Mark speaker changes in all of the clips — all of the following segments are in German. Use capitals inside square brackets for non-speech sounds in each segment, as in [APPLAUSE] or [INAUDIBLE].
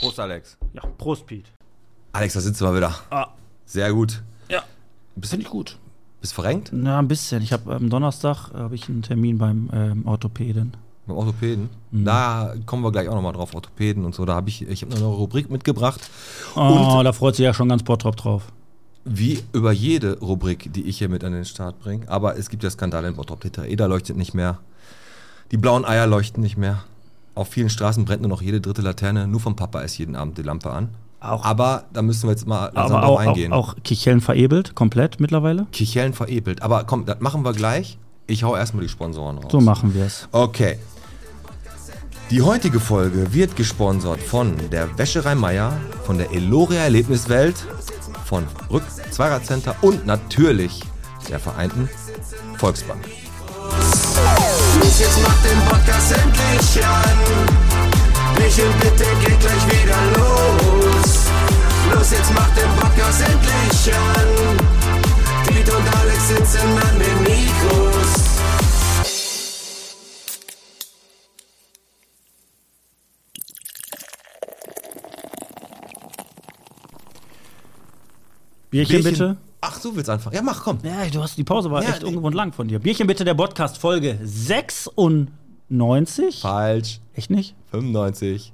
Speaker 1: Prost, Alex.
Speaker 2: Ja, Prost, Piet.
Speaker 1: Alex, da sitzen wir wieder.
Speaker 2: Ah.
Speaker 1: Sehr gut.
Speaker 2: Ja.
Speaker 1: Bist du
Speaker 2: Finde ich gut.
Speaker 1: bist verrenkt?
Speaker 2: Na, ein bisschen. Ich habe am Donnerstag habe ich einen Termin beim ähm, Orthopäden.
Speaker 1: Beim Orthopäden?
Speaker 2: Mhm.
Speaker 1: Da kommen wir gleich auch nochmal drauf, Orthopäden und so. Da habe ich, ich habe eine neue Rubrik mitgebracht.
Speaker 2: Oh, da freut sich ja schon ganz Bottrop drauf.
Speaker 1: Wie über jede Rubrik, die ich hier mit an den Start bringe. Aber es gibt ja Skandale in Bottrop. Der Eder leuchtet nicht mehr. Die blauen Eier leuchten nicht mehr. Auf vielen Straßen brennt nur noch jede dritte Laterne. Nur vom Papa ist jeden Abend die Lampe an.
Speaker 2: Auch-
Speaker 1: aber da müssen wir jetzt mal langsam
Speaker 2: Aber
Speaker 1: drauf
Speaker 2: auch,
Speaker 1: eingehen.
Speaker 2: auch, auch Kicheln verebelt, komplett mittlerweile.
Speaker 1: Kichellen verebelt. Aber komm, das machen wir gleich. Ich hau erstmal die Sponsoren raus.
Speaker 2: So machen wir es.
Speaker 1: Okay. Die heutige Folge wird gesponsert von der Wäscherei Meier, von der Eloria Erlebniswelt, von Rück Zweiradcenter und natürlich der Vereinten Volksbank.
Speaker 3: Los, jetzt mach den Podcast endlich an. Michel, bitte geht gleich wieder los. Los, jetzt mach den Podcast endlich an. Piet und Alex sitzen an den Mikros.
Speaker 2: Bierchen, bitte.
Speaker 1: Ach, du willst anfangen? Ja, mach, komm.
Speaker 2: Ja, du hast die Pause war
Speaker 1: Ja,
Speaker 2: echt
Speaker 1: die-
Speaker 2: ungewohnt lang von dir. Bierchen bitte der Podcast Folge 96.
Speaker 1: Falsch.
Speaker 2: Echt nicht?
Speaker 1: 95.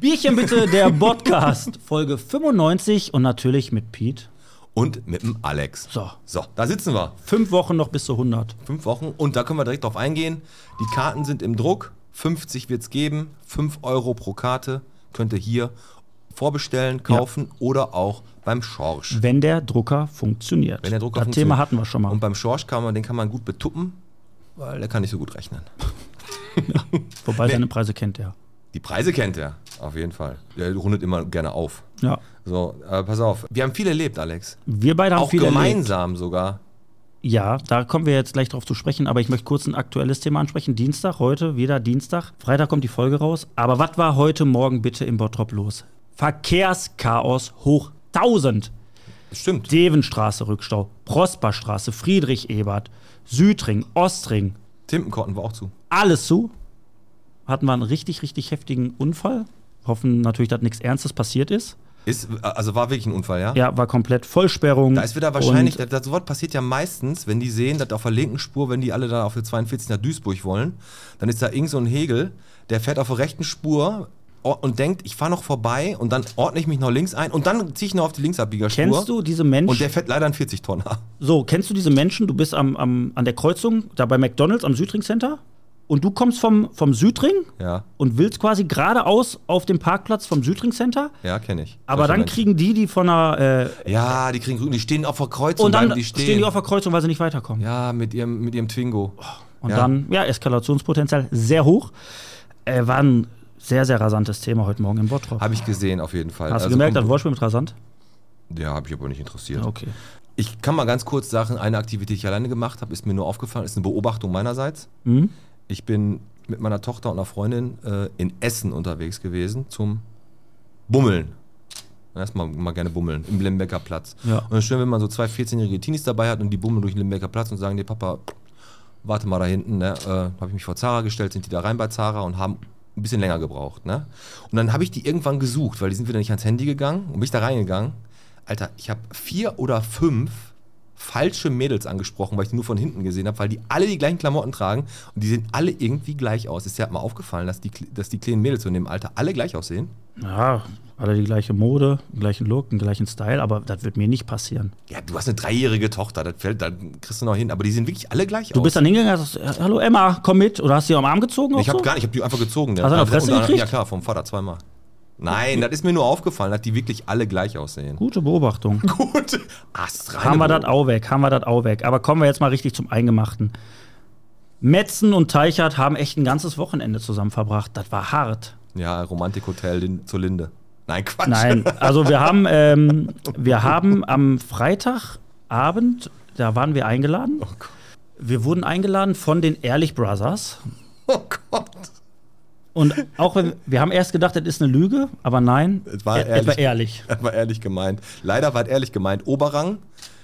Speaker 2: Bierchen bitte [LAUGHS] der Podcast Folge 95 und natürlich mit Piet.
Speaker 1: Und mit dem Alex.
Speaker 2: So.
Speaker 1: So, da sitzen wir.
Speaker 2: Fünf Wochen noch bis zu 100.
Speaker 1: Fünf Wochen. Und da können wir direkt drauf eingehen. Die Karten sind im Druck. 50 wird es geben. 5 Euro pro Karte. Könnt ihr hier vorbestellen, kaufen oder auch beim Schorsch.
Speaker 2: Wenn der Drucker funktioniert. Um
Speaker 1: Wenn der Drucker
Speaker 2: das
Speaker 1: funktioniert.
Speaker 2: Thema hatten wir schon mal.
Speaker 1: Und beim Schorsch kann man, den kann man gut betuppen, weil der kann nicht so gut rechnen.
Speaker 2: Wobei seine Preise kennt er.
Speaker 1: Die Preise kennt er, auf jeden Fall. Der rundet immer gerne auf.
Speaker 2: Ja.
Speaker 1: So, äh, pass auf. Wir haben viel erlebt, Alex.
Speaker 2: Wir beide haben
Speaker 1: Auch
Speaker 2: viel erlebt.
Speaker 1: gemeinsam sogar.
Speaker 2: Ja, da kommen wir jetzt gleich drauf zu sprechen, aber ich möchte kurz ein aktuelles Thema ansprechen. Dienstag, heute, wieder Dienstag. Freitag kommt die Folge raus. Aber was war heute Morgen bitte im Bottrop los? Verkehrschaos hoch 1000.
Speaker 1: Stimmt.
Speaker 2: Devenstraße Rückstau, Prosperstraße, Friedrich Ebert, Südring, Ostring,
Speaker 1: Tintenkotten war auch zu.
Speaker 2: alles zu. Hatten wir einen richtig, richtig heftigen Unfall. Hoffen natürlich, dass nichts Ernstes passiert ist.
Speaker 1: Ist, also war wirklich ein Unfall, ja?
Speaker 2: Ja, war komplett Vollsperrung.
Speaker 1: Da ist wieder wahrscheinlich,
Speaker 2: Und,
Speaker 1: das, das Wort passiert ja meistens, wenn die sehen, dass auf der linken Spur, wenn die alle da auf der 42 nach Duisburg wollen, dann ist da irgend so ein Hegel, der fährt auf der rechten Spur or- und denkt, ich fahre noch vorbei und dann ordne ich mich noch links ein und dann ziehe ich noch auf die Linksabbiegerspur.
Speaker 2: kennst du diese Menschen?
Speaker 1: Und der fährt leider einen 40-Tonner.
Speaker 2: So, kennst du diese Menschen? Du bist am, am, an der Kreuzung, da bei McDonalds am Südring Center. Und du kommst vom, vom Südring
Speaker 1: [LAUGHS] Ja,
Speaker 2: und willst quasi geradeaus auf dem Parkplatz vom Südring Center.
Speaker 1: ja, kenne ich.
Speaker 2: Aber
Speaker 1: Solche
Speaker 2: dann
Speaker 1: Menschen.
Speaker 2: kriegen die, die von einer. Äh,
Speaker 1: Ja, die kriegen grün, die stehen auf der Kreuzung,
Speaker 2: und dann
Speaker 1: bleiben die
Speaker 2: stehen.
Speaker 1: stehen.
Speaker 2: die auf der Kreuzung, weil sie nicht weiterkommen.
Speaker 1: ja, mit ihrem, mit ihrem Twingo.
Speaker 2: und
Speaker 1: ja.
Speaker 2: dann, ja, Eskalationspotenzial sehr hoch. Äh, war ein sehr, sehr rasantes Thema heute Morgen im Bottrop.
Speaker 1: Habe ich gesehen, auf jeden Fall.
Speaker 2: Hast
Speaker 1: Also
Speaker 2: du gemerkt, das Oh.
Speaker 1: kommt-
Speaker 2: Wortspiel mit rasant?
Speaker 1: Ja, habe ich aber nicht interessiert.
Speaker 2: Okay.
Speaker 1: Ich kann mal ganz kurz sagen, eine Aktivität, die ich alleine gemacht habe, ist mir nur aufgefallen, ist eine Beobachtung meinerseits. Ich bin mit meiner Tochter und einer Freundin äh, in Essen unterwegs gewesen zum Bummeln. Erstmal mal gerne bummeln im Limbecker Platz.
Speaker 2: Ja.
Speaker 1: Und es ist schön, wenn man so zwei 14-jährige Teenies dabei hat und die bummeln durch den Limbecker Platz und sagen, nee, Papa, warte mal da hinten, ne? äh, habe ich mich vor Zara gestellt, sind die da rein bei Zara und haben ein bisschen länger gebraucht. Ne? Und dann habe ich die irgendwann gesucht, weil die sind wieder nicht ans Handy gegangen und bin ich da reingegangen. Alter, ich habe vier oder fünf falsche Mädels angesprochen, weil ich die nur von hinten gesehen habe, weil die alle die gleichen Klamotten tragen und die sehen alle irgendwie gleich aus. Ist ja mal aufgefallen, dass die, Kle- dass die kleinen Mädels so in dem Alter alle gleich aussehen.
Speaker 2: Ja, alle die gleiche Mode, den gleichen Look, den gleichen Style, aber das wird mir nicht passieren.
Speaker 1: Ja, du hast eine dreijährige Tochter, das fällt, dann kriegst du noch hin, aber die sehen wirklich alle gleich
Speaker 2: Du
Speaker 1: aus.
Speaker 2: bist dann hingegangen und hast, hallo Emma, komm mit. Oder hast du sie am Arm gezogen? auch
Speaker 1: Ich habe
Speaker 2: so?
Speaker 1: gar nicht, ich habe die einfach gezogen.
Speaker 2: Hast du eine
Speaker 1: Einfach
Speaker 2: Fresse
Speaker 1: und dann-
Speaker 2: gekriegt?
Speaker 1: Ja klar, vom Vater zweimal. Nein, das ist mir nur aufgefallen, dass die wirklich alle gleich
Speaker 2: [LAUGHS]
Speaker 1: aussehen.
Speaker 2: Gute Beobachtung.
Speaker 1: Gut. Astreine
Speaker 2: haben wir das
Speaker 1: Beobachtung.
Speaker 2: auch weg, haben wir das auch weg. Aber kommen wir jetzt mal richtig zum Eingemachten. Metzen und Teichert haben echt ein ganzes Wochenende zusammen verbracht. Das war hart.
Speaker 1: Ja, Romantikhotel Lin- zur Linde. Nein, Quatsch.
Speaker 2: Nein, also wir haben, ähm, wir haben am Freitagabend, da waren wir eingeladen.
Speaker 1: Oh
Speaker 2: Wir wurden eingeladen von den Ehrlich Brothers.
Speaker 1: [LAUGHS] Oh Gott.
Speaker 2: Und auch wenn wir haben erst gedacht, das ist eine Lüge, aber nein,
Speaker 1: Es war
Speaker 2: e-
Speaker 1: ehrlich.
Speaker 2: ehrlich.
Speaker 1: Das war ehrlich gemeint. Leider war es ehrlich gemeint. Oberrang,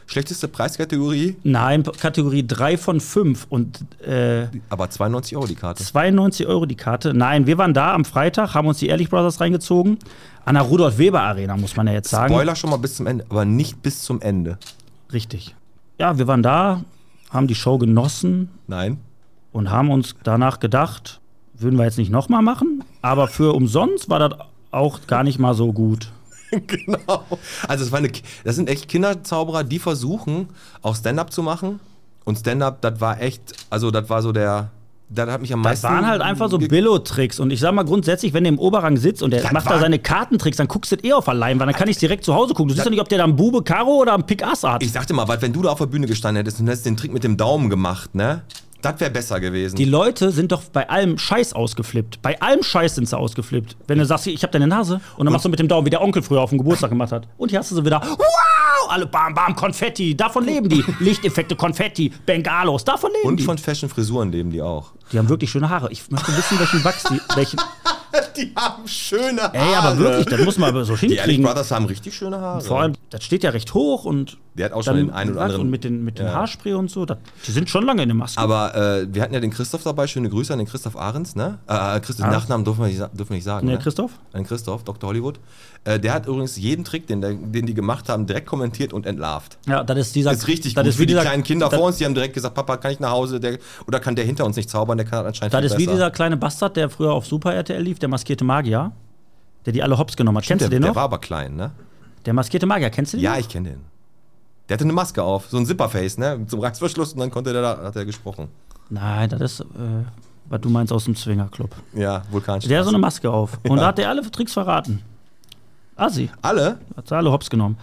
Speaker 1: Schlechteste Preiskategorie,
Speaker 2: Nein, Kategorie 3 von 5 und äh,
Speaker 1: aber 92 Euro die Karte.
Speaker 2: 92 Euro die Karte. Nein, wir waren da am Freitag, haben uns die Ehrlich Brothers reingezogen. An der Rudolf Weber Arena, muss man ja jetzt sagen.
Speaker 1: Spoiler schon mal bis zum Ende, aber nicht bis zum Ende.
Speaker 2: Richtig. Ja, wir waren da, haben die Show genossen
Speaker 1: Nein.
Speaker 2: und haben uns danach gedacht, würden wir jetzt nicht nochmal machen, aber für umsonst war das auch gar nicht mal so gut.
Speaker 1: [LAUGHS] genau. Also es war eine, Ki- das sind echt Kinderzauberer, die versuchen, auch Stand-up zu machen. Und Stand-up, das war echt, also das war so der, das hat mich am
Speaker 2: Das
Speaker 1: meisten.
Speaker 2: waren halt einfach so
Speaker 1: ge-
Speaker 2: Billo-Tricks. Und ich sag mal grundsätzlich, wenn der im Oberrang sitzt und der
Speaker 1: Das
Speaker 2: macht da
Speaker 1: war-
Speaker 2: seine Kartentricks, dann guckst du das eh auf der Leinwand. Dann kann ich direkt zu Hause gucken. Du siehst doch nicht, ob der da einen Bube Karo oder einen Pick Ass hat.
Speaker 1: Also Ich sagte mal, was, wenn du da auf der Bühne gestanden hättest und hättest den Trick mit dem Daumen gemacht, ne? Das wäre besser gewesen.
Speaker 2: Die Leute sind doch bei allem Scheiß ausgeflippt. Bei allem Scheiß sind sie ausgeflippt. Wenn du sagst, ich hab deine Nase und dann machst du mit dem Daumen, wie der Onkel früher auf dem Geburtstag gemacht hat. Und hier hast du sie wieder. Wow! Alle bam, bam, Konfetti. Davon leben die. Lichteffekte, Konfetti, Bengalos. Davon leben
Speaker 1: und
Speaker 2: die.
Speaker 1: von Fashion-Frisuren leben die auch.
Speaker 2: Die haben wirklich schöne Haare. Ich möchte wissen, welchen Wachs die. Welchen,
Speaker 1: Die haben schöne Haare.
Speaker 2: ey, aber wirklich, das muss man aber so
Speaker 1: Die Ehrlich
Speaker 2: hinkriegen.
Speaker 1: Brothers haben richtig schöne Haare.
Speaker 2: Vor allem, das steht ja recht hoch und.
Speaker 1: Der hat auch schon den einen oder anderen-
Speaker 2: Und mit den, mit den
Speaker 1: Ja.
Speaker 2: Haarspray und so. Das, die sind schon lange in der Maske.
Speaker 1: Aber äh, wir hatten ja den Christoph dabei. Schöne Grüße an den Christoph Ahrens, ne? Äh, Christoph,
Speaker 2: Ahrens.
Speaker 1: Nachnamen dürfen wir nicht, sa- dürfen wir nicht sagen.
Speaker 2: Ah. Nee,
Speaker 1: ne?
Speaker 2: Christoph?
Speaker 1: An Christoph, Dr. Hollywood. Äh, der hat übrigens jeden Trick, den, der, den die gemacht haben, direkt kommentiert und entlarvt.
Speaker 2: ja, das ist dieser.
Speaker 1: Das ist richtig
Speaker 2: das
Speaker 1: gut.
Speaker 2: Ist
Speaker 1: Für
Speaker 2: wie
Speaker 1: die
Speaker 2: dieser,
Speaker 1: kleinen Kinder
Speaker 2: das,
Speaker 1: vor uns, die haben direkt gesagt, Papa, kann ich nach Hause? Der, oder kann der hinter uns nicht zaubern? Der kann das anscheinend
Speaker 2: Das
Speaker 1: viel
Speaker 2: ist wie
Speaker 1: besser.
Speaker 2: dieser kleine Bastard, der früher auf Super RTL lief, der maskierte Magier, der die alle hops genommen hat. Kennst
Speaker 1: der,
Speaker 2: du den
Speaker 1: der
Speaker 2: noch?
Speaker 1: war aber klein, ne?
Speaker 2: der maskierte Magier, kennst du den?
Speaker 1: Ja,
Speaker 2: noch?
Speaker 1: ich kenne den. Der hatte eine Maske auf, so ein Zipperface, ne? Zum Reißverschluss und dann konnte der da, hat er gesprochen.
Speaker 2: Nein, das ist, äh, was du meinst aus dem Zwingerclub.
Speaker 1: Ja, Vulkanstraße.
Speaker 2: Der hat so eine Maske auf und da hat der alle Tricks verraten. Assi,
Speaker 1: Alle?
Speaker 2: hat sie alle hops genommen.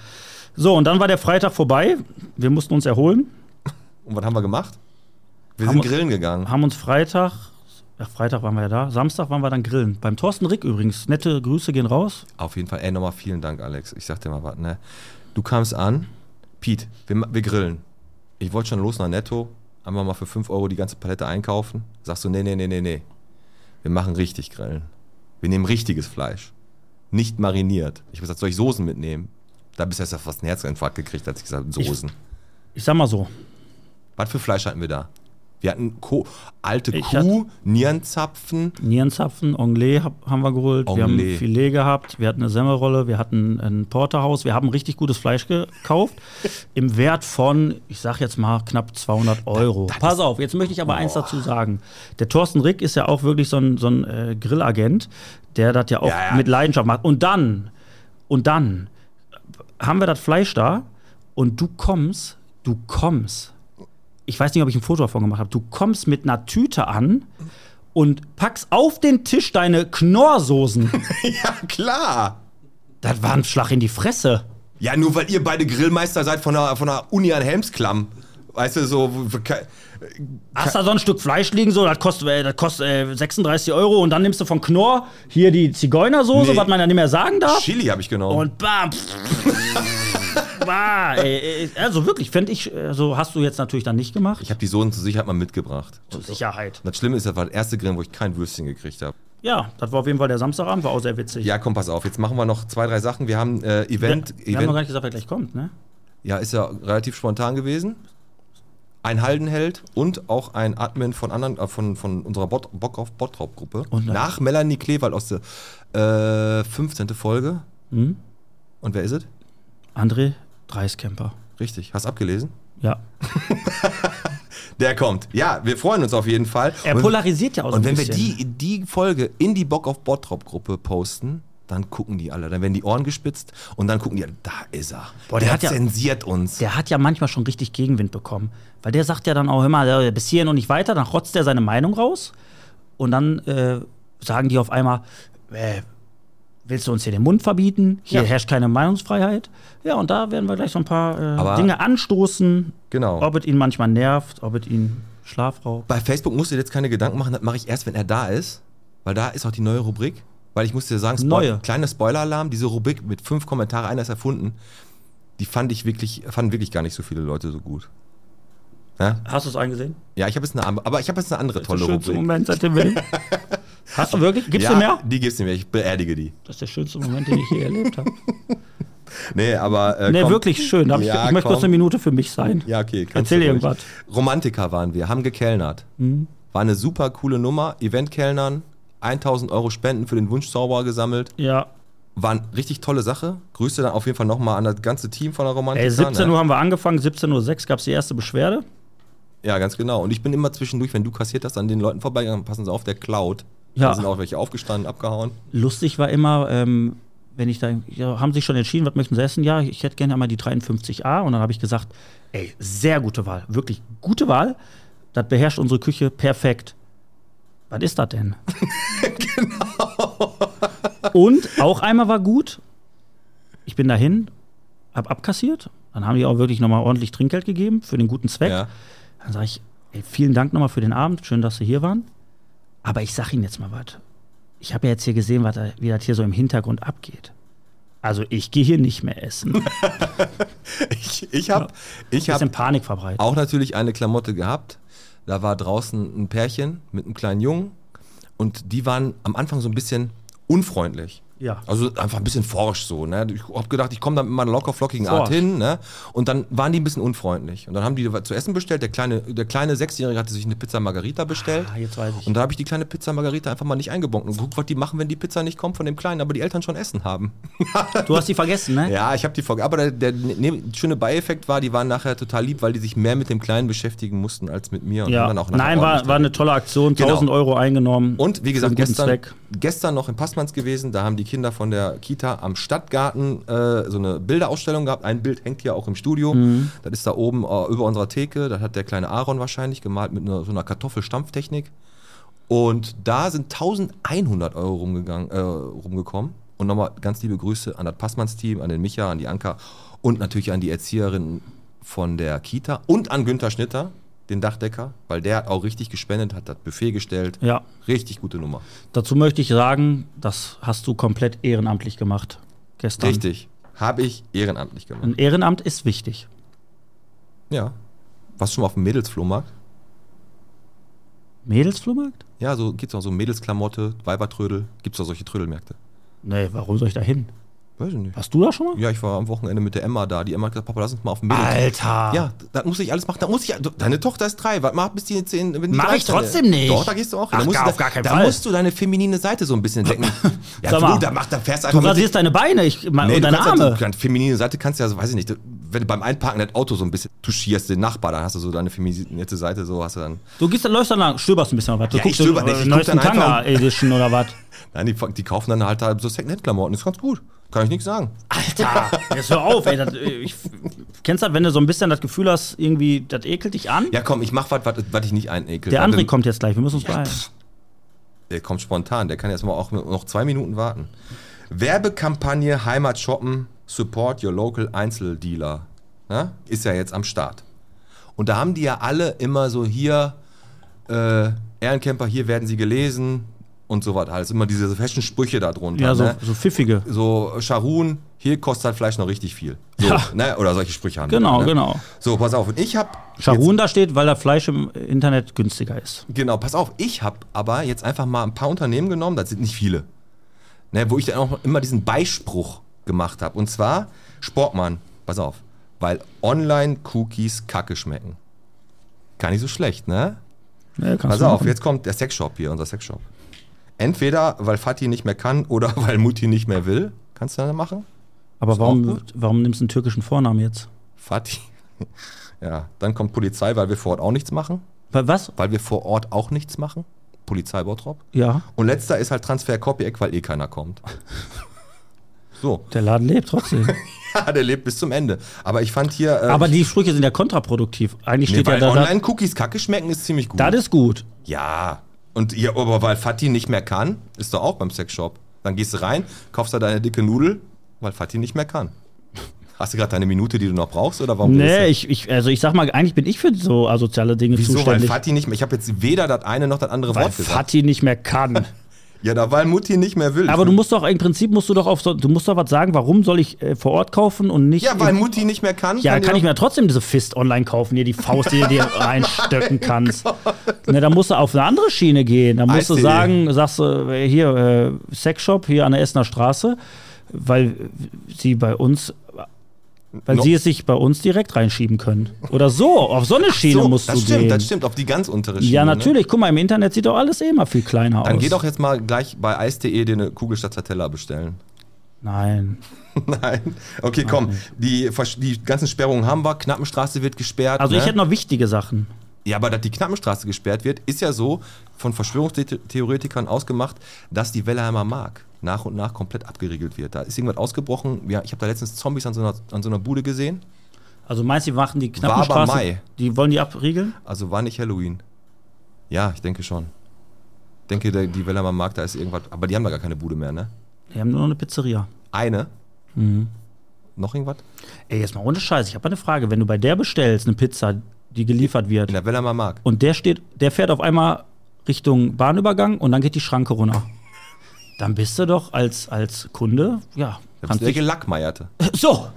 Speaker 2: So, und dann war der Freitag vorbei. Wir mussten uns erholen,
Speaker 1: Und was haben wir gemacht? Wir
Speaker 2: Haben
Speaker 1: sind
Speaker 2: wir-
Speaker 1: grillen gegangen.
Speaker 2: haben uns Freitag, ach, Freitag waren wir ja da, Samstag waren wir dann grillen. Beim Thorsten Rick übrigens. Nette Grüße gehen raus.
Speaker 1: Auf jeden Fall, ey, nochmal vielen Dank, Alex. Ich sag dir mal was, ne? Du kamst an, Piet, wir, ma- wir grillen. Ich wollte schon los nach Netto, einmal mal für 5 Euro die ganze Palette einkaufen. Sagst du, nee, nee, nee, nee, nee. Wir machen richtig Grillen. Wir nehmen richtiges Fleisch. Nicht mariniert. Ich habe gesagt, soll ich Soßen mitnehmen? Da bist du erst fast einen Herzinfarkt gekriegt, als ich gesagt habe,
Speaker 2: Ich-
Speaker 1: Soßen.
Speaker 2: Ich sag mal so,
Speaker 1: was für Fleisch hatten wir da? Wir hatten Co alte
Speaker 2: Ich
Speaker 1: Kuh, Nierenzapfen,
Speaker 2: Nierenzapfen, Onglet hab, haben wir geholt, wir haben
Speaker 1: Onglet.
Speaker 2: Filet gehabt, wir hatten eine Semmelrolle, wir hatten ein Porterhaus, wir haben richtig gutes
Speaker 1: [LAUGHS]
Speaker 2: Fleisch gekauft im Wert von, ich sag jetzt mal, knapp 200 Euro. Pass auf, jetzt möchte ich aber eins dazu sagen. Der Thorsten Rick ist ja auch wirklich so ein, so ein äh, Grillagent, der das ja auch
Speaker 1: Ja, ja.
Speaker 2: mit Leidenschaft macht. Und dann, und dann haben wir das Fleisch da und du kommst, du kommst. Ich weiß nicht, ob ich ein Foto davon gemacht habe. Du kommst mit einer Tüte an und packst auf den Tisch deine Knorrsoßen.
Speaker 1: Ja, klar.
Speaker 2: das war ein Schlag in die Fresse.
Speaker 1: Ja, nur weil ihr beide Grillmeister seid von der, von der Uni an Helmsklamm. Weißt du, so. wo- wo- ke-
Speaker 2: Hast da so ein Stück Fleisch liegen, so, das kostet, äh, das kostet äh, 36 Euro und dann nimmst du von Knorr hier die Zigeunersoße,
Speaker 1: Nee.
Speaker 2: was man ja nicht mehr sagen darf.
Speaker 1: Chili habe ich genommen. [LAUGHS]
Speaker 2: und bam. pff, bah, ey, ey, also wirklich, fände ich, äh, so hast du jetzt natürlich dann nicht gemacht.
Speaker 1: ich habe die Soßen zur Sicherheit mal mitgebracht.
Speaker 2: Zur Sicherheit.
Speaker 1: Das Schlimme ist, das war das erste Grillen, wo ich kein Würstchen gekriegt habe.
Speaker 2: Ja, das war auf jeden Fall der Samstagabend, war auch sehr witzig.
Speaker 1: Ja, komm, pass auf. Jetzt machen wir noch zwei, drei Sachen. Wir haben äh, Event.
Speaker 2: wir, wir haben noch gar
Speaker 1: Event
Speaker 2: nicht gesagt, wer gleich kommt, ne?
Speaker 1: ja, ist ja relativ spontan gewesen. Ein Haldenheld und auch ein Admin von anderen, äh, von, von unserer Bot, Bock auf Bottrop-Gruppe.
Speaker 2: Und-
Speaker 1: Nach Melanie Klewald aus der äh, 15. Folge.
Speaker 2: Hm?
Speaker 1: Und wer ist es?
Speaker 2: André Dreiskemper.
Speaker 1: Richtig. Hast abgelesen?
Speaker 2: Ja.
Speaker 1: Der kommt. Ja, wir freuen uns auf jeden Fall.
Speaker 2: Er
Speaker 1: Und-
Speaker 2: polarisiert ja auch so
Speaker 1: Und
Speaker 2: ein
Speaker 1: wenn wir
Speaker 2: bisschen.
Speaker 1: die, die Folge in die Bock auf Bottrop-Gruppe posten, dann gucken die alle. Dann werden die Ohren gespitzt und dann gucken die alle, da ist er.
Speaker 2: Boah,
Speaker 1: der,
Speaker 2: der
Speaker 1: hat
Speaker 2: hat ja-
Speaker 1: zensiert uns.
Speaker 2: der hat ja manchmal schon richtig Gegenwind bekommen. Weil der sagt ja dann auch immer, ja, bis hierhin und nicht weiter, dann rotzt er seine Meinung raus und dann äh, sagen die auf einmal, äh, willst du uns hier den Mund verbieten? Hier
Speaker 1: Ja.
Speaker 2: herrscht keine Meinungsfreiheit. Ja, und da werden wir gleich so ein paar
Speaker 1: Aber-
Speaker 2: äh, Dinge anstoßen,
Speaker 1: Genau.
Speaker 2: ob es ihn manchmal nervt, ob es ihn Schlaf raubt.
Speaker 1: Bei Facebook musst du dir jetzt keine Gedanken machen, das mache ich erst, wenn er da ist. Weil da ist auch die neue Rubrik. Weil ich muss dir sagen, Spoil
Speaker 2: Neue.
Speaker 1: kleiner Spoiler-Alarm, diese Rubrik mit fünf Kommentaren, einer ist erfunden, die fand ich wirklich, fanden wirklich gar nicht so viele Leute so gut. Ja,
Speaker 2: Hast du es eingesehen?
Speaker 1: ja ich habe jetzt eine, an- aber ich habe jetzt eine andere tolle
Speaker 2: der schönste
Speaker 1: Rubrik.
Speaker 2: Moment seit dem
Speaker 1: [LAUGHS]
Speaker 2: Wedding. Hast du wirklich? Gibt's
Speaker 1: ja,
Speaker 2: dir mehr?
Speaker 1: Die gibt's nicht mehr, ich beerdige die.
Speaker 2: Das ist der schönste Moment, den ich je erlebt habe.
Speaker 1: Nee, aber. Äh,
Speaker 2: Nee,
Speaker 1: komm.
Speaker 2: wirklich schön. Darf ich
Speaker 1: Ja,
Speaker 2: ich möchte kurz
Speaker 1: komm.
Speaker 2: eine Minute für mich sein.
Speaker 1: Ja, okay. kannst
Speaker 2: Erzähl
Speaker 1: du ruhig.
Speaker 2: irgendwas. Mhm.
Speaker 1: Romantiker waren wir, haben gekellnert. War eine super coole Nummer. Eventkellnern, 1000 Euro Spenden für den Wunschzauberer gesammelt.
Speaker 2: Ja.
Speaker 1: War eine richtig tolle Sache. Grüße dann auf jeden Fall nochmal an das ganze Team von der Romantiker.
Speaker 2: Ey, 17
Speaker 1: ne?
Speaker 2: Uhr haben wir angefangen, 17.06 Uhr gab es die erste Beschwerde.
Speaker 1: Ja, ganz genau. Und ich bin immer zwischendurch, wenn du kassiert hast, an den Leuten vorbeigegangen. Passen Sie auf, der Cloud.
Speaker 2: Ja.
Speaker 1: Da sind auch welche aufgestanden, abgehauen.
Speaker 2: Lustig war immer, ähm, wenn ich da, ja, haben sich schon entschieden, was möchten sie essen? Ja, ich hätte gerne einmal die 53a. Und dann habe ich gesagt, ey, sehr gute Wahl, wirklich gute Wahl. Das beherrscht unsere Küche perfekt. Was ist
Speaker 1: [LAUGHS]
Speaker 2: das denn? genau. Und auch einmal war gut. Ich bin dahin, hab abkassiert. Dann haben die auch wirklich nochmal ordentlich Trinkgeld gegeben für den guten Zweck.
Speaker 1: Ja. [LAUGHS]
Speaker 2: Dann sage ich, ey, vielen Dank nochmal für den Abend, schön, dass Sie hier waren. Aber ich sage Ihnen jetzt mal was. Ich habe ja jetzt hier gesehen, was da, wie das hier so im Hintergrund abgeht. Also ich gehe hier nicht mehr
Speaker 1: [LAUGHS]
Speaker 2: essen.
Speaker 1: Ich, ich habe ich hab
Speaker 2: Bisschen Panik verbreitet.
Speaker 1: auch natürlich eine Klamotte gehabt. Da war draußen ein Pärchen mit einem kleinen Jungen. Und die waren am Anfang so ein bisschen unfreundlich.
Speaker 2: Ja.
Speaker 1: Also einfach ein bisschen forsch so. Ne? Ich hab gedacht, ich komme da mit meiner locker flockigen Art
Speaker 2: Forsch.
Speaker 1: hin. Ne? Und dann waren die ein bisschen unfreundlich. Und dann haben die was zu essen bestellt. Der kleine, der kleine Sechsjährige hatte sich eine Pizza Margarita bestellt.
Speaker 2: Ah, jetzt weiß ich.
Speaker 1: Und da habe ich die kleine Pizza Margarita einfach mal nicht eingebonkt. Und guck, was die machen, wenn die Pizza nicht kommt von dem Kleinen, aber die Eltern schon Essen haben.
Speaker 2: Du hast die vergessen, ne?
Speaker 1: Ja, ich habe die Folge. Aber der, der ne, schöne Beieffekt war, die waren nachher total lieb, weil die sich mehr mit dem Kleinen beschäftigen mussten als mit mir. Und haben dann auch nachher
Speaker 2: Nein, war,
Speaker 1: ordentlich
Speaker 2: war eine tolle Aktion.
Speaker 1: Genau.
Speaker 2: 1000 Euro eingenommen.
Speaker 1: und wie gesagt,
Speaker 2: Für einen guten
Speaker 1: gestern,
Speaker 2: Zweck.
Speaker 1: gestern noch in Passmanns gewesen, da haben die Kinder von der Kita am Stadtgarten äh, so eine Bilderausstellung gehabt. Ein Bild hängt hier auch im Studio.
Speaker 2: Mhm.
Speaker 1: Das ist da oben äh, über unserer Theke. Das hat der kleine Aaron wahrscheinlich gemalt mit einer, so einer Kartoffelstampftechnik. Und da sind 1100 Euro rumgegangen, äh, rumgekommen. Und nochmal ganz liebe Grüße an das Passmanns-Team, an den Micha, an die Anka und natürlich an die Erzieherin von der Kita und an Günther Schnitter, den Dachdecker, weil der hat auch richtig gespendet, hat das Buffet gestellt.
Speaker 2: Ja.
Speaker 1: Richtig gute Nummer.
Speaker 2: Dazu möchte ich sagen, das hast du komplett ehrenamtlich gemacht. Gestern.
Speaker 1: Richtig. Habe ich ehrenamtlich gemacht.
Speaker 2: Ein Ehrenamt ist wichtig.
Speaker 1: Ja. Warst du schon mal auf dem Mädelsflohmarkt?
Speaker 2: Mädelsflohmarkt?
Speaker 1: Ja, so gibt's auch so Mädelsklamotte, Weibertrödel. Gibt's auch solche Trödelmärkte?
Speaker 2: Nee, warum soll ich da hin?
Speaker 1: Weiß ich nicht.
Speaker 2: Warst du da schon mal?
Speaker 1: Ja, ich war am Wochenende mit der Emma da. Die Emma hat gesagt, Papa, lass uns mal auf den Mädels.
Speaker 2: Alter!
Speaker 1: Ja, das muss ich alles machen. Da muss ich, du- deine Tochter ist drei. Was macht bis die zehn? Wenn die
Speaker 2: Mach
Speaker 1: drei
Speaker 2: ich
Speaker 1: ist, dann-
Speaker 2: trotzdem nicht.
Speaker 1: Doch, da gehst du auch hin.
Speaker 2: Ach,
Speaker 1: da musst
Speaker 2: gar-
Speaker 1: du,
Speaker 2: auf gar keinen
Speaker 1: da
Speaker 2: Fall.
Speaker 1: musst du deine feminine Seite so ein
Speaker 2: [LAUGHS]
Speaker 1: bisschen entdecken. ja,
Speaker 2: Sag mal,
Speaker 1: du, da, mach, da fährst
Speaker 2: Du
Speaker 1: einfach mit.
Speaker 2: rasierst deine Beine ich, mein,
Speaker 1: Nee,
Speaker 2: Ah, und
Speaker 1: du
Speaker 2: deine
Speaker 1: kannst
Speaker 2: Arme.
Speaker 1: Halt, so- feminine Seite kannst du ja, so, weiß ich nicht, du- wenn du beim Einparken das Auto so ein bisschen tuschierst, den Nachbar, dann hast du so deine feminine Seite, so hast du dann.
Speaker 2: Du gehst dann, läufst dann lang, stöberst ein bisschen mal was. Du
Speaker 1: Ja, ich stöber nicht, ich
Speaker 2: äh,
Speaker 1: guck
Speaker 2: neuesten
Speaker 1: dann einfach- [LAUGHS]
Speaker 2: Tanga Edition oder was.
Speaker 1: Nein, die, die kaufen dann halt, halt so Secondhand-Klamotten. Ist ganz gut. Kann ich nichts sagen.
Speaker 2: Alter, jetzt hör auf, ey. Das, äh, ich, kennst du das, wenn du so ein bisschen das Gefühl hast, irgendwie, das ekelt dich an?
Speaker 1: Ja, komm, ich mach was, was was ich nicht Also einekel.
Speaker 2: Der
Speaker 1: Weil
Speaker 2: André
Speaker 1: wenn-
Speaker 2: kommt jetzt gleich, wir müssen uns beeilen.
Speaker 1: Der kommt spontan. Der kann jetzt mal auch noch zwei Minuten warten. Werbekampagne Heimat shoppen, support your local Einzeldealer. Ne? Ist ja jetzt am Start. Und da haben die ja alle immer so hier, äh, Ehrencamper, hier werden sie gelesen und so was. Alles immer diese Fashion-Sprüche da drunter.
Speaker 2: Ja, so,
Speaker 1: ne?
Speaker 2: so pfiffige.
Speaker 1: so Scharun, hier kostet halt Fleisch noch richtig viel. So,
Speaker 2: Ja.
Speaker 1: ne? Oder solche Sprüche haben die
Speaker 2: Genau,
Speaker 1: da, ne?
Speaker 2: genau.
Speaker 1: So, pass auf. Und ich hab.
Speaker 2: Charun da steht, weil da Fleisch im Internet günstiger ist.
Speaker 1: Genau, pass auf, ich habe aber jetzt einfach mal ein paar Unternehmen genommen, das sind nicht viele, ne, wo ich dann auch immer diesen Beispruch gemacht habe. Und zwar, Sportmann, pass auf, weil Online-Cookies kacke schmecken. Gar nicht so schlecht, ne?
Speaker 2: Ja, kannst
Speaker 1: Pass
Speaker 2: du
Speaker 1: auf,
Speaker 2: machen.
Speaker 1: jetzt kommt der Sexshop hier, unser Sexshop. Entweder, weil Fatih nicht mehr kann oder [LAUGHS] weil Mutti nicht mehr will. Kannst du dann machen?
Speaker 2: Aber
Speaker 1: ist auch
Speaker 2: warum,
Speaker 1: gut.
Speaker 2: warum nimmst du einen türkischen Vornamen jetzt?
Speaker 1: Fatih. [LAUGHS] Ja, dann kommt Polizei, weil wir vor Ort auch nichts machen.
Speaker 2: Weil was?
Speaker 1: Weil wir vor Ort auch nichts machen. Polizei Bottrop.
Speaker 2: Ja,
Speaker 1: Und letzter ist halt Transfer Copy-Eck, weil eh keiner kommt. So,
Speaker 2: der Laden
Speaker 1: [LAUGHS]
Speaker 2: lebt trotzdem.
Speaker 1: ja, der lebt bis zum Ende. Aber ich fand hier. Äh,
Speaker 2: Aber die Sprüche sind ja kontraproduktiv. Eigentlich
Speaker 1: nee,
Speaker 2: steht ja
Speaker 1: weil
Speaker 2: da, da
Speaker 1: Online-Cookies kacke schmecken ist ziemlich gut.
Speaker 2: das ist gut.
Speaker 1: ja. Und ja, aber weil Fatih nicht mehr kann, ist doch auch beim Sexshop. Dann gehst du rein, kaufst da deine dicke Nudel, weil Fatih nicht mehr kann. Hast du gerade deine Minute, die du noch brauchst, oder warum? redest du?
Speaker 2: Nee, ich, ich, also ich sag mal, eigentlich bin ich für so asoziale Dinge
Speaker 1: Wieso? Weil
Speaker 2: zuständig.
Speaker 1: Fatih nicht mehr. Ich habe jetzt weder das eine noch das andere
Speaker 2: Weil
Speaker 1: Wort gesagt.
Speaker 2: Fatih nicht
Speaker 1: [LAUGHS]
Speaker 2: mehr kann.
Speaker 1: Ja, da weil Mutti nicht mehr will.
Speaker 2: Aber du musst doch, im Prinzip musst du doch auf so, du musst doch was sagen, warum soll ich äh, vor Ort kaufen und nicht.
Speaker 1: ja, weil
Speaker 2: im,
Speaker 1: Mutti nicht mehr kann.
Speaker 2: ja, kann
Speaker 1: die
Speaker 2: ich mir trotzdem diese Fist online kaufen, hier die Faust, die
Speaker 1: [LAUGHS]
Speaker 2: du dir reinstöcken kannst. Ne, da musst du auf eine andere Schiene gehen. Da musst du
Speaker 1: Eis.de.
Speaker 2: sagen, sagst du, äh, hier, äh, Sexshop, hier an der Essener Straße. weil sie bei uns, weil
Speaker 1: No.
Speaker 2: sie es sich bei uns direkt reinschieben können. Oder so, auf so eine Schiene
Speaker 1: So,
Speaker 2: musst
Speaker 1: das
Speaker 2: du
Speaker 1: stimmt,
Speaker 2: gehen.
Speaker 1: das stimmt, auf die ganz untere Schiene.
Speaker 2: ja,
Speaker 1: Ne?
Speaker 2: natürlich. Guck mal, im Internet sieht doch alles eh immer viel kleiner aus.
Speaker 1: Dann geh doch jetzt mal gleich bei eis.de dir eine Kugel statt Zatella bestellen. [LAUGHS]
Speaker 2: Nein.
Speaker 1: Nein. Okay, komm. Die, Versch- die ganzen Sperrungen haben wir. Knappenstraße wird gesperrt.
Speaker 2: Also
Speaker 1: ne?
Speaker 2: ich hätte noch wichtige Sachen.
Speaker 1: Ja, aber dass die Knappenstraße gesperrt wird, ist ja so von Verschwörungstheoretikern ausgemacht, dass die Wellheimer Mark nach und nach komplett abgeriegelt wird. Da ist irgendwas ausgebrochen. Ja, ich habe da letztens Zombies an so, einer, an so einer Bude gesehen.
Speaker 2: Also meinst du, die machen die
Speaker 1: War aber
Speaker 2: Knappenstraße,
Speaker 1: Mai.
Speaker 2: die wollen die abriegeln?
Speaker 1: Also war nicht Halloween. Ja, ich denke schon. Ich denke, der, die Wellheimer Mark, da ist irgendwas. Aber die haben da gar keine Bude mehr, ne?
Speaker 2: Die haben nur noch eine Pizzeria.
Speaker 1: Eine.
Speaker 2: Mhm.
Speaker 1: Noch irgendwas?
Speaker 2: Ey, jetzt mal ohne Scheiß, ich habe eine Frage. Wenn du bei der bestellst, eine Pizza, die geliefert wird,
Speaker 1: In der Wellheimer Mark.
Speaker 2: und der steht, der fährt auf einmal Richtung Bahnübergang und dann geht die Schranke runter. Dann bist du doch als, als Kunde, ja,
Speaker 1: Da bist
Speaker 2: kannst
Speaker 1: du der
Speaker 2: dich,
Speaker 1: gelackmeierte.
Speaker 2: so,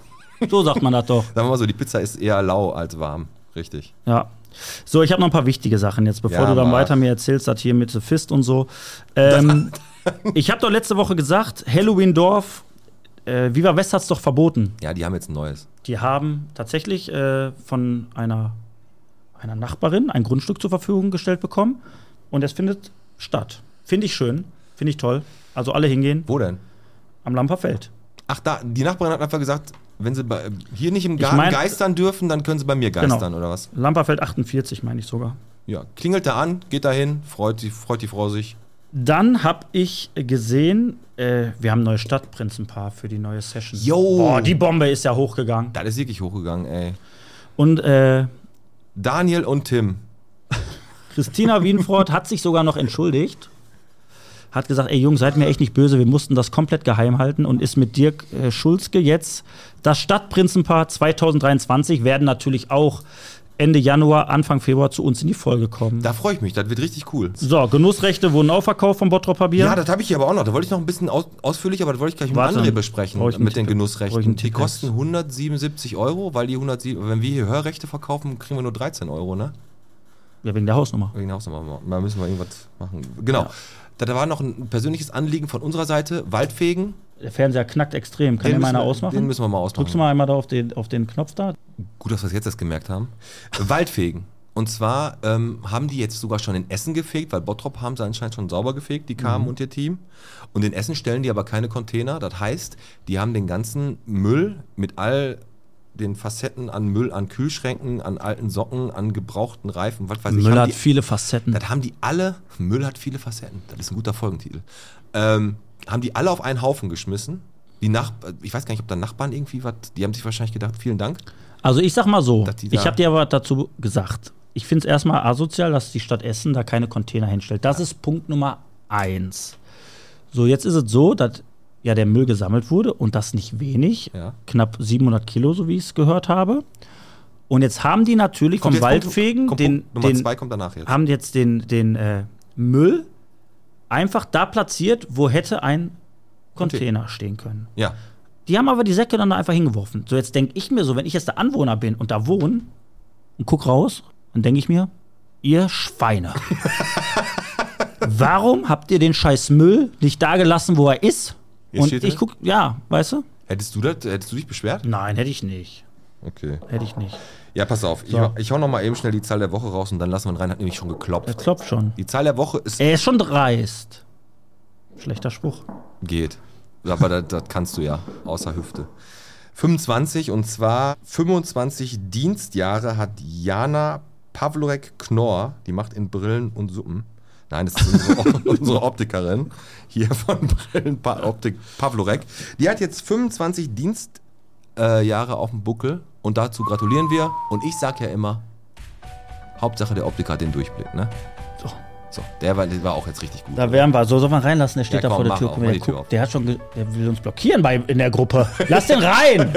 Speaker 2: so sagt man das doch.
Speaker 1: Sagen wir mal so, die Pizza ist eher lau als warm. Richtig.
Speaker 2: Ja. So, ich habe noch ein paar wichtige Sachen jetzt, bevor
Speaker 1: Ja,
Speaker 2: du dann
Speaker 1: mach.
Speaker 2: weiter mir erzählst, das hier mit The Fist
Speaker 1: [LAUGHS]
Speaker 2: und so. Ähm, ich habe doch letzte Woche gesagt, Halloween Dorf, äh, Viva West hat's doch verboten.
Speaker 1: Ja, die haben jetzt ein neues.
Speaker 2: Die haben tatsächlich äh, von einer, einer Nachbarin ein Grundstück zur Verfügung gestellt bekommen und es findet statt. Finde ich schön, finde ich toll. Also alle hingehen
Speaker 1: Wo denn?
Speaker 2: am Lamperfeld.
Speaker 1: Ach, da, die Nachbarin hat einfach gesagt, wenn sie bei, hier nicht im Garten
Speaker 2: mein- Genau.
Speaker 1: geistern dürfen, dann können sie bei mir geistern, oder was?
Speaker 2: Lamperfeld 48 meine ich sogar.
Speaker 1: Ja, klingelt da an, geht da hin, freut, die- freut die Frau sich.
Speaker 2: Dann habe ich gesehen, äh, wir haben ein neues Stadtprinzenpaar für die neue Session.
Speaker 1: Yo.
Speaker 2: Boah, die Bombe ist ja hochgegangen.
Speaker 1: Das ist wirklich hochgegangen, ey.
Speaker 2: Und äh,
Speaker 1: Daniel und Tim.
Speaker 2: Christina Wienfort [LAUGHS] hat sich sogar noch entschuldigt. Hat gesagt, ey Jungs, seid mir echt nicht böse, wir mussten das komplett geheim halten und ist mit Dirk äh, Schulzke jetzt das Stadtprinzenpaar 2023 werden natürlich auch Ende Januar, Anfang Februar zu uns in die Folge kommen.
Speaker 1: Da freue ich mich, das wird richtig cool.
Speaker 2: So, Genussrechte wurden auch verkauft vom Bottroper Bier.
Speaker 1: Ja, das habe ich hier aber auch noch. Da wollte ich noch ein bisschen aus, ausführlich, aber das wollte ich gleich mit
Speaker 2: Warte,
Speaker 1: André besprechen,
Speaker 2: brauche ich einen
Speaker 1: mit den
Speaker 2: Tipp- brauche ich
Speaker 1: Genussrechten.
Speaker 2: einen
Speaker 1: Die
Speaker 2: Tipp
Speaker 1: kosten 177 Euro, weil die 107, wenn wir hier Hörrechte verkaufen, kriegen wir nur 13 Euro, ne?
Speaker 2: ja, wegen der Hausnummer.
Speaker 1: Wegen der Hausnummer. mal- mal müssen wir irgendwas machen. Genau. Da, da war noch ein persönliches Anliegen von unserer Seite, Waldfegen.
Speaker 2: Der Fernseher knackt extrem. Kann
Speaker 1: Den
Speaker 2: der mal
Speaker 1: müssen
Speaker 2: einer
Speaker 1: wir-
Speaker 2: ausmachen?
Speaker 1: den müssen wir mal ausmachen.
Speaker 2: Drückst du mal einmal da auf den, auf den Knopf da?
Speaker 1: Gut, dass wir es jetzt erst gemerkt haben. Waldfegen. Und zwar ähm, haben die jetzt sogar schon in Essen gefegt, weil Bottrop haben sie anscheinend schon sauber gefegt, die
Speaker 2: Mhm.
Speaker 1: kamen und ihr Team. Und in Essen stellen die aber keine Container. Das heißt, die haben den ganzen Müll mit all den Facetten an Müll, an Kühlschränken, an alten Socken, an gebrauchten Reifen, was weiß ich.
Speaker 2: Müll
Speaker 1: haben
Speaker 2: hat
Speaker 1: die-
Speaker 2: viele Facetten.
Speaker 1: Das haben die alle, Müll hat viele Facetten, das ist ein guter Folgentitel, ähm, haben die alle auf einen Haufen geschmissen. Die Nach ich weiß gar nicht, ob da Nachbarn irgendwie was, die haben sich wahrscheinlich gedacht, vielen Dank.
Speaker 2: Also ich sag mal so,
Speaker 1: Dass die da-
Speaker 2: ich habe dir aber dazu gesagt, ich finde es erstmal asozial, dass die Stadt Essen da keine Container hinstellt. Das ist Punkt Nummer eins. So, jetzt ist es so, dass ja der Müll gesammelt wurde und das nicht wenig,
Speaker 1: Ja.
Speaker 2: knapp 700 Kilo, so wie ich es gehört habe. Und jetzt haben die natürlich vom
Speaker 1: jetzt Punkt-
Speaker 2: Waldfegen
Speaker 1: kommt
Speaker 2: den,
Speaker 1: Punkt Nummer
Speaker 2: den
Speaker 1: zwei kommt danach jetzt.
Speaker 2: haben jetzt den, den äh, Müll einfach da platziert, wo hätte ein Container stehen können.
Speaker 1: Ja.
Speaker 2: Die haben aber die Säcke dann da einfach hingeworfen. So, jetzt denke ich mir so, wenn ich jetzt der Anwohner bin und da wohne und guck raus, dann denke ich mir, ihr
Speaker 1: [LAUGHS]
Speaker 2: Schweine. Warum habt ihr den scheiß Müll nicht da gelassen, wo er ist?
Speaker 1: Jetzt
Speaker 2: und
Speaker 1: steht
Speaker 2: ich
Speaker 1: er.
Speaker 2: guck, ja, weißt du?
Speaker 1: Hättest du das, hättest du dich beschwert?
Speaker 2: Nein, hätte ich nicht.
Speaker 1: Okay.
Speaker 2: Hätte ich nicht.
Speaker 1: Ja, pass auf, ich, hau- ich hau noch mal eben schnell die Zahl der Woche raus und dann lassen wir ihn rein, hat nämlich schon
Speaker 2: Er
Speaker 1: geklopft.
Speaker 2: klopft schon.
Speaker 1: Die Zahl der Woche ist
Speaker 2: Er ist schon dreist. Schlechter Spruch.
Speaker 1: geht. Aber das, das kannst du ja, außer Hüfte. 25 und zwar 25 Dienstjahre hat Jana Pavlorek Knorr, die macht in Brillen und Suppen. Nein, das ist unsere, unsere Optikerin hier von Brillen pa Optik Pavlorek. Die hat jetzt 25 Dienstjahre äh, Jahre auf dem Buckel und dazu gratulieren wir. Und ich sag ja immer, Hauptsache der Optiker hat den Durchblick, ne?
Speaker 2: So.
Speaker 1: So, der war, der war auch jetzt richtig gut.
Speaker 2: Da wären wir. So soll man reinlassen. Der steht
Speaker 1: Ja,
Speaker 2: da vor
Speaker 1: komm,
Speaker 2: der
Speaker 1: mach
Speaker 2: Tür.
Speaker 1: auf,
Speaker 2: Guck mal,
Speaker 1: mach
Speaker 2: der,
Speaker 1: die Tür auf.
Speaker 2: guckt, der hat schon, ge- der will uns blockieren bei, in der Gruppe. Lass den rein!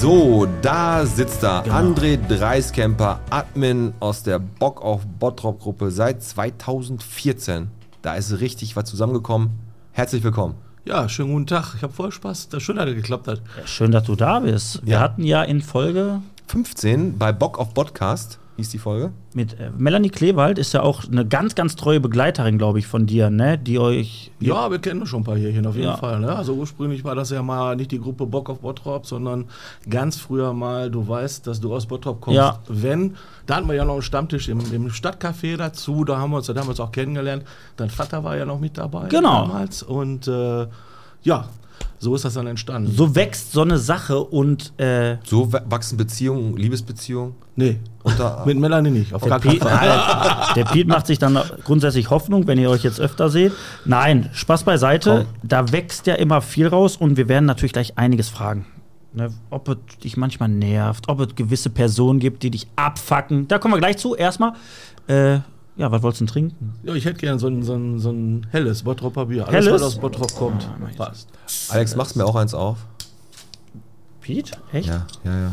Speaker 1: So, da sitzt er. André Dreiskemper, Admin aus der Bock auf Bottrop-Gruppe seit 2014. Da ist richtig was zusammengekommen. Herzlich willkommen.
Speaker 4: Ja, schönen guten Tag. Ich habe voll Spaß. Das schön, dass das geklappt hat.
Speaker 2: Ja, schön, dass du da bist. Wir
Speaker 1: Ja.
Speaker 2: hatten ja in Folge
Speaker 1: 15 bei Bock auf Podcast hieß die Folge.
Speaker 2: mit äh, Melanie Klewald, ist ja auch eine ganz, ganz treue Begleiterin, glaube ich, von dir, ne? Die euch.
Speaker 4: Ja, wir kennen schon ein paar Hierchen auf jeden
Speaker 2: Ja.
Speaker 4: Fall. Ne? Also ursprünglich war das ja mal nicht die Gruppe Bock auf Bottrop, sondern ganz früher mal, du weißt, dass du aus Bottrop kommst.
Speaker 2: Ja.
Speaker 4: Wenn, da hatten wir ja noch einen Stammtisch im, im Stadtcafé dazu, da haben wir uns da damals auch kennengelernt. Dein Vater war ja noch mit dabei
Speaker 2: Genau.
Speaker 4: damals. Und äh, ja, so ist das dann entstanden.
Speaker 2: So wächst so eine Sache und äh,
Speaker 1: So wa- wachsen Beziehungen, Liebesbeziehungen.
Speaker 4: Nee,
Speaker 1: Unter,
Speaker 4: mit Melanie nicht, auf
Speaker 2: der,
Speaker 4: gar keinen
Speaker 2: Piet,
Speaker 4: Fall.
Speaker 2: Alter, [LAUGHS] der Piet macht sich dann grundsätzlich Hoffnung, wenn ihr euch jetzt öfter seht. Nein, Spaß beiseite. Da wächst ja immer viel raus und wir werden natürlich gleich einiges fragen. Ne, ob es dich manchmal nervt, ob es gewisse Personen gibt, die dich abfacken. Da kommen wir gleich zu. Erstmal, äh, ja, was wolltest du denn trinken?
Speaker 4: Ja, ich hätte gerne so ein, so ein, so ein helles Bottropper Bier. Alles,
Speaker 2: Helles? Oh,
Speaker 4: was aus Bottrop kommt. Passt.
Speaker 1: Alex, machst mir auch eins auf?
Speaker 2: Piet? Echt?
Speaker 1: Ja, ja, ja.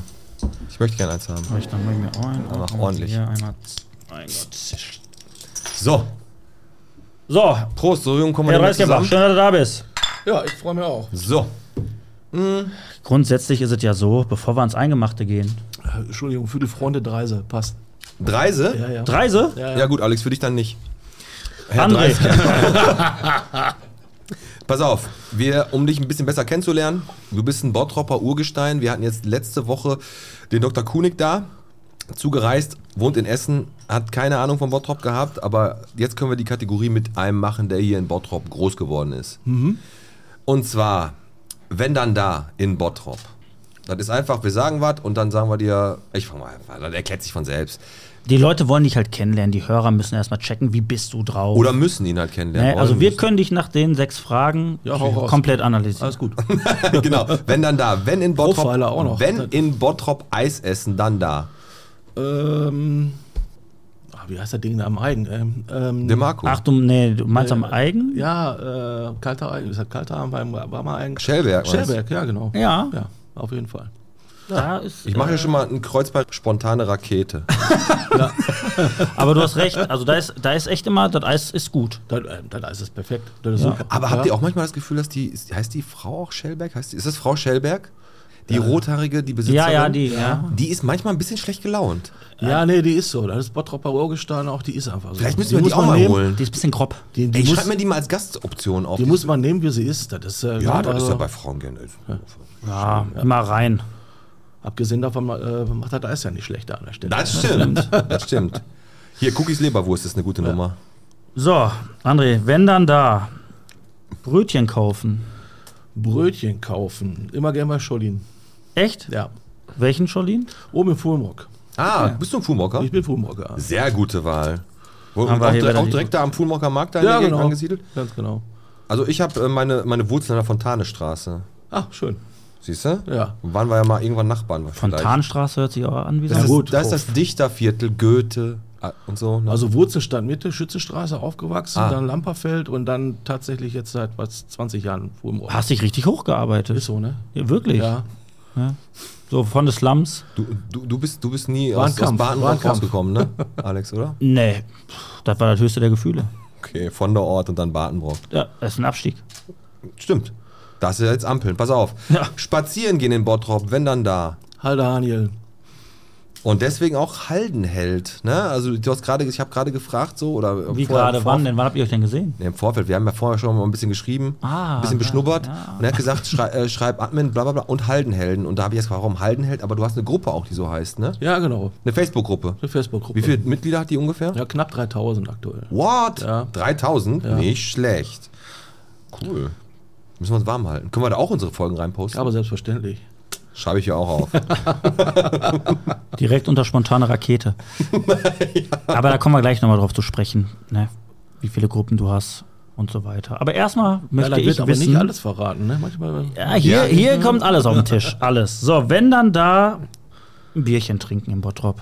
Speaker 1: Ich möchte gerne eins haben.
Speaker 2: Mach ich, dann mach ich mir auch einen.
Speaker 1: Dann mach
Speaker 2: Und
Speaker 1: ordentlich.
Speaker 2: Hier einmal. z- Mein Gott.
Speaker 1: So,
Speaker 2: So,
Speaker 1: Prost, so jung kommen wir
Speaker 2: Herr
Speaker 1: nicht mehr
Speaker 2: Reisgeber, schön,
Speaker 1: zusammen.
Speaker 2: dass du da bist.
Speaker 4: Ja, ich freue mich auch.
Speaker 1: So,
Speaker 2: Grundsätzlich ist es ja so, bevor wir ans Eingemachte gehen.
Speaker 4: Äh, Entschuldigung, für die Freunde Dreise. Passt.
Speaker 1: Dreise?
Speaker 4: ja.
Speaker 2: Dreise?
Speaker 4: Ja, ja.
Speaker 1: Ja gut, Alex, für dich dann nicht. Herr
Speaker 2: André.
Speaker 1: Dreis- Pass auf, wir, um dich ein bisschen besser kennenzulernen, du bist ein Bottropper Urgestein. Wir hatten jetzt letzte Woche den Dr. Kunig da, zugereist, wohnt in Essen, hat keine Ahnung von Bottrop gehabt, aber jetzt können wir die Kategorie mit einem machen, der hier in Bottrop groß geworden ist.
Speaker 4: Mhm.
Speaker 1: Und zwar, wenn dann da in Bottrop. Das ist einfach, wir sagen was und dann sagen wir dir, ich fang mal, an, das erklärt sich von selbst.
Speaker 2: Die Leute wollen dich halt kennenlernen, die Hörer müssen erstmal checken, wie bist du drauf.
Speaker 1: Oder müssen ihn halt kennenlernen.
Speaker 2: ne, also
Speaker 1: wollen
Speaker 2: wir
Speaker 1: müssen. [LAUGHS]
Speaker 2: können dich nach den sechs Fragen
Speaker 4: Ja, hau raus.
Speaker 2: komplett analysieren.
Speaker 4: Alles gut.
Speaker 1: genau, wenn dann da, wenn in Bottrop,
Speaker 4: Profiler auch noch.
Speaker 1: wenn in Bottrop Eis essen, dann da.
Speaker 4: [LAUGHS] ähm, ah, wie heißt das Ding da am Eigen? Ähm, ähm,
Speaker 1: Der Marco.
Speaker 2: Ach du, nee, du meinst am
Speaker 4: äh,
Speaker 2: Eigen?
Speaker 4: Ja, äh, kalter Eigen. Ist das kalter Eigen? War, war mal Eigen.
Speaker 1: Schellberg, meinst du?
Speaker 4: Schellberg, ja, genau.
Speaker 2: Ja.
Speaker 4: Ja, auf jeden Fall.
Speaker 2: Da ist,
Speaker 1: Ich mache ja schon mal ein Kreuz bei spontane Rakete.
Speaker 2: aber du hast recht, also da ist, da ist echt immer, das Eis ist gut.
Speaker 4: Dann, äh, dann ist es perfekt. Das ist super.
Speaker 1: Aber habt
Speaker 4: ja.
Speaker 1: ihr auch manchmal das Gefühl, dass die, ist- heißt die Frau auch Schellberg? Heißt die, ist das Frau Schellberg? Die rothaarige, die Besitzerin?
Speaker 2: Äh. ja, die, ja.
Speaker 1: Die ist manchmal ein bisschen schlecht gelaunt.
Speaker 4: Ja, nee, die ist so. Das ist Bottropper Urgestein auch, die ist einfach so.
Speaker 1: Vielleicht müssen wir
Speaker 4: muss
Speaker 1: die auch
Speaker 4: man
Speaker 1: mal
Speaker 4: nehmen.
Speaker 1: holen.
Speaker 2: Die ist ein bisschen grob.
Speaker 4: Die, die,
Speaker 1: Ey,
Speaker 4: muss,
Speaker 1: schreib mir die mal als Gastoption auf.
Speaker 4: die muss man nehmen, wie sie ist. Das ist äh,
Speaker 1: ja, das ist
Speaker 4: also-
Speaker 1: ja bei Frauen gerne.
Speaker 2: Ja, immer rein.
Speaker 4: Abgesehen davon äh, macht er da ist ja nicht schlechter an der Stelle.
Speaker 1: Das stimmt. Das stimmt. Hier, Cookies Leberwurst ist eine gute Nummer.
Speaker 2: So, André, wenn dann da. Brötchen kaufen.
Speaker 4: Brötchen kaufen. Immer gerne bei Scholin.
Speaker 2: Echt?
Speaker 4: Ja.
Speaker 2: Welchen Scholin?
Speaker 4: Oben im Fulmrock.
Speaker 1: Ah, bist du ein Fuhmocker?
Speaker 4: Ich bin ah. Fulmrocker.
Speaker 1: Sehr gute Wahl. Wo-
Speaker 2: Haben wir
Speaker 1: auch,
Speaker 2: hier
Speaker 1: direkt-
Speaker 2: wieder
Speaker 1: auch
Speaker 2: die-
Speaker 1: direkt da am Fulmocker Markt da in der Gegend angesiedelt.
Speaker 4: genau. Ganz genau.
Speaker 1: Also ich habe äh, meine, meine Wurzeln an der Fontanestraße.
Speaker 4: Ach, schön.
Speaker 1: Siehst du?
Speaker 4: Ja.
Speaker 1: Waren wir ja mal irgendwann Nachbarn. vielleicht.
Speaker 2: Fontanstraße hört sich auch an wie
Speaker 1: Das
Speaker 2: so-
Speaker 1: ist,
Speaker 4: gut.
Speaker 1: da ist das Dichterviertel, Goethe äh, und so. Ne?
Speaker 4: Also Wurzelstand Mitte, Schützenstraße aufgewachsen,
Speaker 1: Ah.
Speaker 4: dann Lamperfeld und dann tatsächlich jetzt seit was 20 Jahren Fulmrock.
Speaker 2: Hast dich richtig hochgearbeitet.
Speaker 4: Ist so, ne?
Speaker 2: Ja, wirklich.
Speaker 4: Ja.
Speaker 2: So von des Slums.
Speaker 1: du, du, du, bist, du bist nie
Speaker 4: War
Speaker 1: aus,
Speaker 4: ein
Speaker 1: aus
Speaker 4: Kampf,
Speaker 1: Baden
Speaker 4: war ein Kampf.
Speaker 1: rausgekommen,
Speaker 2: [LAUGHS]
Speaker 1: ne? Alex, oder?
Speaker 2: Nee, pff, das war das höchste der Gefühle.
Speaker 1: Okay, von der Ort und dann Badenbrock.
Speaker 2: Ja, das ist ein Abstieg.
Speaker 1: Stimmt. Das ist ja jetzt Ampeln. Pass auf.
Speaker 2: Ja.
Speaker 1: Spazieren gehen in Bottrop, wenn dann da.
Speaker 4: Hallo Daniel.
Speaker 1: Und deswegen auch Haldenheld. Ne? Also du hast gerade, ich habe gerade gefragt so oder
Speaker 2: Wie
Speaker 1: vorher-
Speaker 2: gerade,
Speaker 1: vor-
Speaker 2: wann denn? Wann habt ihr euch denn gesehen?
Speaker 1: Nee, Im Vorfeld, wir haben ja vorher schon mal ein bisschen geschrieben,
Speaker 2: Ah,
Speaker 1: ein bisschen
Speaker 2: ja,
Speaker 1: beschnuppert.
Speaker 2: ja.
Speaker 1: Und er hat gesagt, schrei, äh, schreib Admin, bla bla bla und Haldenhelden. Und da habe ich jetzt gefragt, warum Haldenheld, aber du hast eine Gruppe auch, die so heißt, ne?
Speaker 4: Ja, genau.
Speaker 1: Eine Facebook-Gruppe.
Speaker 4: Eine Facebook-Gruppe.
Speaker 1: Wie viele Mitglieder hat die ungefähr?
Speaker 4: Ja, knapp 3000 aktuell.
Speaker 1: What?
Speaker 4: Ja.
Speaker 1: 3000? Nicht schlecht. Cool. Müssen wir uns warm halten. Können wir da auch unsere Folgen reinposten?
Speaker 4: Aber selbstverständlich.
Speaker 1: Schreibe ich ja auch
Speaker 2: [LAUGHS]
Speaker 1: auf.
Speaker 2: Direkt unter spontane
Speaker 4: [LAUGHS]
Speaker 2: Rakete. Aber da kommen wir gleich nochmal drauf zu sprechen, ne? wie viele Gruppen du hast und so weiter. Aber erstmal
Speaker 4: Ja,
Speaker 2: möchte
Speaker 4: da wird
Speaker 2: ich
Speaker 4: aber
Speaker 2: wissen.
Speaker 4: nicht alles verraten, ne? Manchmal.
Speaker 2: ja, hier,
Speaker 1: Ja.
Speaker 2: hier kommt alles auf den Tisch. [LAUGHS] Alles. So, wenn dann da ein Bierchen trinken im Bottrop.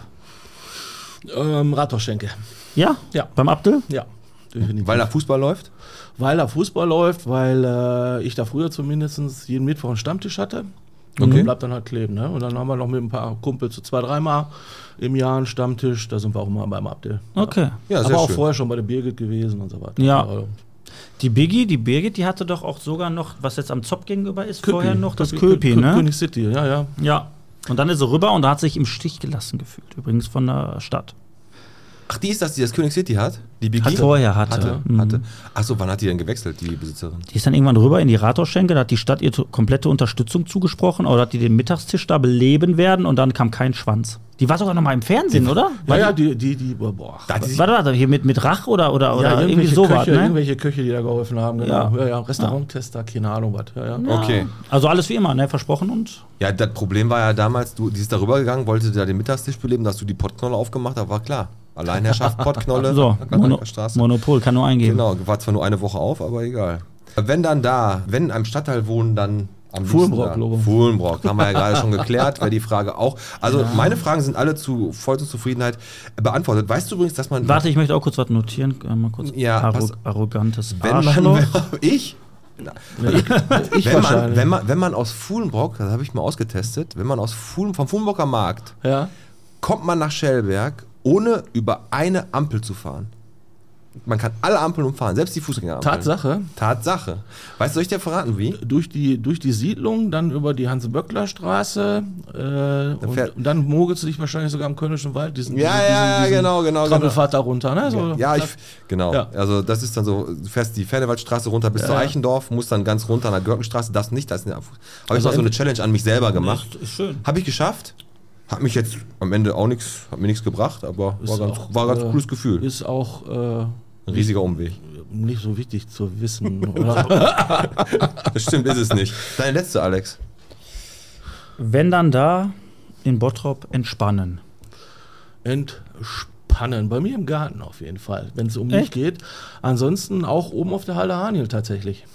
Speaker 4: Ähm, Rathausschenke.
Speaker 2: Ja?
Speaker 4: Ja.
Speaker 2: Beim Abdel?
Speaker 4: Ja. Definitiv.
Speaker 1: Weil da Fußball läuft?
Speaker 4: weil da Fußball läuft, weil äh, ich da früher zumindest jeden Mittwoch einen Stammtisch hatte. Und
Speaker 1: Okay.
Speaker 4: dann bleibt dann halt kleben. Ne? Und dann haben wir noch mit ein paar Kumpels so zwei, dreimal im Jahr einen Stammtisch. Da sind wir auch immer beim Abdel.
Speaker 2: Okay.
Speaker 1: Ja,
Speaker 4: Aber
Speaker 1: sehr
Speaker 4: auch
Speaker 1: schön.
Speaker 4: vorher schon bei der Birgit gewesen und so weiter.
Speaker 2: Ja.
Speaker 4: Also,
Speaker 2: Die Biggie, die Birgit, die hatte doch auch sogar noch, was jetzt am Zopf gegenüber ist,
Speaker 4: Köpi.
Speaker 2: vorher noch das
Speaker 4: Köpi,
Speaker 2: Köpi,
Speaker 4: Kö-
Speaker 2: ne?
Speaker 4: König City, ja, ja.
Speaker 2: Ja. Und dann ist sie rüber und da hat sich im Stich gelassen gefühlt. Übrigens von der Stadt.
Speaker 1: Ach, die ist das, die das König City hat? Die Biggie?
Speaker 2: Hat vorher hatte.
Speaker 1: Hatte,
Speaker 2: Mhm.
Speaker 1: hatte. Achso, wann hat die denn gewechselt, die Besitzerin?
Speaker 2: Die ist dann irgendwann rüber in die Rathausschenke, da hat die Stadt ihr to- komplette Unterstützung zugesprochen oder hat die den Mittagstisch da beleben werden und dann kam kein Schwanz. Die war sogar noch mal im Fernsehen, oder?
Speaker 4: Ja, ja, die, die, die, boah, boah.
Speaker 1: Da hat die sich-
Speaker 2: Warte, warte, hier mit, mit Rach oder, oder, oder
Speaker 4: ja,
Speaker 2: irgendwie
Speaker 4: irgendwelche
Speaker 2: so was,
Speaker 4: Köche,
Speaker 2: ne?
Speaker 4: Irgendwelche Köche, die da geholfen haben, genau. Ja, ja, Restauranttester, keine Ahnung was. Ja, ja.
Speaker 1: Okay.
Speaker 2: Also alles wie immer, ne? Versprochen und
Speaker 1: Ja, das Problem war ja damals, du, die ist da rübergegangen, wollte da den Mittagstisch beleben, da hast du die Pottknolle aufgemacht, aber war klar.
Speaker 2: [LAUGHS]
Speaker 1: Alleinherrschaft, Pottknolle,
Speaker 2: so. Mono
Speaker 1: Straße.
Speaker 2: Monopol kann nur eingeben.
Speaker 1: Genau, war zwar nur eine Woche auf, aber egal. Wenn dann da, wenn in einem Stadtteil wohnen, dann am
Speaker 4: Fuhlenbrock,
Speaker 1: liebsten
Speaker 4: Logo.
Speaker 1: da. Fuhlenbrock, haben wir ja gerade
Speaker 2: [LAUGHS]
Speaker 1: schon geklärt, wäre die Frage auch. Also meine Fragen sind alle zu vollster Zufriedenheit beantwortet. Weißt du übrigens, dass man...
Speaker 2: Warte, ich möchte auch kurz was notieren. Äh, mal kurz.
Speaker 1: Ja,
Speaker 2: Arro
Speaker 1: pass-
Speaker 2: arrogantes
Speaker 1: wenn
Speaker 2: Arschloch.
Speaker 1: man... [LAUGHS] Ich?
Speaker 4: Ich
Speaker 1: wenn, man,
Speaker 4: wahrscheinlich.
Speaker 1: wenn, man, wenn man aus Fuhlenbrock, das habe ich mal ausgetestet, wenn man aus Fuhlen, vom Fuhlenbrocker Markt
Speaker 4: ja.
Speaker 1: kommt man nach Schellberg, ohne über eine Ampel zu fahren. Man kann alle Ampeln umfahren, selbst die Fußgängerampeln.
Speaker 4: Tatsache,
Speaker 1: Tatsache. Weißt du, soll ich dir verraten, wie?
Speaker 4: durch die, durch die Siedlung, dann über die Hans-Böckler-Straße äh,
Speaker 1: fährt-
Speaker 4: und, und dann mogelst du dich wahrscheinlich sogar im Kölnischen Wald. Diesen,
Speaker 1: Ja,
Speaker 4: diesen,
Speaker 1: ja, genau, genau,
Speaker 4: Trampelfahrt da runter, ne? So,
Speaker 1: Ja, ich, genau.
Speaker 4: Ja.
Speaker 1: Also das ist dann so, du fährst die Fernewaldstraße runter bis zu
Speaker 4: ja.
Speaker 1: Eichendorf, musst dann ganz runter an der Görkenstraße, das nicht, das ist eine, habe ich
Speaker 4: Also
Speaker 1: mal so eine
Speaker 4: entweder-
Speaker 1: Challenge an mich selber gemacht.
Speaker 2: Ist, ist schön.
Speaker 1: Habe ich geschafft, hat mich jetzt am Ende auch nichts, hat mir nichts gebracht, aber war
Speaker 4: Ist
Speaker 1: ganz,
Speaker 4: auch,
Speaker 1: war ein ganz
Speaker 4: äh,
Speaker 1: cooles Gefühl.
Speaker 4: Ist auch
Speaker 1: Ein riesiger Umweg.
Speaker 4: äh, nicht so wichtig
Speaker 1: [LAUGHS]
Speaker 4: zu wissen. Oder?
Speaker 1: Das stimmt, ist es
Speaker 4: [LAUGHS]
Speaker 1: nicht. Deine letzte, Alex.
Speaker 2: Wenn dann da in Bottrop entspannen.
Speaker 4: Entspannen. Bei mir im Garten auf jeden Fall, wenn es um mich
Speaker 2: Echt?
Speaker 4: geht. Ansonsten auch oben auf der Halle Haniel tatsächlich.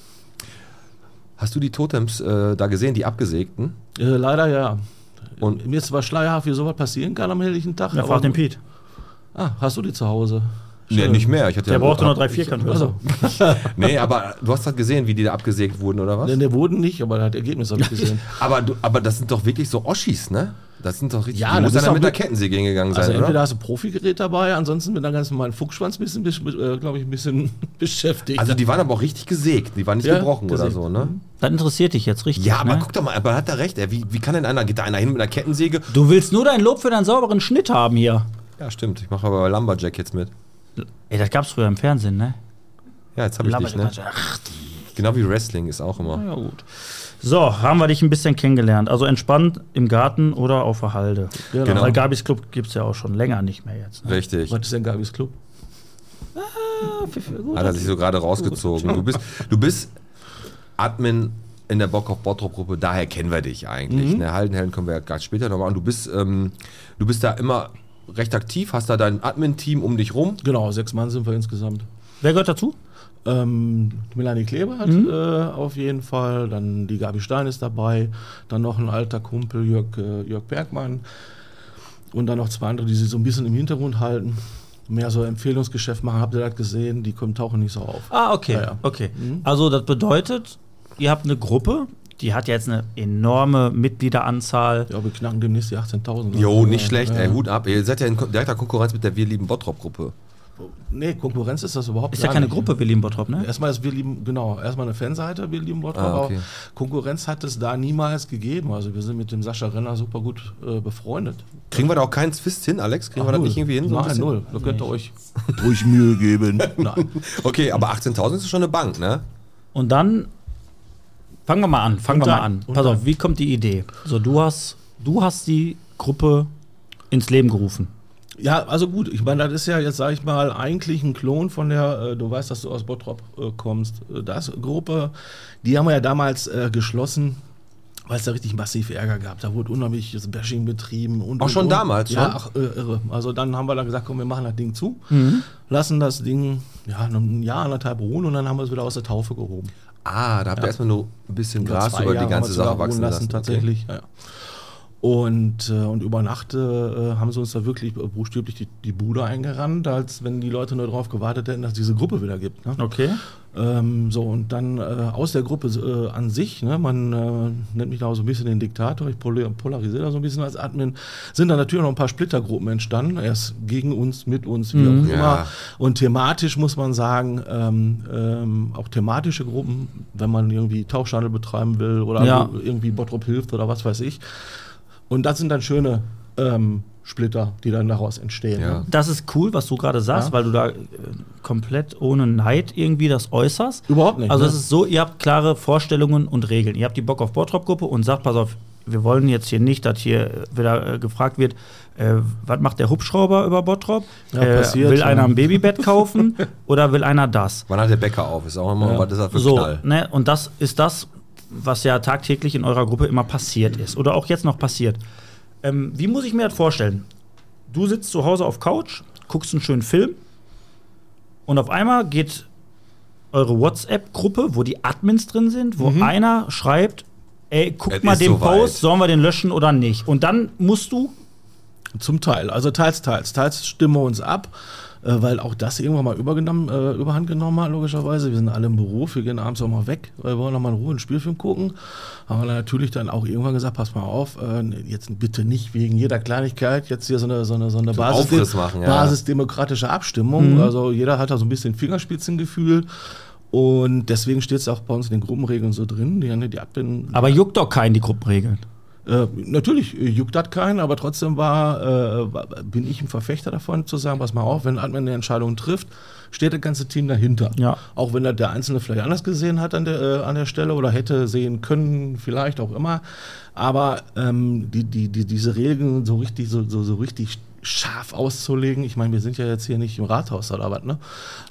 Speaker 1: Hast du die Totems äh, da gesehen, die abgesägten?
Speaker 4: Äh, leider ja.
Speaker 1: Und-
Speaker 4: mir ist zwar schleierhaft, wie sowas passieren kann am helllichen Tag.
Speaker 2: Ja,
Speaker 4: aber-
Speaker 2: frag den Piet.
Speaker 4: Ah, hast du die zu Hause?
Speaker 1: Nee,
Speaker 4: Schön.
Speaker 1: nicht mehr. Ich hatte
Speaker 2: Der
Speaker 1: ja-
Speaker 2: brauchte noch drei Vierkanthölzer.
Speaker 4: Also,
Speaker 1: Nee, aber du hast halt gesehen, wie die da abgesägt wurden, oder was?
Speaker 4: denn der Boden Ne, nicht, aber das
Speaker 1: [LAUGHS]
Speaker 4: Ergebnis habe ich gesehen.
Speaker 1: Aber, du, aber das sind doch wirklich so Oschis, ne? Das sind doch richtig.
Speaker 4: Ja,
Speaker 1: die
Speaker 4: das
Speaker 1: muss
Speaker 4: ist
Speaker 1: dann
Speaker 4: doch
Speaker 1: mit der
Speaker 4: mit-
Speaker 1: Kettensäge hingegangen sein,
Speaker 4: Also entweder
Speaker 1: oder?
Speaker 4: hast du ein Profigerät dabei, ansonsten mit einem ganz normalen Fuchsschwanz bist du, bist, äh, glaube ich, ein bisschen [LAUGHS] beschäftigt.
Speaker 1: Also die waren aber auch richtig gesägt. Die waren nicht
Speaker 4: Ja,
Speaker 1: gebrochen
Speaker 4: gesägt.
Speaker 1: oder so, ne?
Speaker 2: Das interessiert dich jetzt richtig.
Speaker 1: Ja, aber
Speaker 2: ne?
Speaker 1: guck doch mal, aber hat er recht. Ey. Wie, wie kann denn einer, geht da einer hin mit einer Kettensäge?
Speaker 2: Du willst nur dein Lob für deinen sauberen Schnitt haben hier.
Speaker 1: Ja, stimmt. Ich mache aber Lumberjack jetzt mit.
Speaker 2: Ey, das gab's früher im Fernsehen, ne?
Speaker 1: Ja, jetzt habe ich dich, ne?
Speaker 2: Ach,
Speaker 1: Genau wie Wrestling ist auch immer.
Speaker 2: ja gut. So, haben wir dich ein bisschen kennengelernt. Also entspannt im Garten oder auf der Halde.
Speaker 4: Genau.
Speaker 1: Genau.
Speaker 2: Weil Gabis Club gibt's ja auch schon länger nicht mehr jetzt. Ne?
Speaker 1: Richtig.
Speaker 4: Was ist denn Gabis Club?
Speaker 1: Hat er sich so gerade rausgezogen. Du bist, du bist Admin in der Bock auf Bottrop-Gruppe, daher kennen wir dich eigentlich.
Speaker 4: Mhm.
Speaker 1: Ne? Haldenhelden kommen wir ja ganz später nochmal an. Du bist, ähm, du bist da immer recht aktiv, hast da dein Admin-Team um dich rum.
Speaker 4: Genau, sechs Mann sind wir insgesamt.
Speaker 2: Wer gehört dazu?
Speaker 4: Ähm, Melanie Kleber hat
Speaker 1: Mhm.
Speaker 4: äh, auf jeden Fall, dann die Gabi Stein ist dabei, dann noch ein alter Kumpel Jörg, äh, Jörg Bergmann und dann noch zwei andere, die sie so ein bisschen im Hintergrund halten, mehr so Empfehlungsgeschäft machen. Habt ihr das gesehen? Die kommen tauchen nicht so auf.
Speaker 2: Ah, okay.
Speaker 4: Ja, ja.
Speaker 2: okay. Also das bedeutet, ihr habt eine Gruppe, die hat jetzt eine enorme Mitgliederanzahl.
Speaker 4: Ja, wir knacken demnächst die 18.000.
Speaker 1: Jo,
Speaker 4: Ja,
Speaker 1: nicht schlecht,
Speaker 4: ja.
Speaker 1: ey, Hut ab. Ihr seid ja in Kon- direkter Konkurrenz mit der Wir lieben Bottrop-Gruppe.
Speaker 4: Nee, Konkurrenz ist das überhaupt
Speaker 2: Ist ja
Speaker 4: gar
Speaker 2: keine
Speaker 4: nicht.
Speaker 2: Gruppe, William Bottrop, ne?
Speaker 4: Erstmal ist wir lieben, genau, erstmal eine Fanseite, wir lieben Bottrop,
Speaker 1: Ah, okay.
Speaker 4: aber Konkurrenz hat es da niemals gegeben. Also wir sind mit dem Sascha Renner super gut äh, befreundet.
Speaker 1: Kriegen wir da auch keinen Zwist hin, Alex? Kriegen wir
Speaker 4: Ach,
Speaker 1: da
Speaker 4: null.
Speaker 1: nicht irgendwie hin? so ein
Speaker 4: Nein,
Speaker 1: bisschen?
Speaker 4: null. Da könnt ihr euch ruhig Mühe geben. [LAUGHS] Nein.
Speaker 1: Okay, aber 18.000 ist schon eine Bank, ne?
Speaker 2: Und dann fangen wir mal an. Fangen
Speaker 4: Und
Speaker 2: wir mal
Speaker 4: dann-
Speaker 2: an.
Speaker 4: und
Speaker 2: Pass auf,
Speaker 4: dann.
Speaker 2: wie kommt die Idee? So, du hast, du hast die Gruppe ins Leben gerufen.
Speaker 4: Ja, also gut, ich meine, das ist ja jetzt, sage ich mal, eigentlich ein Klon von der, äh, du weißt, dass du aus Bottrop äh, kommst, äh, das Gruppe, die haben wir ja damals äh, geschlossen, weil es da richtig massiv Ärger gab. Da wurde unheimliches Bashing betrieben. Und,
Speaker 1: Auch
Speaker 4: und,
Speaker 1: schon
Speaker 4: und.
Speaker 1: damals schon?
Speaker 4: Ja, ach, äh, irre. Also dann haben wir dann gesagt, komm, wir machen das Ding zu, lassen das Ding, ja, ein Jahr, anderthalb ruhen und dann haben wir es wieder aus der Taufe gehoben.
Speaker 1: Ah, da habt ihr erstmal nur ein bisschen
Speaker 4: Oder
Speaker 1: Gras
Speaker 4: zwei
Speaker 1: über die
Speaker 4: Jahre haben wir
Speaker 1: ganze
Speaker 4: es sogar
Speaker 1: Sache
Speaker 4: ruhen
Speaker 1: wachsen lassen. Okay.
Speaker 4: Tatsächlich, ja. Und, äh, und über Nacht äh, haben sie uns da wirklich buchstäblich die, die Bude eingerannt, als wenn die Leute nur darauf gewartet hätten, dass es diese Gruppe wieder gibt. Ne?
Speaker 2: Okay.
Speaker 4: Ähm, so, und dann äh, aus der Gruppe äh, an sich, ne, man äh, nennt mich da auch so ein bisschen den Diktator, ich poli- polarisiere da so ein bisschen als Admin, sind da natürlich noch ein paar Splittergruppen entstanden, erst gegen uns, mit uns, wie auch immer.
Speaker 1: Ja.
Speaker 4: Und thematisch muss man sagen, ähm, ähm, auch thematische Gruppen, wenn man irgendwie Tauschhandel betreiben will oder
Speaker 2: Ja.
Speaker 4: irgendwie Bottrop hilft oder was weiß ich. Und das sind dann schöne ähm, Splitter, die dann daraus entstehen.
Speaker 1: Ja.
Speaker 4: Ne?
Speaker 2: Das ist cool, was du gerade sagst,
Speaker 4: Ja.
Speaker 2: weil du da äh, komplett ohne Neid irgendwie das äußerst.
Speaker 4: Überhaupt nicht,
Speaker 2: Also
Speaker 4: ne?
Speaker 2: es ist so, ihr habt klare Vorstellungen und Regeln. Ihr habt die Bock auf Bottrop-Gruppe und sagt, pass auf, wir wollen jetzt hier nicht, dass hier äh, wieder äh, gefragt wird, äh, was macht der Hubschrauber über Bottrop?
Speaker 4: Ja,
Speaker 2: äh,
Speaker 4: passiert,
Speaker 2: will
Speaker 4: ja.
Speaker 2: einer ein Babybett
Speaker 4: [LAUGHS]
Speaker 2: kaufen oder will einer das?
Speaker 1: Wann hat der Bäcker auf? Ist auch immer,
Speaker 4: Ja.
Speaker 1: was ist das für
Speaker 2: so,
Speaker 1: Knall?
Speaker 2: Ne? Und das ist das, was ja tagtäglich in eurer Gruppe immer passiert ist oder auch jetzt noch passiert. Ähm, wie muss ich mir das vorstellen? Du sitzt zu Hause auf Couch, guckst einen schönen Film und auf einmal geht eure WhatsApp-Gruppe, wo die Admins drin sind, wo einer schreibt, ey, guck
Speaker 1: Es
Speaker 2: mal
Speaker 1: ist
Speaker 2: den
Speaker 1: soweit.
Speaker 2: Post, sollen wir den löschen oder nicht? Und dann musst du,
Speaker 4: Zum Teil, also teils, teils. Teils stimmen wir uns ab, äh, weil auch das irgendwann mal übergenommen, äh, überhand genommen hat, logischerweise. Wir sind alle im Beruf, wir gehen abends auch mal weg, weil wir wollen noch mal in Ruhe einen Spielfilm gucken. Haben wir dann natürlich dann auch irgendwann gesagt, pass mal auf, äh, jetzt bitte nicht wegen jeder Kleinigkeit jetzt hier so eine, so eine, so eine Basis,
Speaker 1: Aufriss machen, ja.
Speaker 4: basisdemokratische Abstimmung. Also jeder hat da so ein bisschen Fingerspitzengefühl. Und deswegen steht es auch bei uns in den Gruppenregeln so drin. Die, die Admin
Speaker 2: aber juckt doch keinen die Gruppenregeln.
Speaker 4: äh, natürlich äh, juckt das keinen, aber trotzdem war, äh, war- bin ich ein Verfechter davon zu sagen, pass mal auf, wenn Admin eine Entscheidung trifft, steht das ganze Team dahinter.
Speaker 2: Ja.
Speaker 4: Auch wenn das der Einzelne vielleicht anders gesehen hat an der, äh, an der Stelle oder hätte sehen können, vielleicht auch immer. Aber ähm, die, die, die, diese Regeln so richtig, so, so, so richtig scharf auszulegen, ich meine, wir sind ja jetzt hier nicht im Rathaus oder was, ne?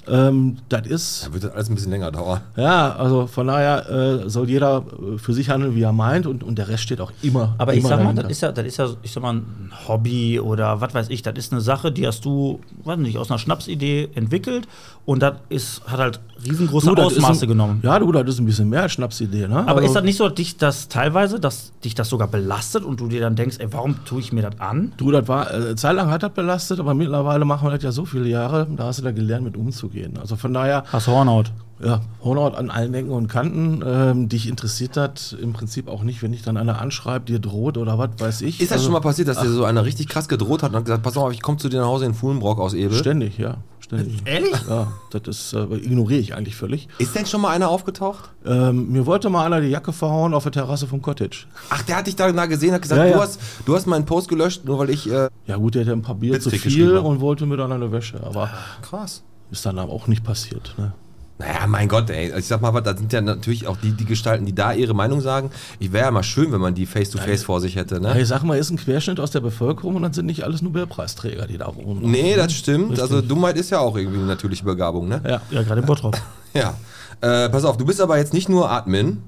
Speaker 4: Ähm, das ist.
Speaker 1: Da wird das alles ein bisschen länger dauern.
Speaker 4: Ja, also von daher äh, soll jeder äh, für sich handeln, wie er meint, und, und der Rest steht auch immer.
Speaker 2: Aber ich
Speaker 4: immer
Speaker 2: sag mal,
Speaker 4: dahinter.
Speaker 2: das ist ja, das ist ja, ich sag mal, ein Hobby oder was weiß ich, das ist eine Sache, die hast du, weiß nicht, aus einer Schnapsidee entwickelt und das ist, hat halt riesengroße
Speaker 4: Du, das ist
Speaker 2: Ausmaße
Speaker 4: ein,
Speaker 2: genommen.
Speaker 4: Ja, du, das ist ein bisschen mehr als Schnapsidee, ne?
Speaker 2: Aber
Speaker 4: Also,
Speaker 2: ist das nicht so, dass dich das teilweise, dass dich das sogar belastet und du dir dann denkst, ey, warum tue ich mir das an?
Speaker 4: Du, das war, äh, Zeit lang hat das belastet, aber mittlerweile machen wir das ja so viele Jahre, da hast du da gelernt, mit umzugehen. Also von daher,
Speaker 2: Hast Hornhaut.
Speaker 4: ja, Hornhaut an allen Ecken und Kanten, ähm, dich interessiert das im Prinzip auch nicht, wenn dich dann einer anschreibt, dir droht oder was weiß ich.
Speaker 1: Ist das
Speaker 4: Also,
Speaker 1: schon mal passiert, dass dir so einer richtig krass gedroht hat und hat gesagt, pass auf, ich komme zu dir nach Hause in Fuhlenbrock aus Ebel?
Speaker 4: Ständig, ja, ständig.
Speaker 1: Äh,
Speaker 2: Ehrlich?
Speaker 4: Ja, das ist, äh, ignoriere ich eigentlich völlig.
Speaker 1: Ist denn schon mal einer aufgetaucht?
Speaker 4: Ähm, mir wollte mal einer die Jacke verhauen auf der Terrasse vom Cottage.
Speaker 1: Ach, der hat dich da nah gesehen, hat gesagt,
Speaker 4: Ja, ja.
Speaker 1: Du, hast, du hast meinen Post gelöscht, nur weil ich. Äh,
Speaker 4: Ja gut, der hatte ein paar Bier zu
Speaker 1: Witzig
Speaker 4: viel
Speaker 1: geschrieben.
Speaker 4: und wollte mir dann eine Wäsche, aber
Speaker 1: krass.
Speaker 4: ist dann aber auch nicht passiert. Ne?
Speaker 1: Naja, mein Gott, ey. Also Ich sag mal, was, da sind ja natürlich auch die, die Gestalten, die da ihre Meinung sagen. Ich wäre ja mal schön, wenn man die face to face vor sich hätte, ne?
Speaker 4: Ich sag mal, ist ein Querschnitt aus der Bevölkerung und dann sind nicht alles Nobelpreisträger, die da wohnen.
Speaker 1: Nee, das stimmt. Also Dummheit ist ja auch irgendwie eine natürliche Begabung, ne?
Speaker 4: Ja.
Speaker 2: Ja, gerade in Bottrop.
Speaker 1: Ja. Äh, pass auf, du bist aber jetzt nicht nur Admin.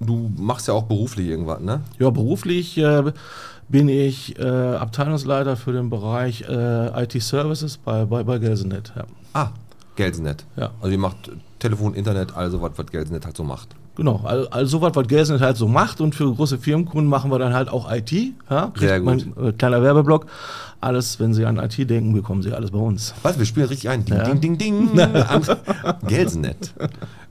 Speaker 1: Du machst ja auch beruflich irgendwas, ne?
Speaker 4: [LAUGHS] ja, beruflich äh, bin ich äh, Abteilungsleiter für den Bereich äh, IT-Services bei, bei, bei Gelsenet. Ja.
Speaker 1: Ah, Gelsenet.
Speaker 4: Ja.
Speaker 1: Also ihr macht Telefon, Internet, also was, was Gelsenet halt so macht.
Speaker 4: Genau, also, also sowas, was Gelsenet halt so macht und für große Firmenkunden machen wir dann halt auch IT. Ja? Kriegt
Speaker 1: Sehr gut.
Speaker 4: Mein, äh, kleiner Werbeblock. Alles, wenn Sie an IT denken, bekommen Sie alles bei uns.
Speaker 1: Was, wir spielen richtig ein. Ding,
Speaker 4: Ja.
Speaker 1: ding, ding,
Speaker 4: [LAUGHS]
Speaker 1: ding. Am Gelsenet.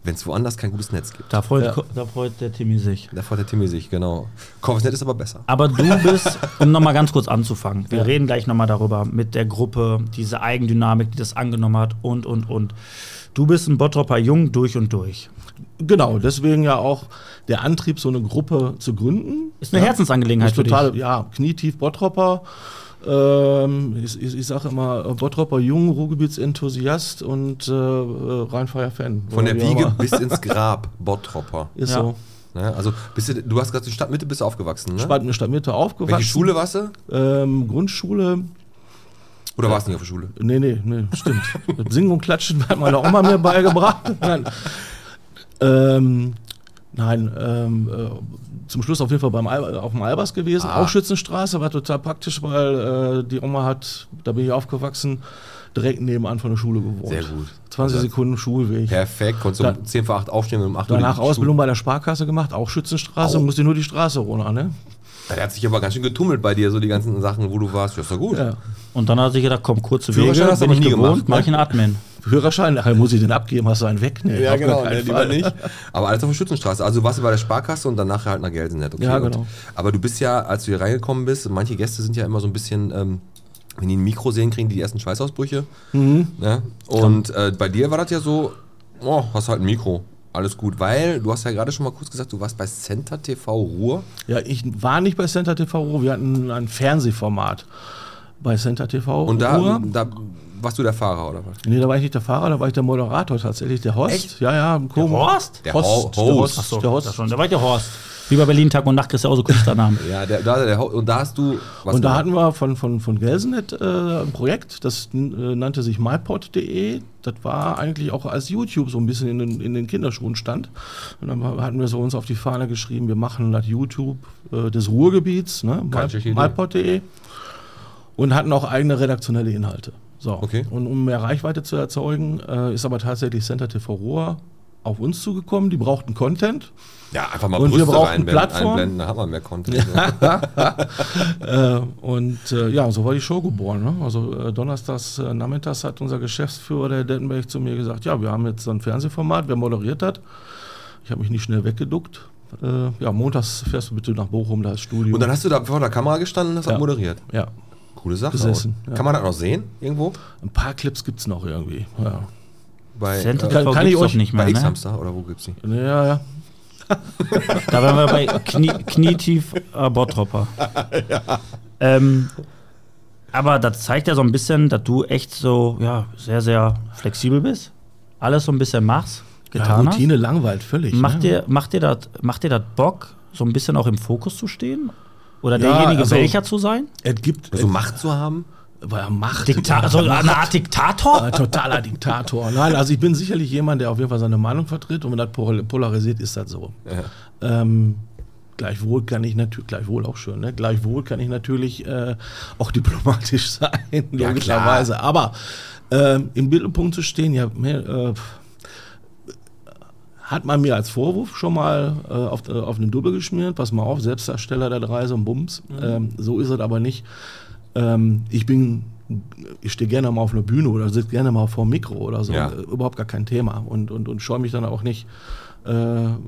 Speaker 1: Wenn es woanders kein gutes Netz gibt.
Speaker 2: Da freut,
Speaker 4: Ja.
Speaker 2: da freut der Timmy sich.
Speaker 1: Da freut der Timmy sich, genau. Korvesnet ist aber besser.
Speaker 2: Aber du
Speaker 4: [LAUGHS]
Speaker 2: bist, um nochmal ganz kurz anzufangen, wir reden gleich nochmal darüber mit der Gruppe, diese Eigendynamik, die das angenommen hat und, und, und. Du bist ein Bottropper Jung durch und durch.
Speaker 4: Genau, deswegen ja auch der Antrieb, so eine Gruppe zu gründen.
Speaker 2: Ist eine
Speaker 4: ja.
Speaker 2: Herzensangelegenheit
Speaker 4: Ist
Speaker 2: für
Speaker 4: total,
Speaker 2: dich.
Speaker 4: ja, knietief Bottropper. Ähm, ich ich, ich sage immer, äh, Bottropper Jung, Ruhrgebietsenthusiast und äh, äh, rheinfreier Fan.
Speaker 1: Von der
Speaker 4: Oder wie auch
Speaker 1: Wiege
Speaker 4: immer.
Speaker 1: bis ins Grab, Bottropper.
Speaker 4: [LAUGHS] Ist
Speaker 2: Ja.
Speaker 4: so.
Speaker 1: Ne? Also bist du, du hast gerade in Stadtmitte bist du aufgewachsen, ne?
Speaker 4: Spalten Stadtmitte aufgewachsen.
Speaker 1: Welche Schule warst du?
Speaker 4: Ähm, Grundschule.
Speaker 1: Oder warst du nicht auf der Schule?
Speaker 4: Nee, nee, nee, stimmt. Das Singen und Klatschen hat meine Oma mir beigebracht. Nein, ähm, nein ähm, äh, zum Schluss auf jeden Fall beim Al auf dem Albers gewesen.
Speaker 1: Ah.
Speaker 4: Auch Schützenstraße war total praktisch, weil äh, die Oma hat, da bin ich aufgewachsen, direkt nebenan von der Schule gewohnt.
Speaker 1: Sehr gut.
Speaker 4: 20
Speaker 1: Also-
Speaker 4: Sekunden Schulweg.
Speaker 1: Perfekt, konntest
Speaker 4: Da-
Speaker 1: um 10 vor 8 aufstehen und um 8 Uhr
Speaker 4: Danach
Speaker 1: die Schule-
Speaker 4: Ausbildung bei der Sparkasse gemacht, auch Schützenstraße,
Speaker 1: Au.
Speaker 4: musste nur die Straße runter, ne?
Speaker 1: Der hat sich aber ganz schön getummelt bei dir, so die ganzen Sachen, wo du warst. Ja, ist doch gut.
Speaker 4: Ja.
Speaker 2: Und dann hat sich gedacht, komm, kurze Wege,
Speaker 1: Führerschein hast du
Speaker 2: bin
Speaker 1: aber
Speaker 2: ich
Speaker 1: nie
Speaker 2: gewohnt,
Speaker 1: gemacht, ne?
Speaker 2: mach ich einen Admin.
Speaker 4: Führerschein, nachher muss ich den abgeben, hast du einen weg? Nee,
Speaker 1: Ja,
Speaker 4: auf
Speaker 1: genau,
Speaker 4: gar
Speaker 1: ne,
Speaker 4: keinen
Speaker 1: lieber
Speaker 4: Fall.
Speaker 1: nicht. Aber alles auf der Schützenstraße. Also warst du bei der Sparkasse und danach halt nach Gelsenet. Okay,
Speaker 4: Ja,
Speaker 1: und-
Speaker 4: genau.
Speaker 1: Aber du bist ja, als du hier reingekommen bist, manche Gäste sind ja immer so ein bisschen, ähm, wenn die ein Mikro sehen, kriegen die die ersten Schweißausbrüche.
Speaker 4: Mhm.
Speaker 1: Ne? Und äh, bei dir war das ja so, oh, hast halt ein Mikro. Alles gut, weil du hast ja gerade schon mal kurz gesagt, du warst bei Center TV Ruhr.
Speaker 4: Ja, ich war nicht bei Center TV, wir hatten ein Fernsehformat bei Center TV.
Speaker 1: Und da,
Speaker 4: Ruhr.
Speaker 1: da warst du der Fahrer oder was?
Speaker 4: Nee, da war ich nicht der Fahrer, da war ich der Moderator tatsächlich, der Horst.
Speaker 1: Echt?
Speaker 4: Ja, ja, ein Komo.
Speaker 2: Horst?
Speaker 1: Der
Speaker 4: Horst,
Speaker 1: Ho-
Speaker 4: der
Speaker 1: Host.
Speaker 4: Horst.
Speaker 2: Achso,
Speaker 4: der
Speaker 2: da
Speaker 4: Horst.
Speaker 2: schon, da war ich der Horst. Wie bei Berlin Tag und Nacht kriegst du auch so Künstlernamen.
Speaker 1: Ja, der, da, der, Ho- und da hast du. Was
Speaker 4: Und da
Speaker 1: gemacht?
Speaker 4: hatten wir von, von, von Gelsenet äh, ein Projekt, das äh, nannte sich mypod.de. Das war eigentlich auch als YouTube so ein bisschen in den, in den Kinderschuhen stand. Und dann war- hatten wir so uns auf die Fahne geschrieben, wir machen das YouTube äh, des Ruhrgebiets, ne?
Speaker 1: Keine schlechte Idee.
Speaker 4: mypod.de. Und hatten auch eigene redaktionelle Inhalte. So.
Speaker 1: Okay.
Speaker 4: Und um mehr Reichweite zu erzeugen, äh, ist aber tatsächlich Center TV Ruhr auf uns zugekommen. Die brauchten Content.
Speaker 1: ja, einfach mal
Speaker 4: Und wir
Speaker 1: Brüste
Speaker 4: brauchten
Speaker 1: reinblenden,
Speaker 4: Plattform.
Speaker 1: einblenden, da haben wir mehr Content.
Speaker 4: [LAUGHS] Äh, und äh, ja, so war die Show geboren. Ne? Also äh, donnerstags äh, nachmittags hat unser Geschäftsführer, der Herr Dettenberg, zu mir gesagt, ja, wir haben jetzt so ein Fernsehformat, wer moderiert hat. Ich habe mich nicht schnell weggeduckt. Äh, ja, montags fährst du bitte nach Bochum, da ist Studio.
Speaker 1: Und dann hast du da vor der Kamera gestanden und hast
Speaker 4: Ja.
Speaker 1: das moderiert.
Speaker 4: ja,
Speaker 1: Coole Sache.
Speaker 4: Gesessen,
Speaker 1: aber-
Speaker 4: ja.
Speaker 1: Kann man das noch sehen? Irgendwo?
Speaker 4: ein paar Clips gibt es noch irgendwie. Ja,
Speaker 1: Bei,
Speaker 2: Center
Speaker 1: äh,
Speaker 2: TV
Speaker 4: kann ich
Speaker 2: gibt's
Speaker 4: euch
Speaker 2: doch nicht
Speaker 1: bei
Speaker 2: mehr, ne?
Speaker 1: X-Hamster oder wo gibt's die?
Speaker 4: ja, ja.
Speaker 2: Da waren wir bei
Speaker 4: [LAUGHS]
Speaker 2: Knie, Knietief äh, Bottropper. Ähm, aber das zeigt ja so ein bisschen, dass du echt so, ja, sehr, sehr flexibel bist. Alles so ein bisschen machst,
Speaker 4: ja
Speaker 2: getan hast.
Speaker 4: Routine langweilt völlig.
Speaker 2: Macht dir,
Speaker 4: ne?
Speaker 2: macht dir das, macht dir das Bock, so ein bisschen auch im Fokus zu stehen? Oder
Speaker 4: Ja,
Speaker 2: derjenige,
Speaker 4: also-
Speaker 2: welcher zu sein?
Speaker 4: Es gibt
Speaker 1: Also Macht zu haben?
Speaker 4: weil er macht.
Speaker 2: Dikta so eine Art Diktator?
Speaker 4: Ein Äh, totaler Diktator. Nein, also ich bin sicherlich jemand, der auf jeden Fall seine Meinung vertritt und wenn das pol- polarisiert, ist das so. Ähm, gleichwohl kann ich natürlich, gleichwohl auch schön, ne? gleichwohl kann ich natürlich äh, auch diplomatisch [LAUGHS] sein,
Speaker 1: Ja,
Speaker 4: logischerweise. Aber ähm, im Mittelpunkt zu stehen, ja, mehr, äh, hat man mir als Vorwurf schon mal äh, auf, äh, auf eine Dubbel geschmiert, pass mal auf, Selbstdarsteller der Dreise und Bums.
Speaker 2: Mhm.
Speaker 4: Ähm, so ist es aber nicht. Ähm, ich bin, ich stehe gerne mal auf einer Bühne oder sitze gerne mal vor dem Mikro oder so.
Speaker 1: Ja.
Speaker 4: Äh, Überhaupt gar kein Thema und, und, und scheue mich dann auch nicht äh,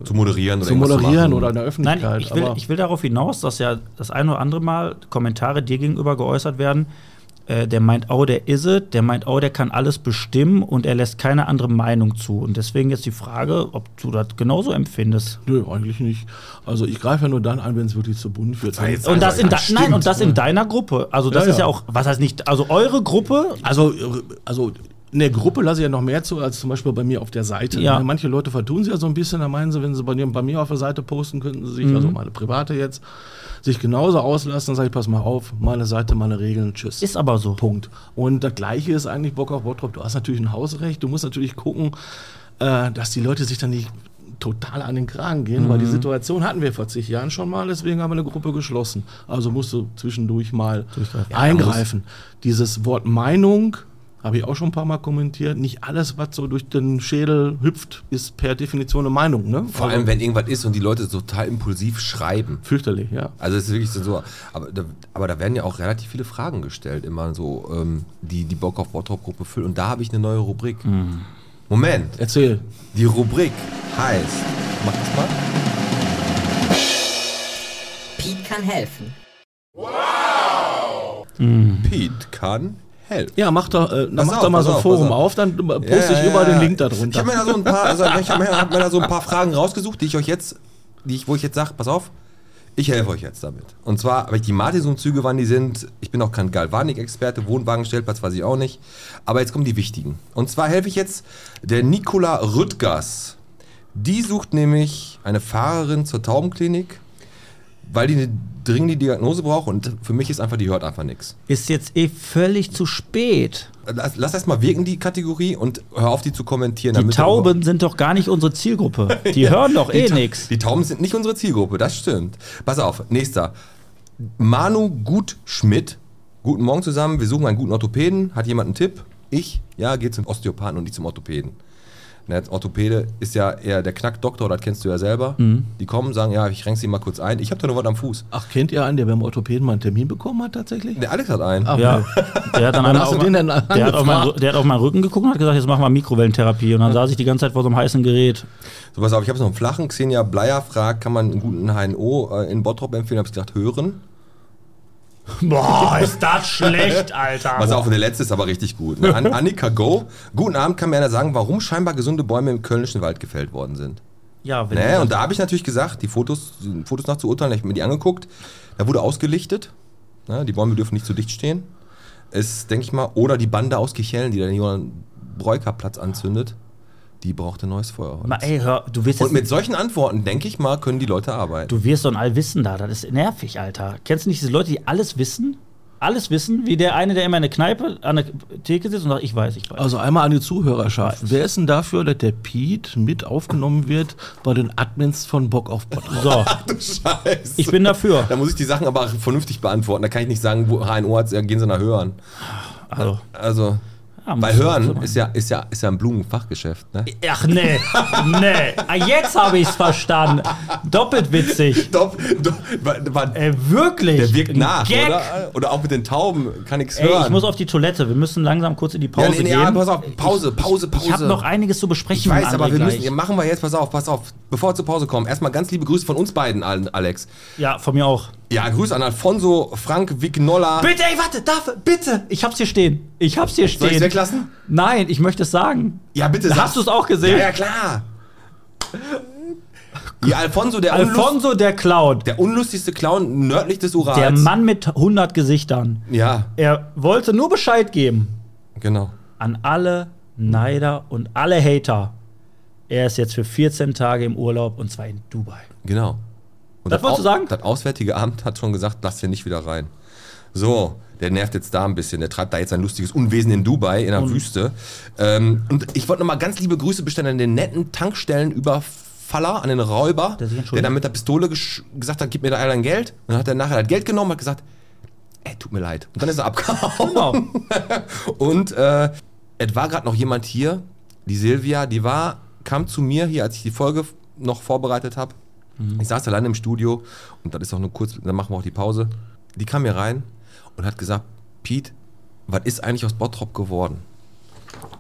Speaker 1: Zu moderieren oder
Speaker 4: zu
Speaker 1: irgendwas
Speaker 4: moderieren
Speaker 1: machen.
Speaker 4: oder in der
Speaker 2: Nein,
Speaker 4: Öffentlichkeit.
Speaker 2: ich will,
Speaker 4: aber
Speaker 2: ich will darauf hinaus, dass ja das ein oder andere Mal Kommentare dir gegenüber geäußert werden. Äh, der meint, oh, der ist es, der meint, oh, der kann alles bestimmen und er lässt keine andere Meinung zu. Und deswegen jetzt die Frage, ob du das genauso empfindest.
Speaker 4: nö, eigentlich nicht. Also ich greife ja nur dann an, wenn es wirklich zu bunt wird.
Speaker 1: war jetzt
Speaker 2: Und das, in
Speaker 1: Ja,
Speaker 2: de Nein, und das in deiner Gruppe. Also das
Speaker 4: Ja,
Speaker 2: ist ja
Speaker 4: ja.
Speaker 2: auch, was heißt nicht, also eure Gruppe,
Speaker 4: Also, äh, also in der Gruppe lasse ich ja noch mehr zu, als zum Beispiel bei mir auf der Seite.
Speaker 2: Ja.
Speaker 4: Ne, Manche Leute vertun sie ja so ein bisschen, da meinen sie, wenn sie bei, mir- bei mir auf der Seite posten, könnten sie sich, also meine private jetzt, sich genauso auslassen. Dann sage ich, pass mal auf, meine Seite, meine Regeln, tschüss.
Speaker 2: ist aber so.
Speaker 4: Punkt. Und das Gleiche ist eigentlich Bock auf Bottrop. Du hast natürlich ein Hausrecht, du musst natürlich gucken, äh, dass die Leute sich dann nicht total an den Kragen gehen,
Speaker 1: Mhm.
Speaker 4: weil die Situation hatten wir vor zig Jahren schon mal, deswegen haben wir eine Gruppe geschlossen. Also musst du zwischendurch mal eingreifen. Dieses Wort Meinung habe ich auch schon ein paar Mal kommentiert. Nicht alles, was so durch den Schädel hüpft, ist per Definition eine Meinung. Ne?
Speaker 1: Vor allem, wenn irgendwas ist und die Leute so total impulsiv schreiben.
Speaker 4: Fürchterlich, ja.
Speaker 1: Also es ist wirklich so- so, aber da, aber da werden ja auch relativ viele Fragen gestellt, immer so, ähm, die die Bock auf Bottrop-Gruppe füllen. Und da habe ich eine neue Rubrik. Moment,
Speaker 4: Erzähl.
Speaker 1: die Rubrik heißt, mach das mal,
Speaker 5: Piet kann helfen.
Speaker 1: Pete kann helfen.
Speaker 4: Ja, mach doch, äh, dann
Speaker 1: Pass
Speaker 4: mach
Speaker 1: auf,
Speaker 4: doch mal
Speaker 1: pass
Speaker 4: so ein
Speaker 1: auf,
Speaker 4: Forum
Speaker 1: pass auf.
Speaker 4: auf, dann äh, poste ich
Speaker 1: Ja, ja,
Speaker 4: überall
Speaker 1: ja.
Speaker 4: den Link da
Speaker 1: Ich habe
Speaker 4: drunter.
Speaker 1: mir, da so ein paar- also ich hab mir, hab mir da so ein paar Fragen rausgesucht, die ich euch jetzt, die ich, wo ich jetzt sage, pass auf, ich helfe euch jetzt damit. Und zwar, weil ich die Martinsum-Züge, wann die sind, ich bin auch kein Galvanik-Experte, Wohnwagenstellplatz weiß ich auch nicht. Aber jetzt kommen die wichtigen. Und zwar helfe ich jetzt der Nicola Rüttgers. Die sucht nämlich eine Fahrerin zur Taubenklinik, weil die eine dringende Diagnose braucht und für mich ist einfach, die hört einfach nichts.
Speaker 2: Ist jetzt eh völlig zu spät.
Speaker 1: Lass, lass erstmal wirken die Kategorie und hör auf, die zu kommentieren.
Speaker 2: Die
Speaker 1: damit wir-
Speaker 2: Tauben sind doch gar nicht unsere Zielgruppe. Die hören doch eh nichts.
Speaker 1: Die Tauben sind nicht unsere Zielgruppe, das stimmt. Pass auf, nächster. Manu Gutschmidt. Guten Morgen zusammen, wir suchen einen guten Orthopäden. Hat jemand einen Tipp? Ich? Ja, geh zum Osteopathen und nicht zum Orthopäden. Ne, als Orthopäde ist ja eher der Knackdoktor, das kennst du ja selber. Die kommen, sagen, ja, ich renke sie mal kurz ein. Ich habe da nur was am Fuß.
Speaker 4: Ach, kennt ihr einen, der beim Orthopäden mal einen Termin bekommen hat tatsächlich? Ah,
Speaker 1: Der Alex hat einen.
Speaker 4: Ach,
Speaker 2: Ja, der hat dann einmal
Speaker 4: hast
Speaker 2: auf,
Speaker 4: du den denn
Speaker 2: der hat auf
Speaker 4: angefragt?
Speaker 2: meinen, der hat auf meinen Rücken geguckt und hat gesagt, jetzt machen wir Mikrowellentherapie. Und dann saß ich die ganze Zeit vor so einem heißen Gerät.
Speaker 1: So, pass auf, ich habe so einen flachen Xenia Bleier fragt, kann man einen guten HNO äh, in Bottrop empfehlen? Habe ich gesagt, hören.
Speaker 2: Boah, ist das schlecht, [LAUGHS] Alter.
Speaker 1: Pass auf, der letzte ist aber richtig gut.
Speaker 2: [LAUGHS]
Speaker 1: Ne? An Annika Go. Guten Abend, kann mir einer sagen, warum scheinbar gesunde Bäume im kölnischen Wald gefällt worden sind.
Speaker 2: Ja, wenn
Speaker 1: Ne?
Speaker 2: du-
Speaker 1: Und da habe ich natürlich gesagt, die Fotos, die Fotos nach zu urteilen, ich habe mir die angeguckt. Da wurde ausgelichtet. Ne? Die Bäume dürfen nicht zu dicht stehen. Ist, denke ich mal, oder die Bande aus Kichellen, die den Johann Breuker Platz anzündet, die braucht ein neues Feuerholz.
Speaker 2: Ma, ey, hör, du wirst,
Speaker 1: Und
Speaker 2: jetzt,
Speaker 1: mit solchen Antworten, denke ich mal, können die Leute arbeiten.
Speaker 2: du wirst so ein Allwissender, das ist nervig, Alter. Kennst du nicht diese Leute, die alles wissen? Alles wissen, wie der eine, der immer in der Kneipe an der Theke sitzt und sagt, ich weiß, ich weiß.
Speaker 4: Also einmal an die Zuhörerschaft. Wer ist denn dafür, dass der Piet mit aufgenommen wird bei den Admins von Bock auf Bottrop?
Speaker 1: Oh. [LAUGHS]
Speaker 2: So,
Speaker 1: Scheiße.
Speaker 2: ich bin dafür.
Speaker 1: Da muss ich die Sachen aber vernünftig beantworten. Da kann ich nicht sagen, wo HNO hat, gehen sie nach Hören.
Speaker 2: Also,
Speaker 1: Also, weil
Speaker 2: ja, Ah, muss- muss
Speaker 1: Hören
Speaker 2: man-
Speaker 1: ist ja, ist, ja, ist ja ein Blumenfachgeschäft. Ne?
Speaker 2: Ach nee, nee. Ah, jetzt habe ich es verstanden. Doppelt witzig.
Speaker 1: Stopp, stopp, war- war-
Speaker 2: Ey, wirklich.
Speaker 1: der wirkt
Speaker 2: Ein
Speaker 1: nach,
Speaker 2: Gag.
Speaker 1: oder? Oder auch mit den Tauben kann ich's
Speaker 2: Ey,
Speaker 1: hören.
Speaker 2: ich muss auf die Toilette. Wir müssen langsam kurz in die Pause
Speaker 1: ja, nee, nee, ja,
Speaker 2: gehen.
Speaker 1: pass auf, Pause, Pause, Pause.
Speaker 2: ich habe noch einiges zu
Speaker 1: Ich
Speaker 2: besprechen.
Speaker 1: weiß,
Speaker 2: mit
Speaker 1: aber wir
Speaker 2: André
Speaker 1: müssen,
Speaker 2: gleich.
Speaker 1: ja, machen wir jetzt, pass auf, pass auf. Bevor wir zur Pause kommen, erstmal ganz liebe Grüße von uns beiden, allen, Alex.
Speaker 2: Ja, von mir auch.
Speaker 1: Ja, Grüße an Alfonso, Frank Vignola.
Speaker 2: Bitte, ey, warte, darf, bitte. Ich hab's hier stehen. Ich hab's hier
Speaker 1: Soll
Speaker 2: stehen.
Speaker 1: ich weglassen?
Speaker 2: Nein, ich möchte es sagen.
Speaker 1: Ja, bitte.
Speaker 2: Da
Speaker 1: sag-
Speaker 2: hast du's auch gesehen.
Speaker 1: Ja, ja, klar. Ja, Alfonso, der, unlust,
Speaker 2: Alfonso der Clown.
Speaker 1: der unlustigste Clown nördlich des Urals.
Speaker 2: Der Mann mit 100 Gesichtern.
Speaker 1: Ja,
Speaker 2: Er wollte nur Bescheid geben.
Speaker 1: genau.
Speaker 2: an alle Neider und alle Hater. Er ist jetzt für 14 Tage im Urlaub und zwar in Dubai.
Speaker 1: Genau. Und
Speaker 2: Das wolltest
Speaker 1: Au-
Speaker 2: du sagen?
Speaker 1: Das Auswärtige Amt hat schon gesagt, lass den nicht wieder rein. So, der nervt jetzt da ein bisschen. Der treibt da jetzt ein lustiges Unwesen in Dubai, in der Wüste. Ähm, und ich wollte nochmal ganz liebe Grüße bestellen an den netten Tankstellenüberfaller, an den Räuber,
Speaker 2: Der sich entschuldigt.
Speaker 1: der dann mit der Pistole gesch- gesagt hat, gib mir da einer ein Geld. Und dann hat er nachher das Geld genommen und hat gesagt, ey, tut mir leid. Und dann ist er abgehauen.
Speaker 2: Genau.
Speaker 1: Und äh, es war gerade noch jemand hier, die Silvia, die war, kam zu mir hier, als ich die Folge f- noch vorbereitet habe. Ich saß alleine im Studio und das ist auch nur kurz, dann machen wir auch die Pause. Die kam hier rein und hat gesagt, Pete, was ist eigentlich aus Bottrop geworden?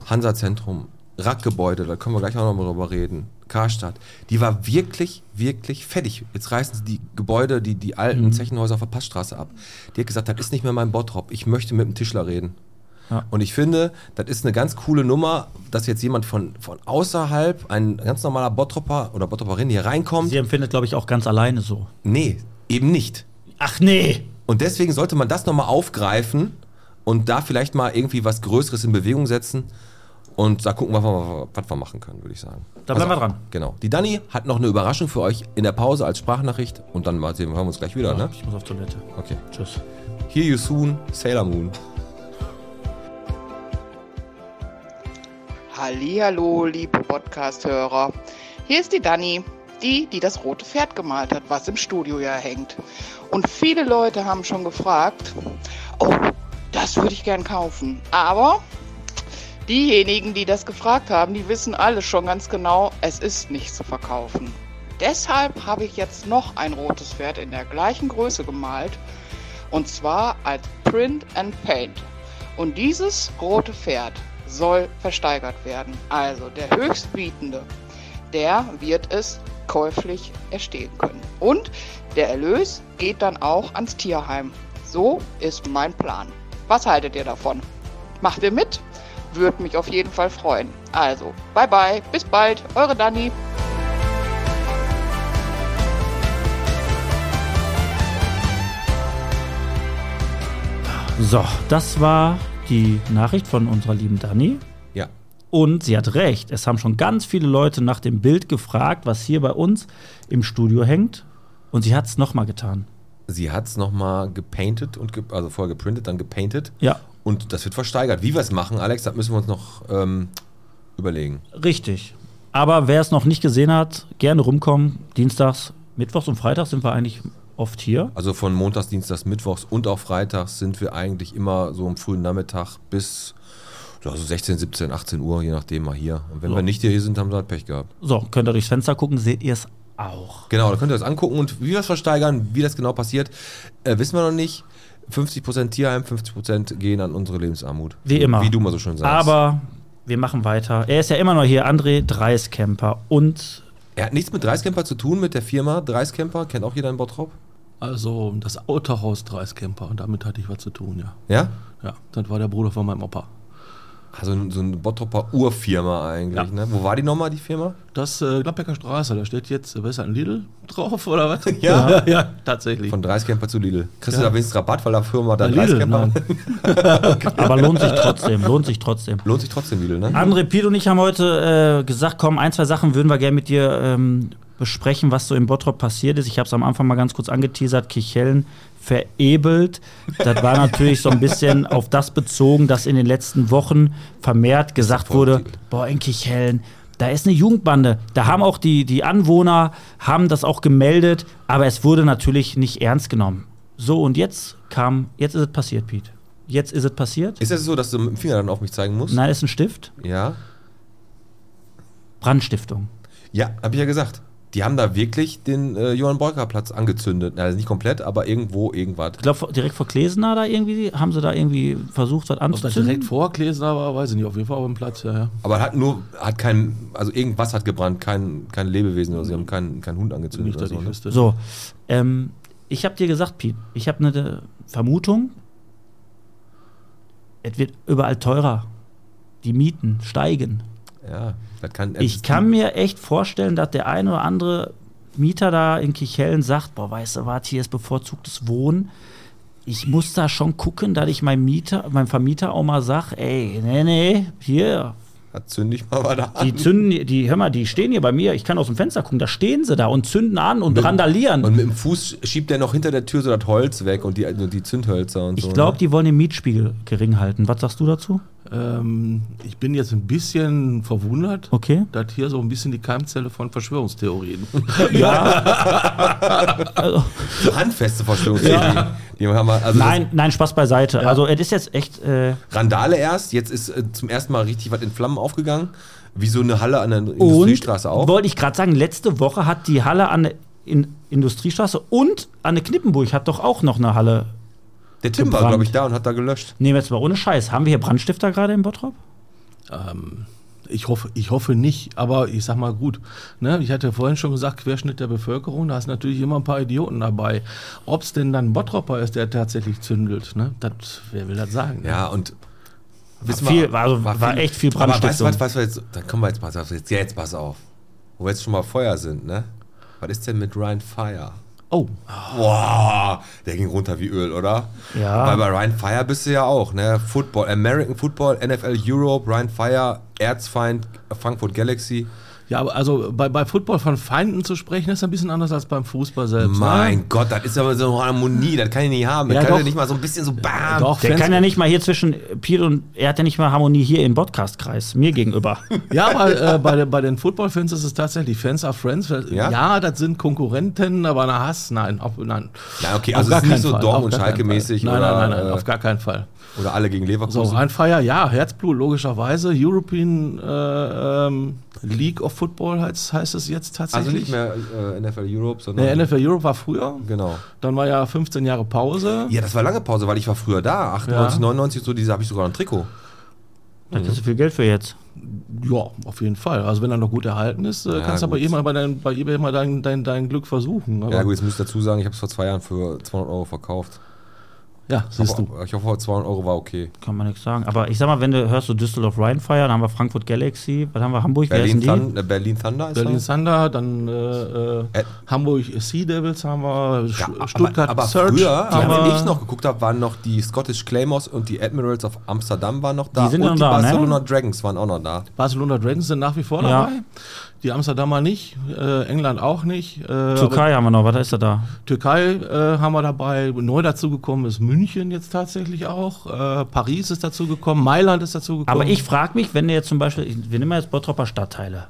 Speaker 1: Hansa-Zentrum, Rackgebäude, da können wir gleich auch noch mal drüber reden. Karstadt, die war wirklich, wirklich fertig. Jetzt reißen sie die Gebäude, die, die alten Zechenhäuser auf der Passstraße ab. Die hat gesagt, das ist nicht mehr mein Bottrop, ich möchte mit dem Tischler reden. Und ich finde, das ist eine ganz coole Nummer, dass jetzt jemand von, von außerhalb, ein ganz normaler Bottropper oder Bottropperin hier reinkommt.
Speaker 2: [LAUGHS] Sie empfindet, glaube ich, auch ganz alleine so.
Speaker 1: nee, eben nicht.
Speaker 2: Ach nee.
Speaker 1: Und deswegen sollte man das nochmal aufgreifen und da vielleicht mal irgendwie was Größeres in Bewegung setzen. Und da gucken wir, mal, was wir machen können, würde ich sagen.
Speaker 2: Da bleiben
Speaker 1: Pass
Speaker 2: wir
Speaker 1: auf.
Speaker 2: dran.
Speaker 1: Genau. Die Dani hat noch eine Überraschung für euch in der Pause als Sprachnachricht. Und dann mal sehen, hören wir uns gleich wieder, ne?
Speaker 2: Ich muss auf Toilette.
Speaker 1: Okay.
Speaker 2: Tschüss.
Speaker 1: Hear you soon, Sailor Moon.
Speaker 6: Hallihallo, liebe Podcast-Hörer. Hier ist die Dani, die, die das rote Pferd gemalt hat, was im Studio ja hängt. Und viele Leute haben schon gefragt, oh, das würde ich gern kaufen. Aber diejenigen, die das gefragt haben, die wissen alle schon ganz genau, es ist nicht zu verkaufen. Deshalb habe ich jetzt noch ein rotes Pferd in der gleichen Größe gemalt und zwar als Print and Paint. Und dieses rote Pferd soll versteigert werden. Also der Höchstbietende, der wird es käuflich erstehen können. Und der Erlös geht dann auch ans Tierheim. So ist mein Plan. Was haltet ihr davon? Macht ihr mit? Würde mich auf jeden Fall freuen. Also, bye bye, bis bald, eure Dani.
Speaker 2: So, das war die Nachricht von unserer lieben Dani.
Speaker 1: Ja.
Speaker 2: Und sie hat recht. Es haben schon ganz viele Leute nach dem Bild gefragt, was hier bei uns im Studio hängt. Und sie hat es nochmal getan.
Speaker 1: Sie hat es nochmal gepainted und ge also vorher geprintet, dann gepainted.
Speaker 2: Ja,
Speaker 1: Und das wird versteigert. Wie wir es machen, Alex, das müssen wir uns noch ähm, überlegen.
Speaker 2: Richtig. Aber wer es noch nicht gesehen hat, gerne rumkommen. Dienstags, Mittwochs und Freitags sind wir eigentlich oft hier.
Speaker 1: Also von Montags, Dienstags, Mittwochs und auch Freitags sind wir eigentlich immer so am frühen Nachmittag bis Ja, so 16, 17, 18 Uhr, je nachdem mal hier. Und wenn wir nicht hier sind, haben wir halt Pech gehabt.
Speaker 2: So, könnt ihr durchs Fenster gucken, seht ihr es auch.
Speaker 1: Genau, da könnt ihr das angucken und wie wir es versteigern, wie das genau passiert, äh, wissen wir noch nicht. 50% Tierheim, 50% gehen an unsere Lebensarmut.
Speaker 2: Wie immer.
Speaker 1: Wie du mal so schön sagst.
Speaker 2: Aber wir machen weiter. Er ist ja immer noch hier, André Dreiskämper und
Speaker 1: er hat nichts mit Dreiscamper zu tun, mit der Firma Dreiscamper. Kennt auch jeder in Bottrop?
Speaker 4: Also das Autohaus Dreiscamper, damit hatte ich was zu tun, ja.
Speaker 1: Ja?
Speaker 4: Ja, das war der Bruder von meinem Opa.
Speaker 1: Also so eine Bottroper Urfirma eigentlich. Ne? Wo war die nochmal, die Firma?
Speaker 4: Das äh, Gladbecker Straße, da steht jetzt, äh, was ist das, ein Lidl drauf oder was?
Speaker 1: Ja.
Speaker 4: ja, ja, tatsächlich.
Speaker 1: Von Dreiscamper zu Lidl. Kriegst du
Speaker 4: Ja.
Speaker 1: da wenigstens Rabatt, weil da Firma da
Speaker 4: Bei Lidl,
Speaker 1: Dreiscamper.
Speaker 2: aber lohnt sich trotzdem, lohnt sich trotzdem.
Speaker 1: [LAUGHS] Lohnt sich trotzdem Lidl, ne?
Speaker 2: André, Piet und ich haben heute äh, gesagt, komm, ein, zwei Sachen würden wir gerne mit dir ähm, besprechen, was so im Bottrop passiert ist. Ich habe es am Anfang mal ganz kurz angeteasert, Kichellen verebelt. Das war natürlich so ein bisschen auf das bezogen, dass in den letzten Wochen vermehrt gesagt wurde, boah, in Kichellen, da ist eine Jugendbande. Da haben auch die, die Anwohner, haben das auch gemeldet, aber es wurde natürlich nicht ernst genommen. So, und jetzt kam, jetzt ist es passiert, Piet. Jetzt ist es passiert.
Speaker 1: Ist das so, dass du mit dem Finger dann auf mich zeigen musst?
Speaker 2: Nein, ist ein Stift.
Speaker 1: Ja.
Speaker 2: Brandstiftung.
Speaker 1: Ja, habe ich ja gesagt. Die haben da wirklich den äh, Johann Bolker Platz angezündet. Also nicht komplett, aber irgendwo irgendwas.
Speaker 2: Ich glaube, direkt vor Klesener da irgendwie, haben sie da irgendwie versucht, was
Speaker 4: Ob das direkt
Speaker 2: anzuzünden.
Speaker 4: vor Gläser war, weiß ich nicht. Auf jeden Fall auf dem Platz, ja, ja.
Speaker 1: Aber hat nur, hat kein, also irgendwas hat gebrannt, kein, kein Lebewesen oder sie haben keinen keinen Hund angezündet
Speaker 4: Nicht,
Speaker 1: oder
Speaker 4: dass
Speaker 1: so.
Speaker 4: ich
Speaker 1: Ne?
Speaker 4: wüsste.
Speaker 2: So, ähm, ich habe dir gesagt, Piet, ich habe eine Vermutung, es wird überall teurer. Die Mieten steigen.
Speaker 1: Ja, das kann.
Speaker 2: Ich kann mir echt vorstellen, dass der ein oder andere Mieter da in Kichellen sagt, boah, weißt du was, hier ist bevorzugtes Wohnen. Ich muss da schon gucken, dass ich meinem Mieter, meinem Vermieter auch mal sage, ey, nee, nee, hier,
Speaker 1: Da zünd ich mal weiter
Speaker 2: Die
Speaker 1: an.
Speaker 2: zünden, die, hör mal, die stehen hier bei mir, ich kann aus dem Fenster gucken, da stehen sie da und zünden an und randalieren.
Speaker 1: Und mit dem Fuß schiebt der noch hinter der Tür so das Holz weg und die, also die Zündhölzer und so. ne?
Speaker 2: ich glaube, die wollen den Mietspiegel gering halten. Was sagst du dazu?
Speaker 4: Ähm, ich bin jetzt ein bisschen verwundert,
Speaker 2: Okay.
Speaker 4: dass hier so ein bisschen die Keimzelle von Verschwörungstheorien. [LAUGHS]
Speaker 2: Ja.
Speaker 1: Ne? So handfeste Verschwörungstheorien.
Speaker 2: Ja.
Speaker 1: Die haben wir, also
Speaker 2: nein, nein, Spaß beiseite. Also, es ist jetzt echt, äh,
Speaker 1: das- Randale erst, jetzt ist äh, zum ersten Mal richtig was in Flammen aufgegangen. Wie so eine Halle an der Industriestraße auch.
Speaker 2: wollte ich gerade sagen, letzte Woche hat die Halle an der in Industriestraße und Anne Knippenburg hat doch auch noch eine Halle.
Speaker 1: Der Tim war,
Speaker 2: gebrannt.
Speaker 1: glaube ich, da und hat da gelöscht.
Speaker 2: Nehmen wir jetzt mal ohne Scheiß. Haben wir hier Brandstifter gerade im Bottrop?
Speaker 4: Ähm, ich hoffe, ich hoffe nicht, aber ich sag mal gut. Ne? Ich hatte vorhin schon gesagt, Querschnitt der Bevölkerung, da ist natürlich immer ein paar Idioten dabei. Ob es denn dann ein Bottropper ist, der tatsächlich zündelt, ne? das, wer will das sagen?
Speaker 1: Ja, und. wissen
Speaker 2: viel- war- also war echt viel
Speaker 1: Aber weißt du,
Speaker 2: Brandstiftung.
Speaker 1: was, was wir jetzt. Dann kommen wir jetzt, pass auf, jetzt, jetzt pass auf. Wo wir jetzt schon mal Feuer sind, ne? Was ist denn mit Ryan Fire?
Speaker 4: Oh,
Speaker 1: Wow, der ging runter wie Öl, oder?
Speaker 2: Ah. Ja.
Speaker 1: Weil bei Ryan Fire bist du ja auch, ne? Football, American Football, NFL Europe, Ryan Fire, Erzfeind, Frankfurt Galaxy.
Speaker 4: ja, aber also bei, bei Football von Feinden zu sprechen, ist ein bisschen anders als beim Fußball selbst.
Speaker 1: Mein
Speaker 4: ne?
Speaker 1: Gott, das ist aber so eine Harmonie, das kann ich nicht haben. Das
Speaker 4: Ja,
Speaker 1: kann
Speaker 4: doch.
Speaker 1: ja nicht mal so ein bisschen so bam.
Speaker 4: Doch,
Speaker 2: Der
Speaker 4: Fans-
Speaker 2: kann ja nicht mal hier zwischen Piet und er hat ja nicht mal Harmonie hier im Podcastkreis
Speaker 1: [LAUGHS]
Speaker 2: mir gegenüber.
Speaker 4: Ja, aber äh, bei, den- bei den Football-Fans ist es tatsächlich Fans are Friends.
Speaker 1: Ja?
Speaker 4: Ja, das sind Konkurrenten, aber na Hass, nein, auf, nein.
Speaker 1: Ja, okay,
Speaker 4: Auf
Speaker 1: also
Speaker 4: gar
Speaker 1: es ist nicht
Speaker 4: keinen
Speaker 1: so
Speaker 4: Fall,
Speaker 1: Dorm-
Speaker 4: auf
Speaker 1: und
Speaker 4: gar keinen
Speaker 1: Schalke-mäßig
Speaker 4: Fall. Nein,
Speaker 1: oder,
Speaker 4: nein, nein, nein,
Speaker 1: äh,
Speaker 4: auf gar keinen Fall.
Speaker 1: oder alle gegen
Speaker 4: So,
Speaker 1: Leverkusen.
Speaker 4: Rheinfire, ja, Herzblut, logischerweise. European äh, ähm, League of Football heißt, heißt es jetzt tatsächlich.
Speaker 1: also nicht mehr äh, NFL Europe, sondern.
Speaker 4: Nee, NFL Europe war früher,
Speaker 1: Genau.
Speaker 4: dann war ja 15 Jahre Pause.
Speaker 1: Ja, das war lange Pause, weil ich war früher da. 98,
Speaker 4: Ja.
Speaker 1: 99, so, diese habe ich sogar noch ein Trikot.
Speaker 2: Da kriegst du viel Geld für jetzt.
Speaker 4: Ja, auf jeden Fall. Also wenn er noch gut erhalten ist, äh,
Speaker 1: Ja,
Speaker 4: kannst du
Speaker 1: gut.
Speaker 4: bei eBay mal dein, bei eBay mal dein, dein, dein Glück versuchen. Aber,
Speaker 1: Ja, gut, jetzt muss ich dazu sagen, ich habe es vor zwei Jahren für 200 Euro verkauft.
Speaker 4: ja, siehst du.
Speaker 1: Ich hoffe, 200 Euro war okay.
Speaker 2: Kann man nichts sagen. Aber ich sag mal, wenn du hörst du Düsseldorf Rheinfire, dann haben wir Frankfurt Galaxy, was haben wir Hamburg, wer
Speaker 1: Berlin,
Speaker 2: ist denn
Speaker 1: Thun äh, Berlin Thunder ist
Speaker 4: Berlin
Speaker 1: da?
Speaker 4: Thunder, dann äh, äh,
Speaker 1: Äh.
Speaker 4: Hamburg Sea Devils haben wir, Sch-
Speaker 1: Ja,
Speaker 4: Stuttgart
Speaker 1: aber, aber
Speaker 4: Surge.
Speaker 1: früher,
Speaker 2: die haben
Speaker 1: als
Speaker 2: wir-
Speaker 1: ich noch geguckt habe, waren noch die Scottish Claymores und die Admirals of Amsterdam waren noch da.
Speaker 2: Die sind
Speaker 1: und
Speaker 2: noch
Speaker 1: die
Speaker 2: da, ne?
Speaker 1: Barcelona Dragons waren auch noch da.
Speaker 4: Barcelona Dragons sind nach wie vor
Speaker 2: Ja.
Speaker 4: dabei. Die Amsterdamer nicht, äh, England auch nicht. Äh,
Speaker 2: die?
Speaker 4: aber
Speaker 2: Türkei haben wir noch, was ist da da?
Speaker 4: Türkei äh, haben wir dabei. Neu dazugekommen ist München jetzt tatsächlich auch. Äh, Paris ist dazugekommen. Mailand ist dazugekommen.
Speaker 2: Aber ich frage mich, wenn du jetzt zum Beispiel, ich- wir nehmen mal jetzt Bottropper Stadtteile.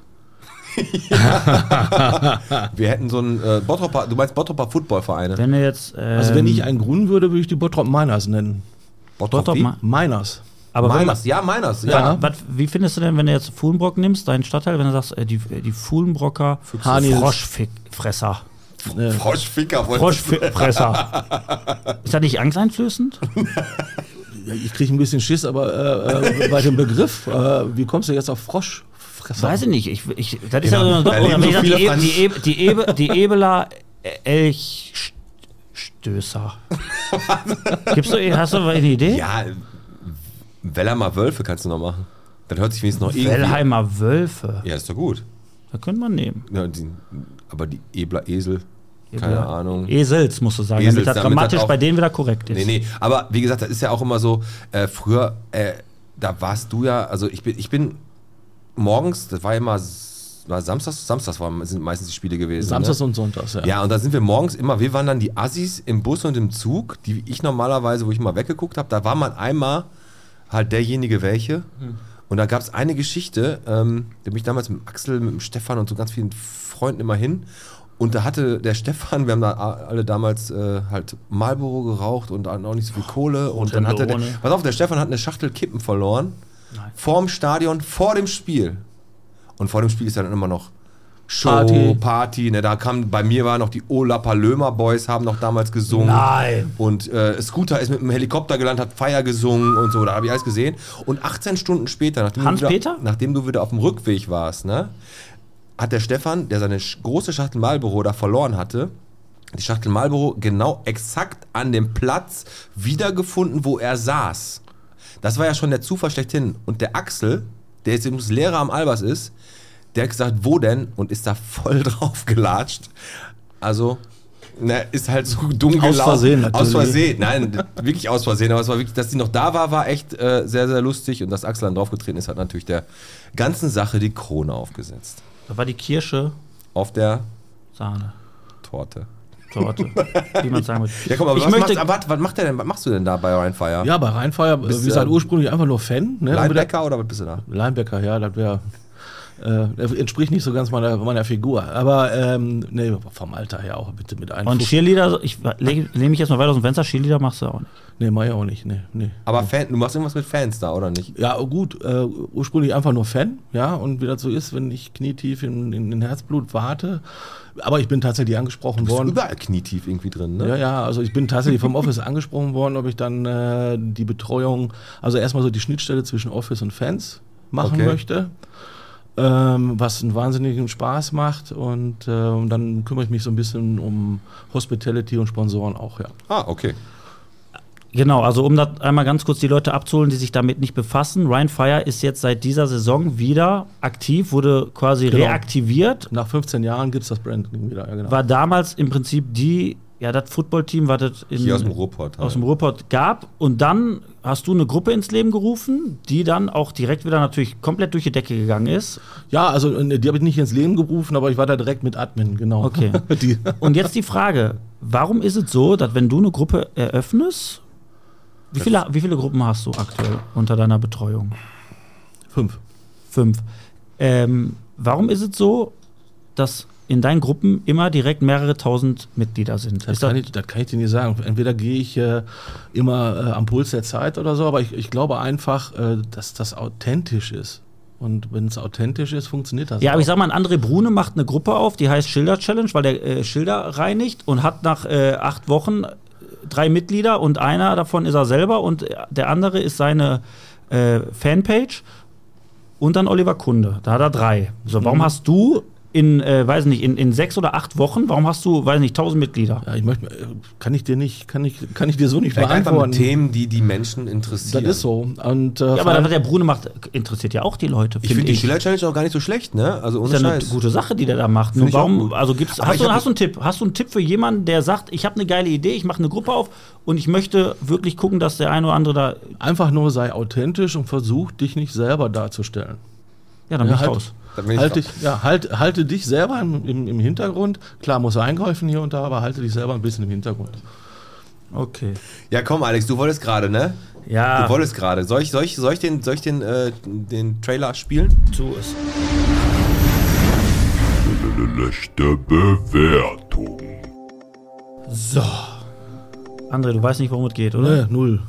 Speaker 1: Wir hätten so einen äh, Bottropper, du meinst Bottropper Footballvereine.
Speaker 2: Wenn du jetzt. Ähm,
Speaker 4: also wenn ich einen gründen würde, würde ich die Bottrop Miners nennen.
Speaker 1: Bottrop,
Speaker 2: Bottrop,
Speaker 1: wie?
Speaker 2: Ma-
Speaker 4: Miners.
Speaker 2: Aber wenn-
Speaker 1: Meiners, ja, Meiners. Ja.
Speaker 4: Ja.
Speaker 2: Was, wie findest du denn, wenn du jetzt Fuhlenbrock nimmst, deinen Stadtteil, wenn du sagst, äh, die, die Fuhlenbrocker
Speaker 4: Hanils.
Speaker 2: Froschfresser?
Speaker 4: Äh,
Speaker 1: Froschficker wollte
Speaker 2: Froschfresser.
Speaker 1: [LAUGHS]
Speaker 2: Ist das nicht angsteinflößend?
Speaker 4: ja, ich kriege ein bisschen Schiss, aber äh, äh, bei dem Begriff, äh, wie kommst du jetzt auf Froschfresser?
Speaker 2: Weiß ich nicht. Ich, ich, das ist
Speaker 1: Genau.
Speaker 2: ja so
Speaker 1: Da leben
Speaker 2: eine
Speaker 1: so
Speaker 2: so
Speaker 1: viele
Speaker 2: die, e
Speaker 1: Franz-
Speaker 2: die, Ebe- die, Ebe die Ebeler äh,
Speaker 1: [LAUGHS]
Speaker 2: Elchstößer. Gibst du, hast du eine Idee?
Speaker 1: Ja, Wellermer Wölfe kannst du noch machen. Dann hört sich wenigstens noch irgendwie.
Speaker 2: Wellheimer Wölfe.
Speaker 1: Ja, ist doch gut.
Speaker 2: Da könnte man nehmen.
Speaker 1: Ja, die, aber die Ebler Esel, keine
Speaker 2: Ebler.
Speaker 1: Ahnung.
Speaker 2: Esels, musst du sagen,
Speaker 1: Esels,
Speaker 2: damit das
Speaker 1: damit das
Speaker 2: grammatisch
Speaker 1: auch-
Speaker 2: bei denen wieder korrekt ist.
Speaker 1: Nee, nee, aber wie gesagt, das ist ja auch immer so, äh, früher, äh, da warst du ja, also ich bin, ich bin morgens, das war immer s- war Samstags, Samstags waren, sind meistens die Spiele gewesen.
Speaker 4: Samstags
Speaker 1: ne?
Speaker 4: und Sonntags, ja.
Speaker 1: Ja, und da sind wir morgens immer, wir waren dann die Assis im Bus und im Zug, die ich normalerweise, wo ich mal weggeguckt habe, da war man einmal halt derjenige welche. Und da gab es eine Geschichte, ähm, da bin ich damals mit dem Axel, mit dem Stefan und so ganz vielen Freunden immer hin. Und da hatte der [LAUGHS] Stefan, wir haben da a- alle damals äh, halt Marlboro geraucht und hatten auch nicht so viel Kohle. Und dann hatte der,
Speaker 2: Melone.
Speaker 1: pass auf, der Stefan hat eine Schachtel Kippen verloren. Vorm Stadion, vor dem Spiel. Und vor dem Spiel ist dann immer noch Show, Party.
Speaker 4: Party.
Speaker 1: ne, da kam, bei mir war noch die Ola Palömer Boys, haben noch damals gesungen.
Speaker 2: Nein.
Speaker 1: Und äh, Scooter ist mit dem Helikopter gelandet, hat Feier gesungen und so, da habe ich alles gesehen. Und 18 Stunden später, nachdem, du wieder,
Speaker 2: Hans-Peter?
Speaker 1: nachdem du wieder auf dem Rückweg warst, ne, hat der Stefan, der seine sch- große Schachtel Marlboro da verloren hatte, die Schachtel Marlboro genau exakt an dem Platz wiedergefunden, wo er saß. Das war ja schon der Zufall schlechthin. Und der Axel, der jetzt übrigens Lehrer am Albers ist, der hat gesagt, wo denn? Und ist da voll [LAUGHS] drauf gelatscht. Also, ne, ist halt so dumm
Speaker 4: Aus
Speaker 1: gelaufen.
Speaker 4: Versehen natürlich.
Speaker 1: Aus Versehen, nein, wirklich aus Versehen. Aber es war wirklich, dass die noch da war, war echt äh, sehr, sehr lustig. Und dass Axel dann draufgetreten ist, hat natürlich der ganzen Sache die Krone aufgesetzt.
Speaker 2: Da war die Kirsche
Speaker 1: Auf der
Speaker 2: Sahne.
Speaker 1: Torte. [LAUGHS]
Speaker 2: Torte, wie man sagen würde.
Speaker 1: Ja, komm, aber,
Speaker 2: ich
Speaker 1: was,
Speaker 2: möchte,
Speaker 1: machst, aber was, was, macht der denn, was machst du denn da bei Ryan Fire?
Speaker 4: Ja, bei Rheinfeier, äh,
Speaker 1: Bist,
Speaker 4: wie gesagt,
Speaker 1: äh,
Speaker 4: ursprünglich einfach nur Fan. Ne? Aber der-
Speaker 1: Linebacker oder was bist du da?
Speaker 4: Linebacker, ja, das wäre. Äh, das entspricht nicht so ganz meiner, meiner Figur. Aber ähm, nee, vom Alter her auch bitte mit ein.
Speaker 2: und Cheerleader, ich lehne lehn mich jetzt mal weiter aus dem Fenster, Cheerleader machst du auch nicht.
Speaker 4: Nee, mach ich auch nicht. Nee, nee.
Speaker 1: Aber Fan, du machst irgendwas mit Fans da, oder nicht?
Speaker 4: Ja, gut, äh, ursprünglich einfach nur Fan, ja, und wie das so ist, wenn ich knietief in, in, in Herzblut warte. Aber ich bin tatsächlich angesprochen
Speaker 1: Bist du
Speaker 4: worden.
Speaker 1: überall knietief irgendwie drin, ne?
Speaker 4: Ja, ja, also ich bin tatsächlich vom Office [LAUGHS] angesprochen worden, ob ich dann äh, die Betreuung, also erstmal so die Schnittstelle zwischen Office und Fans machen
Speaker 1: Okay.
Speaker 4: möchte. Ähm, was einen wahnsinnigen Spaß macht und ähm, dann kümmere ich mich so ein bisschen um Hospitality und Sponsoren auch, ja.
Speaker 1: Ah, okay.
Speaker 2: Genau, also um das einmal ganz kurz die Leute abzuholen, die sich damit nicht befassen. Ryan Fire ist jetzt seit dieser Saison wieder aktiv, wurde quasi
Speaker 4: Genau.
Speaker 2: reaktiviert,
Speaker 4: Nach 15 Jahren gibt es das Branding wieder, ja genau.
Speaker 2: war damals im Prinzip die, ja, das Footballteam, was das in,
Speaker 1: Hier aus dem Ruhrpott. halt.
Speaker 2: aus dem Ruhrpott gab. Und dann hast du eine Gruppe ins Leben gerufen, die dann auch direkt wieder natürlich komplett durch die Decke gegangen ist.
Speaker 4: Ja, also äh, die habe ich nicht ins Leben gerufen, aber ich war da direkt mit Admin, genau.
Speaker 2: Okay.
Speaker 4: [LAUGHS] die,
Speaker 2: Und jetzt die Frage: Warum ist es so, dass wenn du eine Gruppe eröffnest, wie viele, wie viele Gruppen hast du aktuell unter deiner Betreuung?
Speaker 4: fünf.
Speaker 2: Fünf. Ähm, warum ist es so, dass in deinen Gruppen immer direkt mehrere tausend Mitglieder sind?
Speaker 4: Das
Speaker 2: Ist das-
Speaker 4: kann, ich, das kann ich dir nicht sagen. Entweder gehe ich äh, immer äh, am Puls der Zeit oder so, aber ich, ich glaube einfach, äh, dass das authentisch ist. Und wenn es authentisch ist, funktioniert das.
Speaker 2: ja, aber ich sag
Speaker 4: auch.
Speaker 2: mal, ein André Brune macht eine Gruppe auf, die heißt Schilder Challenge, weil der äh, Schilder reinigt und hat nach äh, acht Wochen drei Mitglieder und einer davon ist er selber und äh, der andere ist seine äh, Fanpage und dann Oliver Kunde. Da hat er drei. So,
Speaker 4: Mhm.
Speaker 2: warum hast du in, äh, weiß nicht, in, in sechs oder acht Wochen, warum hast du, weiß nicht, tausend Mitglieder?
Speaker 4: ja, ich möchte, äh, kann ich dir nicht, kann ich, kann ich dir so nicht
Speaker 1: Vielleicht einfach mit
Speaker 4: beantworten.
Speaker 1: Themen, die die Menschen
Speaker 4: Das
Speaker 1: interessieren.
Speaker 4: ist so. Und, äh,
Speaker 2: Ja,
Speaker 4: vor
Speaker 2: aber
Speaker 4: allem-
Speaker 2: was der Brune macht, interessiert ja auch die Leute.
Speaker 1: Ich finde die Schiller Challenge auch gar nicht so schlecht, ne? Also ohne
Speaker 2: ist ja eine
Speaker 1: Scheiß.
Speaker 2: gute Sache, die der da macht. Nur
Speaker 1: ich auch
Speaker 2: warum,
Speaker 1: gut.
Speaker 2: also gibt's,
Speaker 1: Aber ich
Speaker 2: hast, du,
Speaker 1: hab-
Speaker 2: hast du einen Tipp? Hast du einen Tipp für jemanden, der sagt, ich habe eine geile Idee, ich mache eine Gruppe auf und ich möchte wirklich gucken, dass der eine oder andere da.
Speaker 4: einfach nur sei authentisch und versuch dich nicht selber darzustellen.
Speaker 2: Ja, dann bin
Speaker 4: Ja,
Speaker 2: ich
Speaker 4: halt.
Speaker 2: raus.
Speaker 1: Dann bin ich
Speaker 4: Halt
Speaker 1: raus.
Speaker 4: dich, ja, halt, halte dich selber im, im, im Hintergrund. Klar, musst du eingreifen hier und da, aber halte dich selber ein bisschen im Hintergrund.
Speaker 2: Okay.
Speaker 1: Ja, komm, Alex, du wolltest gerade, ne?
Speaker 2: Ja,
Speaker 1: Du wolltest gerade. Soll ich, soll, ich, soll ich den, soll ich den, äh, den Trailer spielen?
Speaker 2: so ist.
Speaker 7: Schlechte Bewertung.
Speaker 2: So. André, du weißt nicht, worum es geht, oder?
Speaker 4: Äh, null.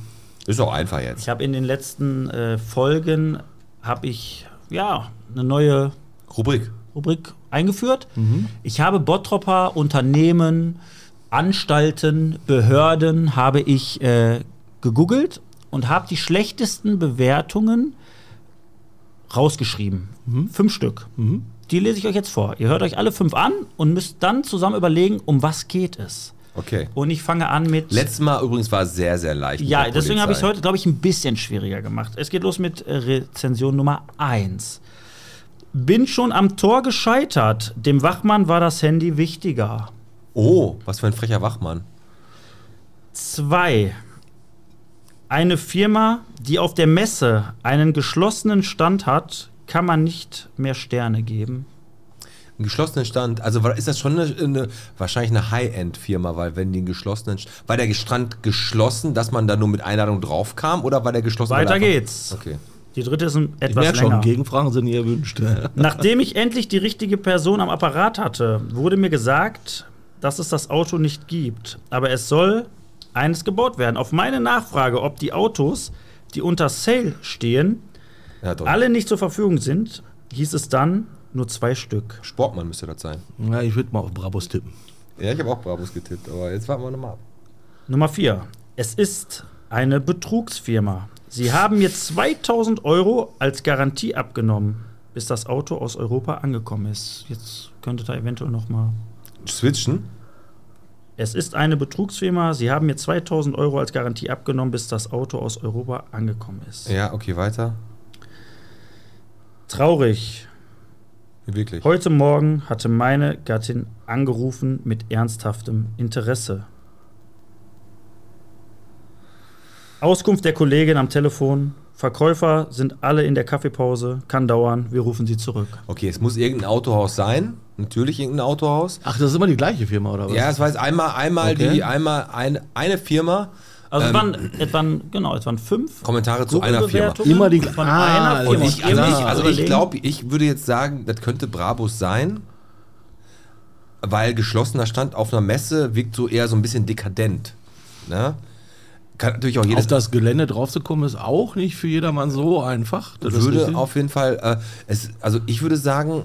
Speaker 1: Ist auch einfach jetzt.
Speaker 2: Ich habe in den letzten äh, Folgen habe ich ja eine neue
Speaker 1: Rubrik.
Speaker 2: Rubrik eingeführt. Ich habe Bottropper Unternehmen, Anstalten, Behörden habe ich äh, gegoogelt und habe die schlechtesten Bewertungen rausgeschrieben. Fünf Stück. Die lese ich euch jetzt vor. Ihr hört euch alle fünf an und müsst dann zusammen überlegen, um was geht es.
Speaker 1: Okay.
Speaker 2: Und ich fange an mit.
Speaker 1: Letztes Mal übrigens war es sehr, sehr leicht. mit
Speaker 2: Ja,
Speaker 1: der
Speaker 2: deswegen habe ich es
Speaker 1: Polizei.
Speaker 2: heute, glaube ich, ein bisschen schwieriger gemacht. Es geht los mit äh, Rezension Nummer 1. Bin schon am Tor gescheitert. Dem Wachmann war das Handy wichtiger.
Speaker 1: Oh, was für ein frecher Wachmann.
Speaker 2: 2. Eine Firma, die auf der Messe einen geschlossenen Stand hat, kann man nicht mehr Sterne geben.
Speaker 1: Einen geschlossenen Stand, also war- ist das schon eine, eine wahrscheinlich eine High-End-Firma, weil wenn die einen geschlossenen, St- war der Strand geschlossen, dass man da nur mit Einladung drauf kam oder war der geschlossen? weil
Speaker 2: Weiter
Speaker 1: einfach-
Speaker 2: geht's.
Speaker 1: Okay.
Speaker 2: Die dritte ist ein
Speaker 4: Ich
Speaker 2: etwas
Speaker 4: merke schon,
Speaker 2: länger.
Speaker 4: Gegenfragen sind
Speaker 2: [LAUGHS]
Speaker 4: ihr erwünscht.
Speaker 2: Nachdem ich endlich die richtige Person am Apparat hatte, wurde mir gesagt, dass es das Auto nicht gibt. Aber es soll eines gebaut werden. Auf meine Nachfrage, ob die Autos, die unter Sale stehen,
Speaker 1: Ja, doch.
Speaker 2: alle nicht zur Verfügung sind, hieß es dann nur zwei Stück.
Speaker 1: Sportmann müsste das sein.
Speaker 4: Na, ich würde mal auf Brabus tippen.
Speaker 1: Ja, ich habe auch Brabus getippt, aber jetzt warten wir nochmal ab.
Speaker 2: Nummer vier. Es ist eine Betrugsfirma. Sie haben mir 2000 Euro als Garantie abgenommen, bis das Auto aus Europa angekommen ist. Jetzt könnte da eventuell noch mal
Speaker 1: Switchen?
Speaker 2: Es ist eine Betrugsfirma. Sie haben mir 2000 Euro als Garantie abgenommen, bis das Auto aus Europa angekommen ist.
Speaker 1: Ja, okay, weiter.
Speaker 2: Traurig.
Speaker 1: Wirklich.
Speaker 2: Heute Morgen hatte meine Gattin angerufen mit ernsthaftem Interesse. Auskunft der Kollegin am Telefon. Verkäufer sind alle in der Kaffeepause. Kann dauern. Wir rufen sie zurück.
Speaker 1: Okay, es muss irgendein Autohaus sein. Natürlich irgendein Autohaus.
Speaker 4: Ach, das ist immer die gleiche Firma, oder was?
Speaker 1: Ja, es war jetzt einmal, einmal
Speaker 4: Okay.
Speaker 1: die, einmal eine, eine Firma.
Speaker 2: Also es waren, es waren, genau, es waren fünf
Speaker 1: Kommentare Ähm, zu einer Firma.
Speaker 2: Google-Bewertungen
Speaker 4: Immer die-
Speaker 2: von
Speaker 4: Ah,
Speaker 2: einer
Speaker 1: Und
Speaker 2: Firma.
Speaker 1: ich,
Speaker 2: Ihr
Speaker 1: also
Speaker 2: müsst
Speaker 1: ich, also ich
Speaker 2: überlegen-
Speaker 1: glaube, ich würde jetzt sagen, das könnte Brabus sein, weil geschlossener Stand auf einer Messe wirkt so eher so ein bisschen dekadent. Ne? Kann natürlich auch jedes
Speaker 4: Auf das Gelände draufzukommen ist auch nicht für jedermann so einfach. Das ist
Speaker 1: würde
Speaker 4: richtig.
Speaker 1: auf jeden Fall, äh, es, also ich würde sagen,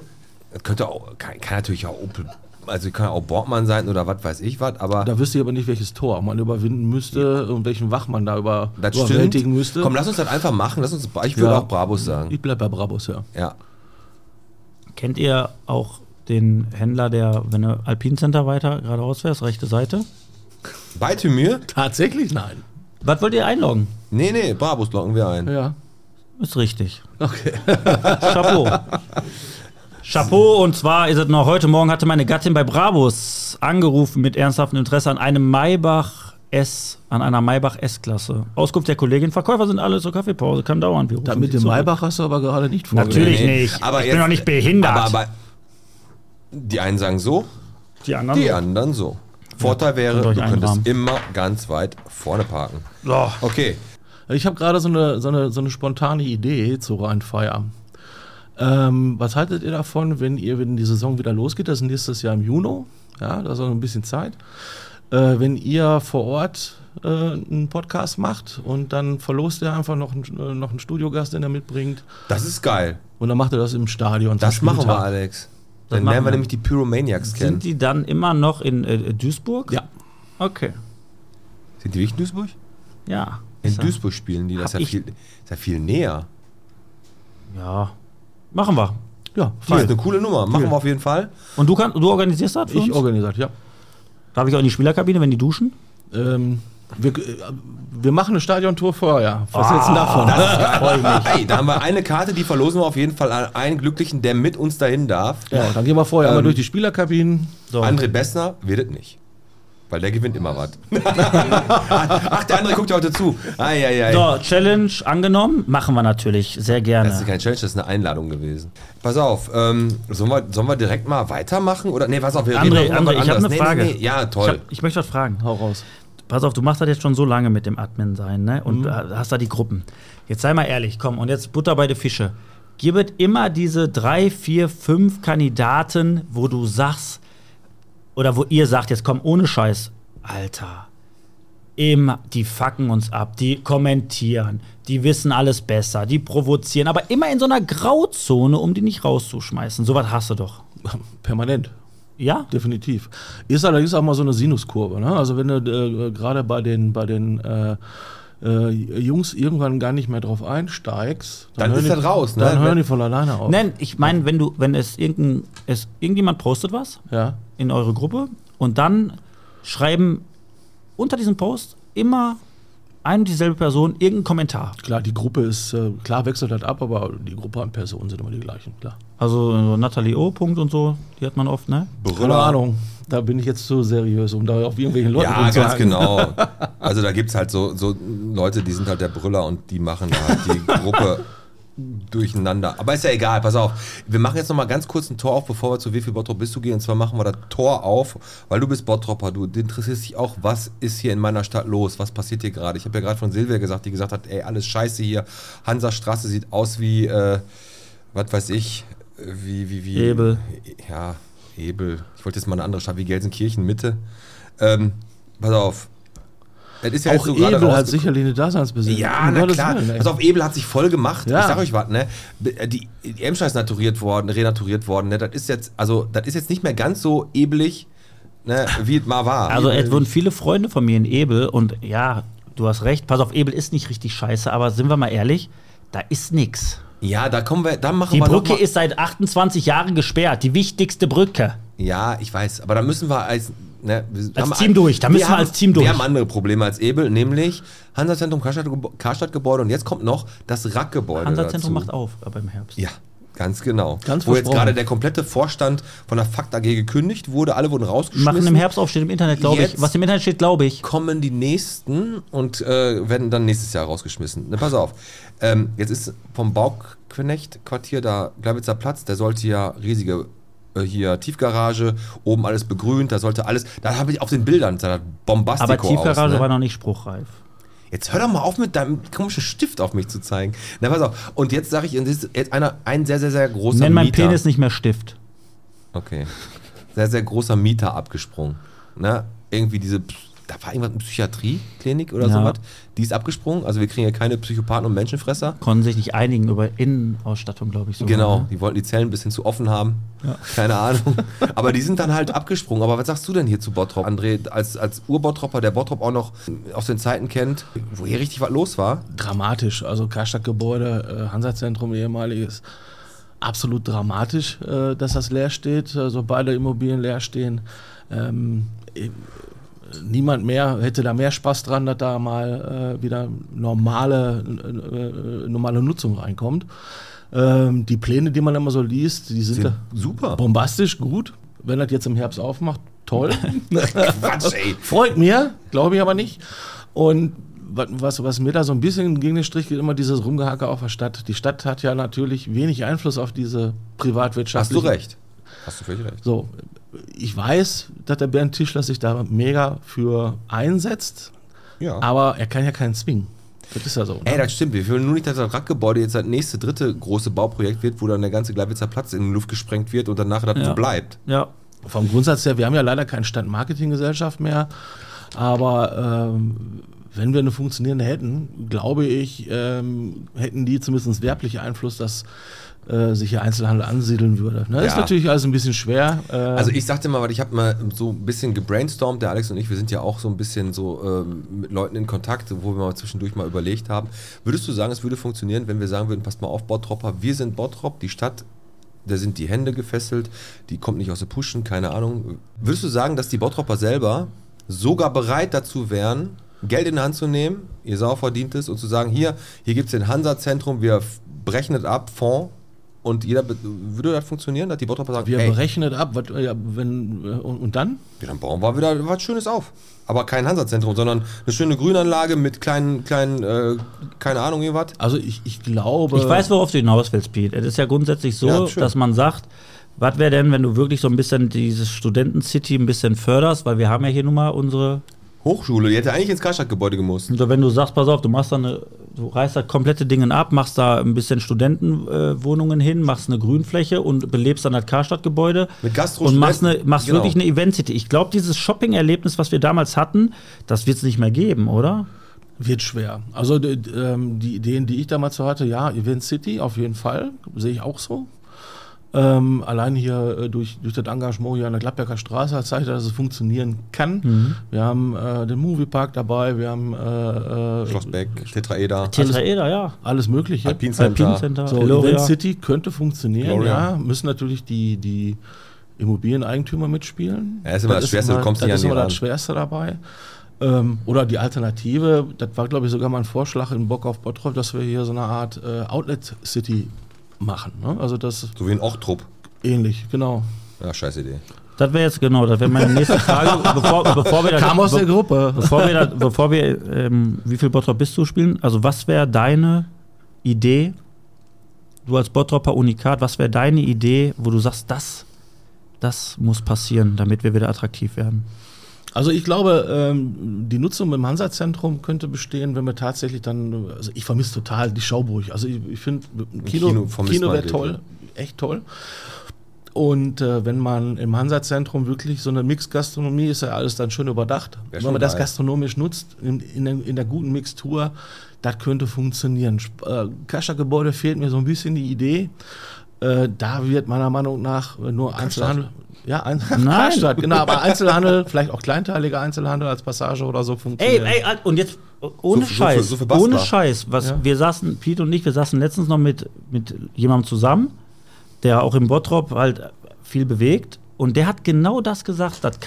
Speaker 1: das könnte auch, kann, kann natürlich auch Opel, also kann auch Borgmann sein oder was weiß ich was, aber
Speaker 4: da wüsste ich aber nicht, welches Tor man überwinden müsste und welchen Wachmann da über,
Speaker 1: das stimmt.
Speaker 4: überwältigen müsste.
Speaker 1: Komm, lass uns das einfach machen, lass uns, ich würde
Speaker 4: Ja.
Speaker 1: auch Brabus sagen.
Speaker 4: ich bleib bei Brabus, ja.
Speaker 1: Ja.
Speaker 2: Kennt ihr auch den Händler, der, wenn du Alpincenter weiter geradeaus fährst, rechte Seite?
Speaker 1: Beitemir?
Speaker 4: Tatsächlich nein.
Speaker 2: Was wollt ihr einloggen?
Speaker 1: Nee, nee, Brabus locken wir ein.
Speaker 4: Ja.
Speaker 2: Ist richtig. Okay.
Speaker 4: [LAUGHS]
Speaker 2: Chapeau. Chapeau, und zwar ist es noch heute Morgen, hatte meine Gattin bei Brabus angerufen mit ernsthaftem Interesse an einem Maybach S, an einer Maybach S-Klasse. Auskunft der Kollegin, Verkäufer sind alle zur Kaffeepause, kann dauern. Wir rufen
Speaker 4: Da
Speaker 2: Sie
Speaker 4: mit dem
Speaker 2: zurück.
Speaker 4: Maybach hast du aber gerade nicht vorgelegt.
Speaker 2: Natürlich nicht.
Speaker 1: Aber
Speaker 2: Ich
Speaker 1: jetzt,
Speaker 2: bin doch nicht behindert.
Speaker 1: Aber, aber die einen sagen so,
Speaker 2: Die anderen.
Speaker 1: die anderen so. Vorteil wäre,
Speaker 2: könnt ihr
Speaker 1: du
Speaker 2: euch
Speaker 1: könntest
Speaker 2: einrahmen.
Speaker 1: immer ganz weit vorne parken.
Speaker 2: So.
Speaker 1: Okay,
Speaker 4: Ich habe gerade so eine, so, eine, so eine spontane Idee zu Rheinfeier. Ähm, was haltet ihr davon, wenn ihr, wenn die Saison wieder losgeht, das ist nächstes Jahr im Juni, ja, da ist auch noch ein bisschen Zeit, äh, wenn ihr vor Ort äh, einen Podcast macht und dann verlost ihr einfach noch einen, äh, noch einen Studiogast, den er mitbringt
Speaker 1: das ist geil.
Speaker 4: und dann macht ihr das im Stadion. zum
Speaker 1: Das machen wir,
Speaker 4: Spieltag.
Speaker 1: Alex. Dann
Speaker 2: machen
Speaker 1: lernen wir
Speaker 2: wir.
Speaker 1: nämlich die Pyromaniacs kennen.
Speaker 2: Sind die dann immer noch in äh, Duisburg?
Speaker 4: Ja.
Speaker 2: Okay.
Speaker 1: Sind die wirklich in Duisburg?
Speaker 2: Ja.
Speaker 1: In
Speaker 2: Ist ja-
Speaker 1: Duisburg spielen die, das ist
Speaker 2: Hab
Speaker 1: ja,
Speaker 2: ich-
Speaker 1: viel, ist ja viel näher.
Speaker 2: Ja. Machen wir.
Speaker 4: Ja,
Speaker 1: Das ist
Speaker 4: fein.
Speaker 1: eine coole Nummer, machen wir auf jeden Fall.
Speaker 2: Und du, kann, du organisierst das für
Speaker 4: Ich
Speaker 2: uns?
Speaker 4: organisiert, ja.
Speaker 2: Darf ich auch in die Spielerkabine, wenn die duschen?
Speaker 4: Ähm, wir, äh, wir machen eine Stadiontour vorher. Was hältst
Speaker 1: Ah,
Speaker 4: du denn
Speaker 1: [LAUGHS]
Speaker 4: davon? [LAUGHS]
Speaker 1: Hey, da haben wir eine Karte, die verlosen wir auf jeden Fall an einen Glücklichen, der mit uns dahin darf.
Speaker 4: ja, dann gehen wir
Speaker 1: Ähm,
Speaker 4: vorher einmal durch die Spielerkabinen.
Speaker 2: So.
Speaker 1: André Bessner wird es nicht. Weil der gewinnt immer was. [LAUGHS] Ach, der andere guckt ja heute zu. Ei, ei, ei.
Speaker 2: So, Challenge angenommen. Machen wir natürlich.
Speaker 1: Das
Speaker 2: Sehr
Speaker 1: ist
Speaker 2: gerne.
Speaker 1: keine Challenge, das ist eine Einladung gewesen. Pass auf, ähm, sollen, wir, sollen wir direkt mal weitermachen? Oder, nee, pass auf, wir
Speaker 2: André,
Speaker 1: noch über
Speaker 2: André, ich
Speaker 1: was
Speaker 2: habe
Speaker 1: anderes.
Speaker 2: eine Frage.
Speaker 1: Ja,
Speaker 2: Ich,
Speaker 1: toll.
Speaker 2: hab, ich möchte was fragen.
Speaker 4: Hau raus.
Speaker 2: Pass auf, du machst das jetzt schon so lange mit dem Admin sein, ne? Und äh, hast da die Gruppen. Jetzt sei mal ehrlich, komm, und jetzt Butter bei den Fische. Gibt immer diese drei, vier, fünf Kandidaten, wo du sagst, oder wo ihr sagt, jetzt komm, ohne Scheiß, Alter, Immer, die fucken uns ab, die kommentieren, die wissen alles besser, die provozieren, aber immer in so einer Grauzone, um die nicht rauszuschmeißen. Sowas hast du doch.
Speaker 4: [LAUGHS] Permanent.
Speaker 2: Ja?
Speaker 4: definitiv. Ist allerdings auch mal so eine Sinuskurve. Ne? Also wenn du äh, gerade bei den, bei den äh, äh, Jungs irgendwann gar nicht mehr drauf einsteigst,
Speaker 1: Dann
Speaker 4: hören
Speaker 1: ist
Speaker 4: die-
Speaker 1: das raus, ne?
Speaker 4: Dann hören die von alleine auf.
Speaker 2: Nein, ich meine, wenn du, wenn es irgendein, es, irgendjemand postet was
Speaker 4: Ja.
Speaker 2: in eure Gruppe und dann schreiben unter diesem Post immer ein und dieselbe Person irgendeinen Kommentar.
Speaker 4: Klar, die Gruppe ist, äh, klar wechselt das ab, aber die Gruppe an Personen sind immer die gleichen, klar.
Speaker 2: Also so Natalie O. Punkt und so, die hat man oft, ne?
Speaker 4: Keine Ahnung, da bin ich jetzt zu seriös, um da auf irgendwelchen Leuten
Speaker 1: Ja, ganz
Speaker 4: rumzuhacken.
Speaker 1: genau. Also da gibt es halt so, so Leute, die sind halt der Brüller und die machen da halt die Gruppe durcheinander. Aber ist ja egal, pass auf. Wir machen jetzt nochmal ganz kurz ein Tor auf, bevor wir zu wie viel Bottrop bist du gehen. Und zwar machen wir das Tor auf, weil du bist Bottropper, du interessierst dich auch, was ist hier in meiner Stadt los, was passiert hier gerade. Ich habe ja gerade von Silvia gesagt, die gesagt hat, ey, alles scheiße hier. Hansastraße sieht aus wie, äh, was weiß ich, äh, wie, wie, wie.
Speaker 2: Ebel.
Speaker 1: Ja, Ebel. Ich wollte jetzt mal eine andere Stadt wie Gelsenkirchen, Mitte. Ähm, pass auf. Das ist ja jetzt
Speaker 4: Auch
Speaker 1: so gerade
Speaker 4: Ebel hat
Speaker 1: rausgek-
Speaker 4: sicherlich eine Daseinsbesitzung.
Speaker 1: ja, na klar.
Speaker 4: Willen,
Speaker 1: Pass auf, Ebel hat sich voll gemacht.
Speaker 4: Ja.
Speaker 1: Ich sag euch was, ne? Die, die Emscher ist naturiert worden, renaturiert worden, ne? Das ist jetzt, also, das ist jetzt nicht mehr ganz so ebelig, ne, wie es mal war.
Speaker 2: Also es wurden viele Freunde von mir in Ebel und ja, du hast recht, pass auf, Ebel ist nicht richtig scheiße, aber sind wir mal ehrlich, da ist nix.
Speaker 1: ja, da kommen wir, da machen
Speaker 2: Die
Speaker 1: wir noch
Speaker 2: Brücke
Speaker 1: mal-
Speaker 2: ist seit 28 Jahren gesperrt, die wichtigste Brücke.
Speaker 1: Ja, ich weiß, aber da müssen wir als, ne, wir
Speaker 2: Als Team durch, da müssen wir
Speaker 1: haben,
Speaker 2: als Team durch.
Speaker 1: Wir haben andere Probleme als Ebel, nämlich Hansa-Zentrum, Karstadt- Karstadt-Gebäude und jetzt komkommt noch das Rack-Gebäude
Speaker 2: Hansa-Zentrum
Speaker 1: dazu.
Speaker 2: macht auf, aber im Herbst.
Speaker 1: Ja, ganz genau.
Speaker 4: Ganz
Speaker 1: Wo jetzt
Speaker 4: versprochen.
Speaker 1: gerade der komplette Vorstand von der Fakt AG gekündigt wurde, alle wurden rausgeschmissen.
Speaker 2: Machen im Herbst auf, steht im Internet, glaube ich.
Speaker 1: Jetzt-
Speaker 2: Was im Internet steht, glaube ich.
Speaker 1: kommen die nächsten und äh, werden dann nächstes Jahr rausgeschmissen. Ne, pass auf. Ähm, jetzt ist vom Bauknecht-Quartier da Gleiwitzer Platz, der sollte ja riesige äh, hier Tiefgarage, oben alles begrünt, da sollte alles. Da habe ich auf den Bildern, da hat Bombastico
Speaker 2: Aber Tiefgarage
Speaker 1: aus, ne?
Speaker 2: war noch nicht spruchreif.
Speaker 1: Jetzt hör doch mal auf mit deinem komischen Stift auf mich zu zeigen. Na, pass auf. Und jetzt sage ich, und jetzt ist jetzt einer, ein sehr, sehr, sehr großer
Speaker 2: Nenn meinen
Speaker 1: Mieter.
Speaker 2: Penis nicht mehr Stift.
Speaker 1: Okay. Sehr, sehr großer Mieter abgesprungen. Ne? Irgendwie diese, da war irgendwas eine Psychiatrieklinik oder
Speaker 2: Ja.
Speaker 1: sowas. Die ist abgesprungen. Also wir kriegen ja keine Psychopathen und Menschenfresser.
Speaker 2: Konnten sich nicht einigen über Innenausstattung, glaube ich. sogar,
Speaker 1: Genau,
Speaker 2: ne?
Speaker 1: die wollten die Zellen ein bisschen zu offen haben. Keine Ahnung. Aber die sind dann halt abgesprungen. Aber was sagst du denn hier zu Bottrop, André? Als, als Urbottropper, der Bottrop auch noch aus den Zeiten kennt, wo hier richtig was los war.
Speaker 4: dramatisch. Also Karstadt-Gebäude, äh, Hansa-Zentrum ehemaliges, absolut dramatisch, äh, dass das leer steht. Also beide Immobilien leer stehen. Ähm, eh, niemand mehr hätte da mehr Spaß dran, dass da mal äh, wieder normale, äh, äh, normale Nutzung reinkommt. Ähm, die Pläne, die man immer so liest, die sind,
Speaker 1: Sind
Speaker 4: da
Speaker 1: super.
Speaker 4: bombastisch gut. Wenn das jetzt im Herbst aufmacht, toll.
Speaker 1: Quatsch, ey.
Speaker 4: Freut mir, glaube ich aber nicht. Und wa- was, was mir da so ein bisschen gegen den Strich geht, immer dieses Rumgehacke auf der Stadt. Die Stadt hat ja natürlich wenig Einfluss auf diese
Speaker 1: Hast du
Speaker 4: privatwirtschaftliche.
Speaker 1: recht. Hast du völlig recht.
Speaker 4: So, ich weiß, dass der Bernd Tischler sich da mega für einsetzt,
Speaker 1: Ja.
Speaker 4: aber er kann ja keinen zwingen. Das ist ja so.
Speaker 1: Ey,
Speaker 4: Ne?
Speaker 1: das stimmt. Wir wollen nur nicht, dass das Rackgebäude jetzt das nächste, dritte große Bauprojekt wird, wo dann der ganze Gleiwitzer Platz in die Luft gesprengt wird und danach das so bleibt.
Speaker 2: Ja.
Speaker 4: Vom Grundsatz her, wir haben ja leider keine Standmarketinggesellschaft mehr, aber ähm, wenn wir eine funktionierende hätten, glaube ich, ähm, hätten die zumindest werblich Einfluss, dass äh, sich hier Einzelhandel ansiedeln würde. Ne? Ist
Speaker 1: Ja.
Speaker 4: natürlich alles ein bisschen schwer. Äh,
Speaker 1: Also ich sagte mal, weil ich habe mal so ein bisschen gebrainstormt, der Alex und ich, wir sind ja auch so ein bisschen so ähm, mit Leuten in Kontakt, wo wir mal zwischendurch mal überlegt haben. Würdest du sagen, es würde funktionieren, wenn wir sagen würden, passt mal auf, Bottropper, wir sind Bottrop, die Stadt, da sind die Hände gefesselt, die kommt nicht aus der Puschen, keine Ahnung. Würdest du sagen, dass die Bottropper selber sogar bereit dazu wären, Geld in die Hand zu nehmen, ihr sauer verdientes, und zu sagen, hier, hier gibt es den Hansa-Zentrum, wir f- brechen es ab, Fonds, und jeder, be- würde das funktionieren, dass die Bottropper sagen,
Speaker 4: wir
Speaker 1: ey,
Speaker 4: berechnen ab, was, ja, wenn, äh, und, und dann?
Speaker 1: ja, dann bauen wir wieder was Schönes auf. Aber kein Hansa-Zentrum, sondern eine schöne Grünanlage mit kleinen, kleinen, äh, keine Ahnung, irgendwas.
Speaker 4: Also ich, ich glaube,
Speaker 2: Ich weiß, worauf du hinaus willst, Pete. Es ist ja grundsätzlich so,
Speaker 1: äh, Ja, schön.
Speaker 2: dass man sagt, was wäre denn, wenn du wirklich so ein bisschen dieses Studenten-City ein bisschen förderst, weil wir haben ja hier nun mal unsere
Speaker 1: Hochschule, die hätte eigentlich ins Karstadt-Gebäude gemusst.
Speaker 2: Also Und wenn du sagst, pass auf, du machst dann eine, Du reißt das komplette Dingen ab, machst da ein bisschen Studentenwohnungen hin, machst eine Grünfläche und belebst dann das Karstadt-Gebäude.
Speaker 1: Mit Gastro-
Speaker 2: Und machst, eine,
Speaker 1: Studenten-
Speaker 2: machst
Speaker 1: genau.
Speaker 2: wirklich eine Event-City. Ich glaube, dieses Shopping-Erlebnis, was wir damals hatten, das wird es nicht mehr geben, oder?
Speaker 4: Wird schwer. Also d- d- ähm, die Ideen, die ich damals so hatte, ja, Event City auf jeden Fall, sehe ich auch so. Ähm, allein hier äh, durch, durch das Engagement hier an der Gladberger Straße hat zeigt, dass es funktionieren kann. Wir haben äh, den Moviepark dabei, wir haben äh, äh,
Speaker 1: Schlossbeck, Tetraeder,
Speaker 2: Tetraeder, ja.
Speaker 4: alles Mögliche.
Speaker 1: Alpin
Speaker 2: Alpine
Speaker 1: Center.
Speaker 2: Center,
Speaker 4: So,
Speaker 2: Eloria.
Speaker 4: Event City könnte funktionieren,
Speaker 1: Gloria.
Speaker 4: ja. Müssen natürlich die, die Immobilieneigentümer mitspielen.
Speaker 1: Ja, ist immer das Schwerste, du kommst nicht
Speaker 4: Das ist
Speaker 1: an die
Speaker 4: immer
Speaker 1: ran.
Speaker 4: das Schwerste dabei. Ähm, oder die Alternative, das war, glaube ich, sogar mal ein Vorschlag in Bock auf Bottrop, dass wir hier so eine Art äh, Outlet City machen. Ne? Also das ist
Speaker 1: so wie ein Ochtrup.
Speaker 4: ähnlich, genau.
Speaker 1: Ja, scheiß Idee.
Speaker 2: Das wäre jetzt genau, das wäre meine nächste Frage. bevor, bevor wir das-
Speaker 4: Kam aus der
Speaker 2: be-
Speaker 4: Gruppe.
Speaker 2: Bevor wir, da, bevor wir ähm, wie viel Bottrop bist du spielen, also was wäre deine Idee, du als Bottropper Unikat, was wäre deine Idee, wo du sagst, das, das muss passieren, damit wir wieder attraktiv werden?
Speaker 4: Also ich glaube, ähm, die Nutzung im Hansa-Zentrum könnte bestehen, wenn wir tatsächlich dann, also ich vermisse total die Schauburg. Also ich, ich finde, ein
Speaker 1: Kino
Speaker 4: Kino, Kino,
Speaker 1: vermisst
Speaker 4: Kino
Speaker 1: man
Speaker 4: wäre toll, echt toll. Und äh, wenn man im Hansa-Zentrum wirklich so eine Mix-Gastronomie ist, ja alles dann schön überdacht.
Speaker 1: Wär
Speaker 4: wenn
Speaker 1: schon
Speaker 4: man das
Speaker 1: geil.
Speaker 4: gastronomisch nutzt, in, in, der- in der guten Mixtur, das könnte funktionieren. Sp- Äh, Kascha-Gebäude fehlt mir so ein bisschen die Idee. Äh, da wird meiner Meinung nach nur Einzelhandel. Ja, ein Karstadt, genau, aber Einzelhandel, vielleicht auch kleinteiliger Einzelhandel als Passage oder so
Speaker 2: Ey,
Speaker 4: funktioniert.
Speaker 2: ey, und jetzt ohne
Speaker 1: So- so viel-
Speaker 2: Scheiß,
Speaker 1: so viel Bass
Speaker 2: ohne
Speaker 1: war.
Speaker 2: Scheiß, was
Speaker 4: Ja.
Speaker 2: wir saßen, Pete und ich, wir saßen letztens noch mit, mit jemandem zusammen, der auch im Bottrop halt viel bewegt und der hat genau das gesagt, das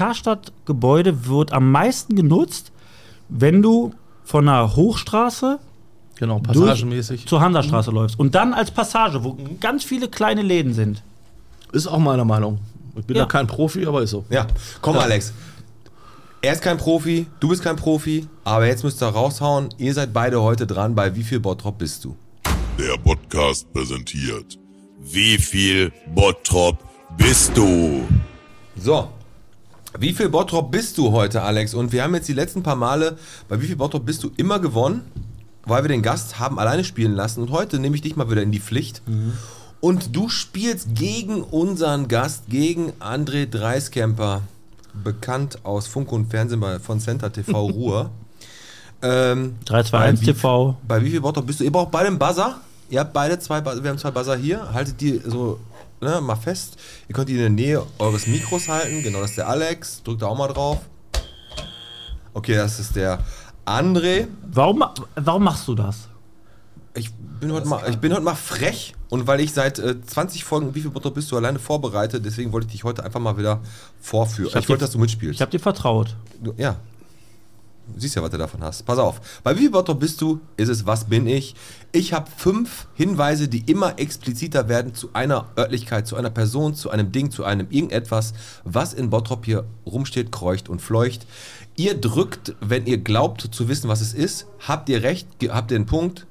Speaker 2: Karstadt-Gebäude wird am meisten genutzt, wenn du von einer Hochstraße
Speaker 4: Genau,
Speaker 2: durch
Speaker 4: passagenmäßig.
Speaker 2: zur Hansastraße
Speaker 1: Mhm.
Speaker 2: läufst und dann als Passage, wo ganz viele kleine Läden sind.
Speaker 4: Ist auch meiner Meinung. Ich bin
Speaker 2: Ja.
Speaker 4: ja kein Profi, aber ist so.
Speaker 1: Ja, komm, Alex. Er ist kein Profi, du bist kein Profi, aber jetzt müsst ihr raushauen. Ihr seid beide heute dran bei Wie viel Bottrop bist du?
Speaker 7: Der Podcast präsentiert. Wie viel Bottrop bist du?
Speaker 1: So. Wie viel Bottrop bist du heute, Alex? Und wir haben jetzt die letzten paar Male bei Wie viel Bottrop bist du immer gewonnen, weil wir den Gast haben alleine spielen lassen. Und heute nehme ich dich mal wieder in die Pflicht. Und du spielst gegen unseren Gast, gegen André Dreiskemper, bekannt aus Funk und Fernsehen bei, von Center TV Ruhr. ähm, bei
Speaker 2: 321
Speaker 1: wie-
Speaker 2: TV.
Speaker 1: Bei wie viel Bottrop bist du? Ihr braucht beide einen Buzzer. Ihr habt beide zwei, Bu- wir haben zwei Buzzer hier. Haltet die so ne, mal fest. Ihr könnt die in der Nähe eures Mikros halten. Genau, das ist der Alex. Drückt da auch mal drauf. Okay, das ist der André.
Speaker 2: Warum, warum machst du das?
Speaker 1: Ich bin, heute mal, ich bin heute mal frech und weil ich seit äh, 20 Folgen, wie viel Bottrop bist du alleine vorbereite, deswegen wollte ich dich heute einfach mal wieder vorführen. Ich,
Speaker 2: hab
Speaker 1: wollte,
Speaker 2: dir-
Speaker 1: dass du mitspielst.
Speaker 2: Ich habe dir vertraut.
Speaker 1: Du- Ja. Du siehst ja, was du davon hast. Pass auf. Bei wie viel Bottrop bist du? Ist es Was bin ich? Ich habe fünf Hinweise, die immer expliziter werden zu einer Örtlichkeit, zu einer Person, zu einem Ding, zu einem irgendetwas, was in Bottrop hier rumsteht, kreucht und fleucht. Ihr drückt, wenn ihr glaubt zu wissen, was es ist. Habt ihr recht? Ge- Habt ihr einen Punkt?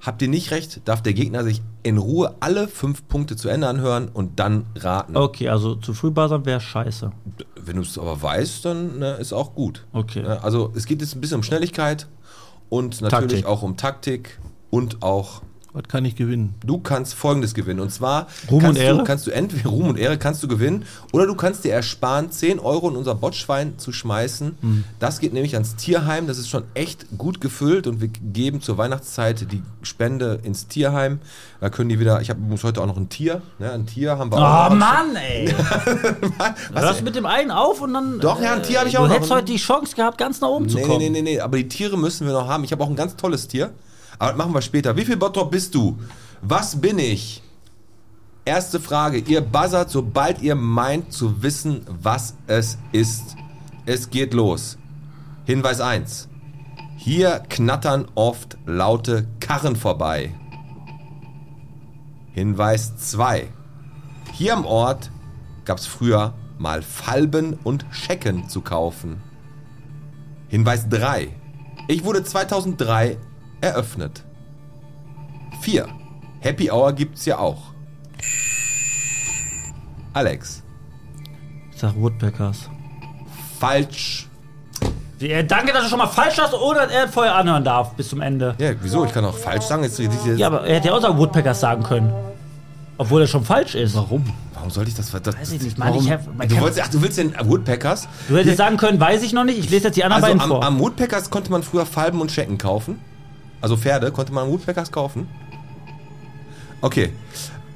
Speaker 1: Habt ihr nicht recht? Darf der Gegner sich in Ruhe alle fünf Punkte zu Ende anhören und dann raten.
Speaker 2: Okay, also zu früh buzzern wäre scheiße.
Speaker 1: Wenn du es aber weißt, dann ne, ist auch gut.
Speaker 2: Okay.
Speaker 1: Ne, Also es geht jetzt ein bisschen um Schnelligkeit und natürlich
Speaker 2: Taktik.
Speaker 1: auch um Taktik und auch
Speaker 4: Was kann ich gewinnen?
Speaker 1: du kannst Folgendes gewinnen und zwar
Speaker 2: Ruhm und
Speaker 1: kannst, du,
Speaker 2: Ehre?
Speaker 1: kannst du entweder [LAUGHS] Ruhm und Ehre kannst du gewinnen oder du kannst dir ersparen 10 Euro in unser Botschwein zu schmeißen.
Speaker 2: Mhm.
Speaker 1: Das geht nämlich ans Tierheim. Das ist schon echt gut gefüllt und wir geben zur Weihnachtszeit die Spende ins Tierheim. Da können die wieder. Ich hab, muss heute auch noch ein Tier. Ne, ein Tier haben wir auch.
Speaker 2: Oh
Speaker 1: noch.
Speaker 2: Mann, ey!
Speaker 1: [LAUGHS]
Speaker 2: Hörst mit dem einen auf und dann. äh,
Speaker 1: Doch, ja, ein Tier hab ich auch
Speaker 2: Du
Speaker 1: noch.
Speaker 2: hättest heute die Chance gehabt, ganz nach oben zu
Speaker 1: Nee,
Speaker 2: kommen.
Speaker 1: nee, nee, nee, aber die Tiere müssen wir noch haben. Ich habe auch ein ganz tolles Tier. Aber das machen wir später. Wie viel Bottrop bist du? Was bin ich? Erste Frage. Ihr buzzert, sobald ihr meint zu wissen, was es ist. Es geht los. Hinweis 1. Hier knattern oft laute Karren vorbei. Hinweis 2. Hier am Ort gab es früher mal Falben und Schecken zu kaufen. Hinweis 3. Ich wurde 2003 eröffnet. 4. Happy Hour gibt's ja auch. Alex.
Speaker 2: Ich sag Woodpeckers.
Speaker 1: Falsch.
Speaker 2: Ja, danke, dass du schon mal falsch hast, ohne dass er vorher anhören darf bis zum Ende.
Speaker 1: Ja, wieso? Ich kann auch falsch sagen. Jetzt, jetzt,
Speaker 2: Ja, aber er hätte ja auch sagen Woodpeckers sagen können. Obwohl er schon falsch ist.
Speaker 1: warum? Warum sollte ich das? das
Speaker 2: Weiß ich nicht, Mann,
Speaker 1: warum?
Speaker 2: ich hab- man
Speaker 1: du,
Speaker 2: kann-
Speaker 1: wolltest, ach, du willst den Woodpeckers?
Speaker 2: Du hättest sagen können, weiß ich noch nicht. Ich lese jetzt die anderen
Speaker 1: Also
Speaker 2: beiden
Speaker 1: am,
Speaker 2: vor.
Speaker 1: am Woodpeckers konnte man früher Falben und Schecken kaufen. Also Pferde konnte man am Woodpeckers kaufen. Okay.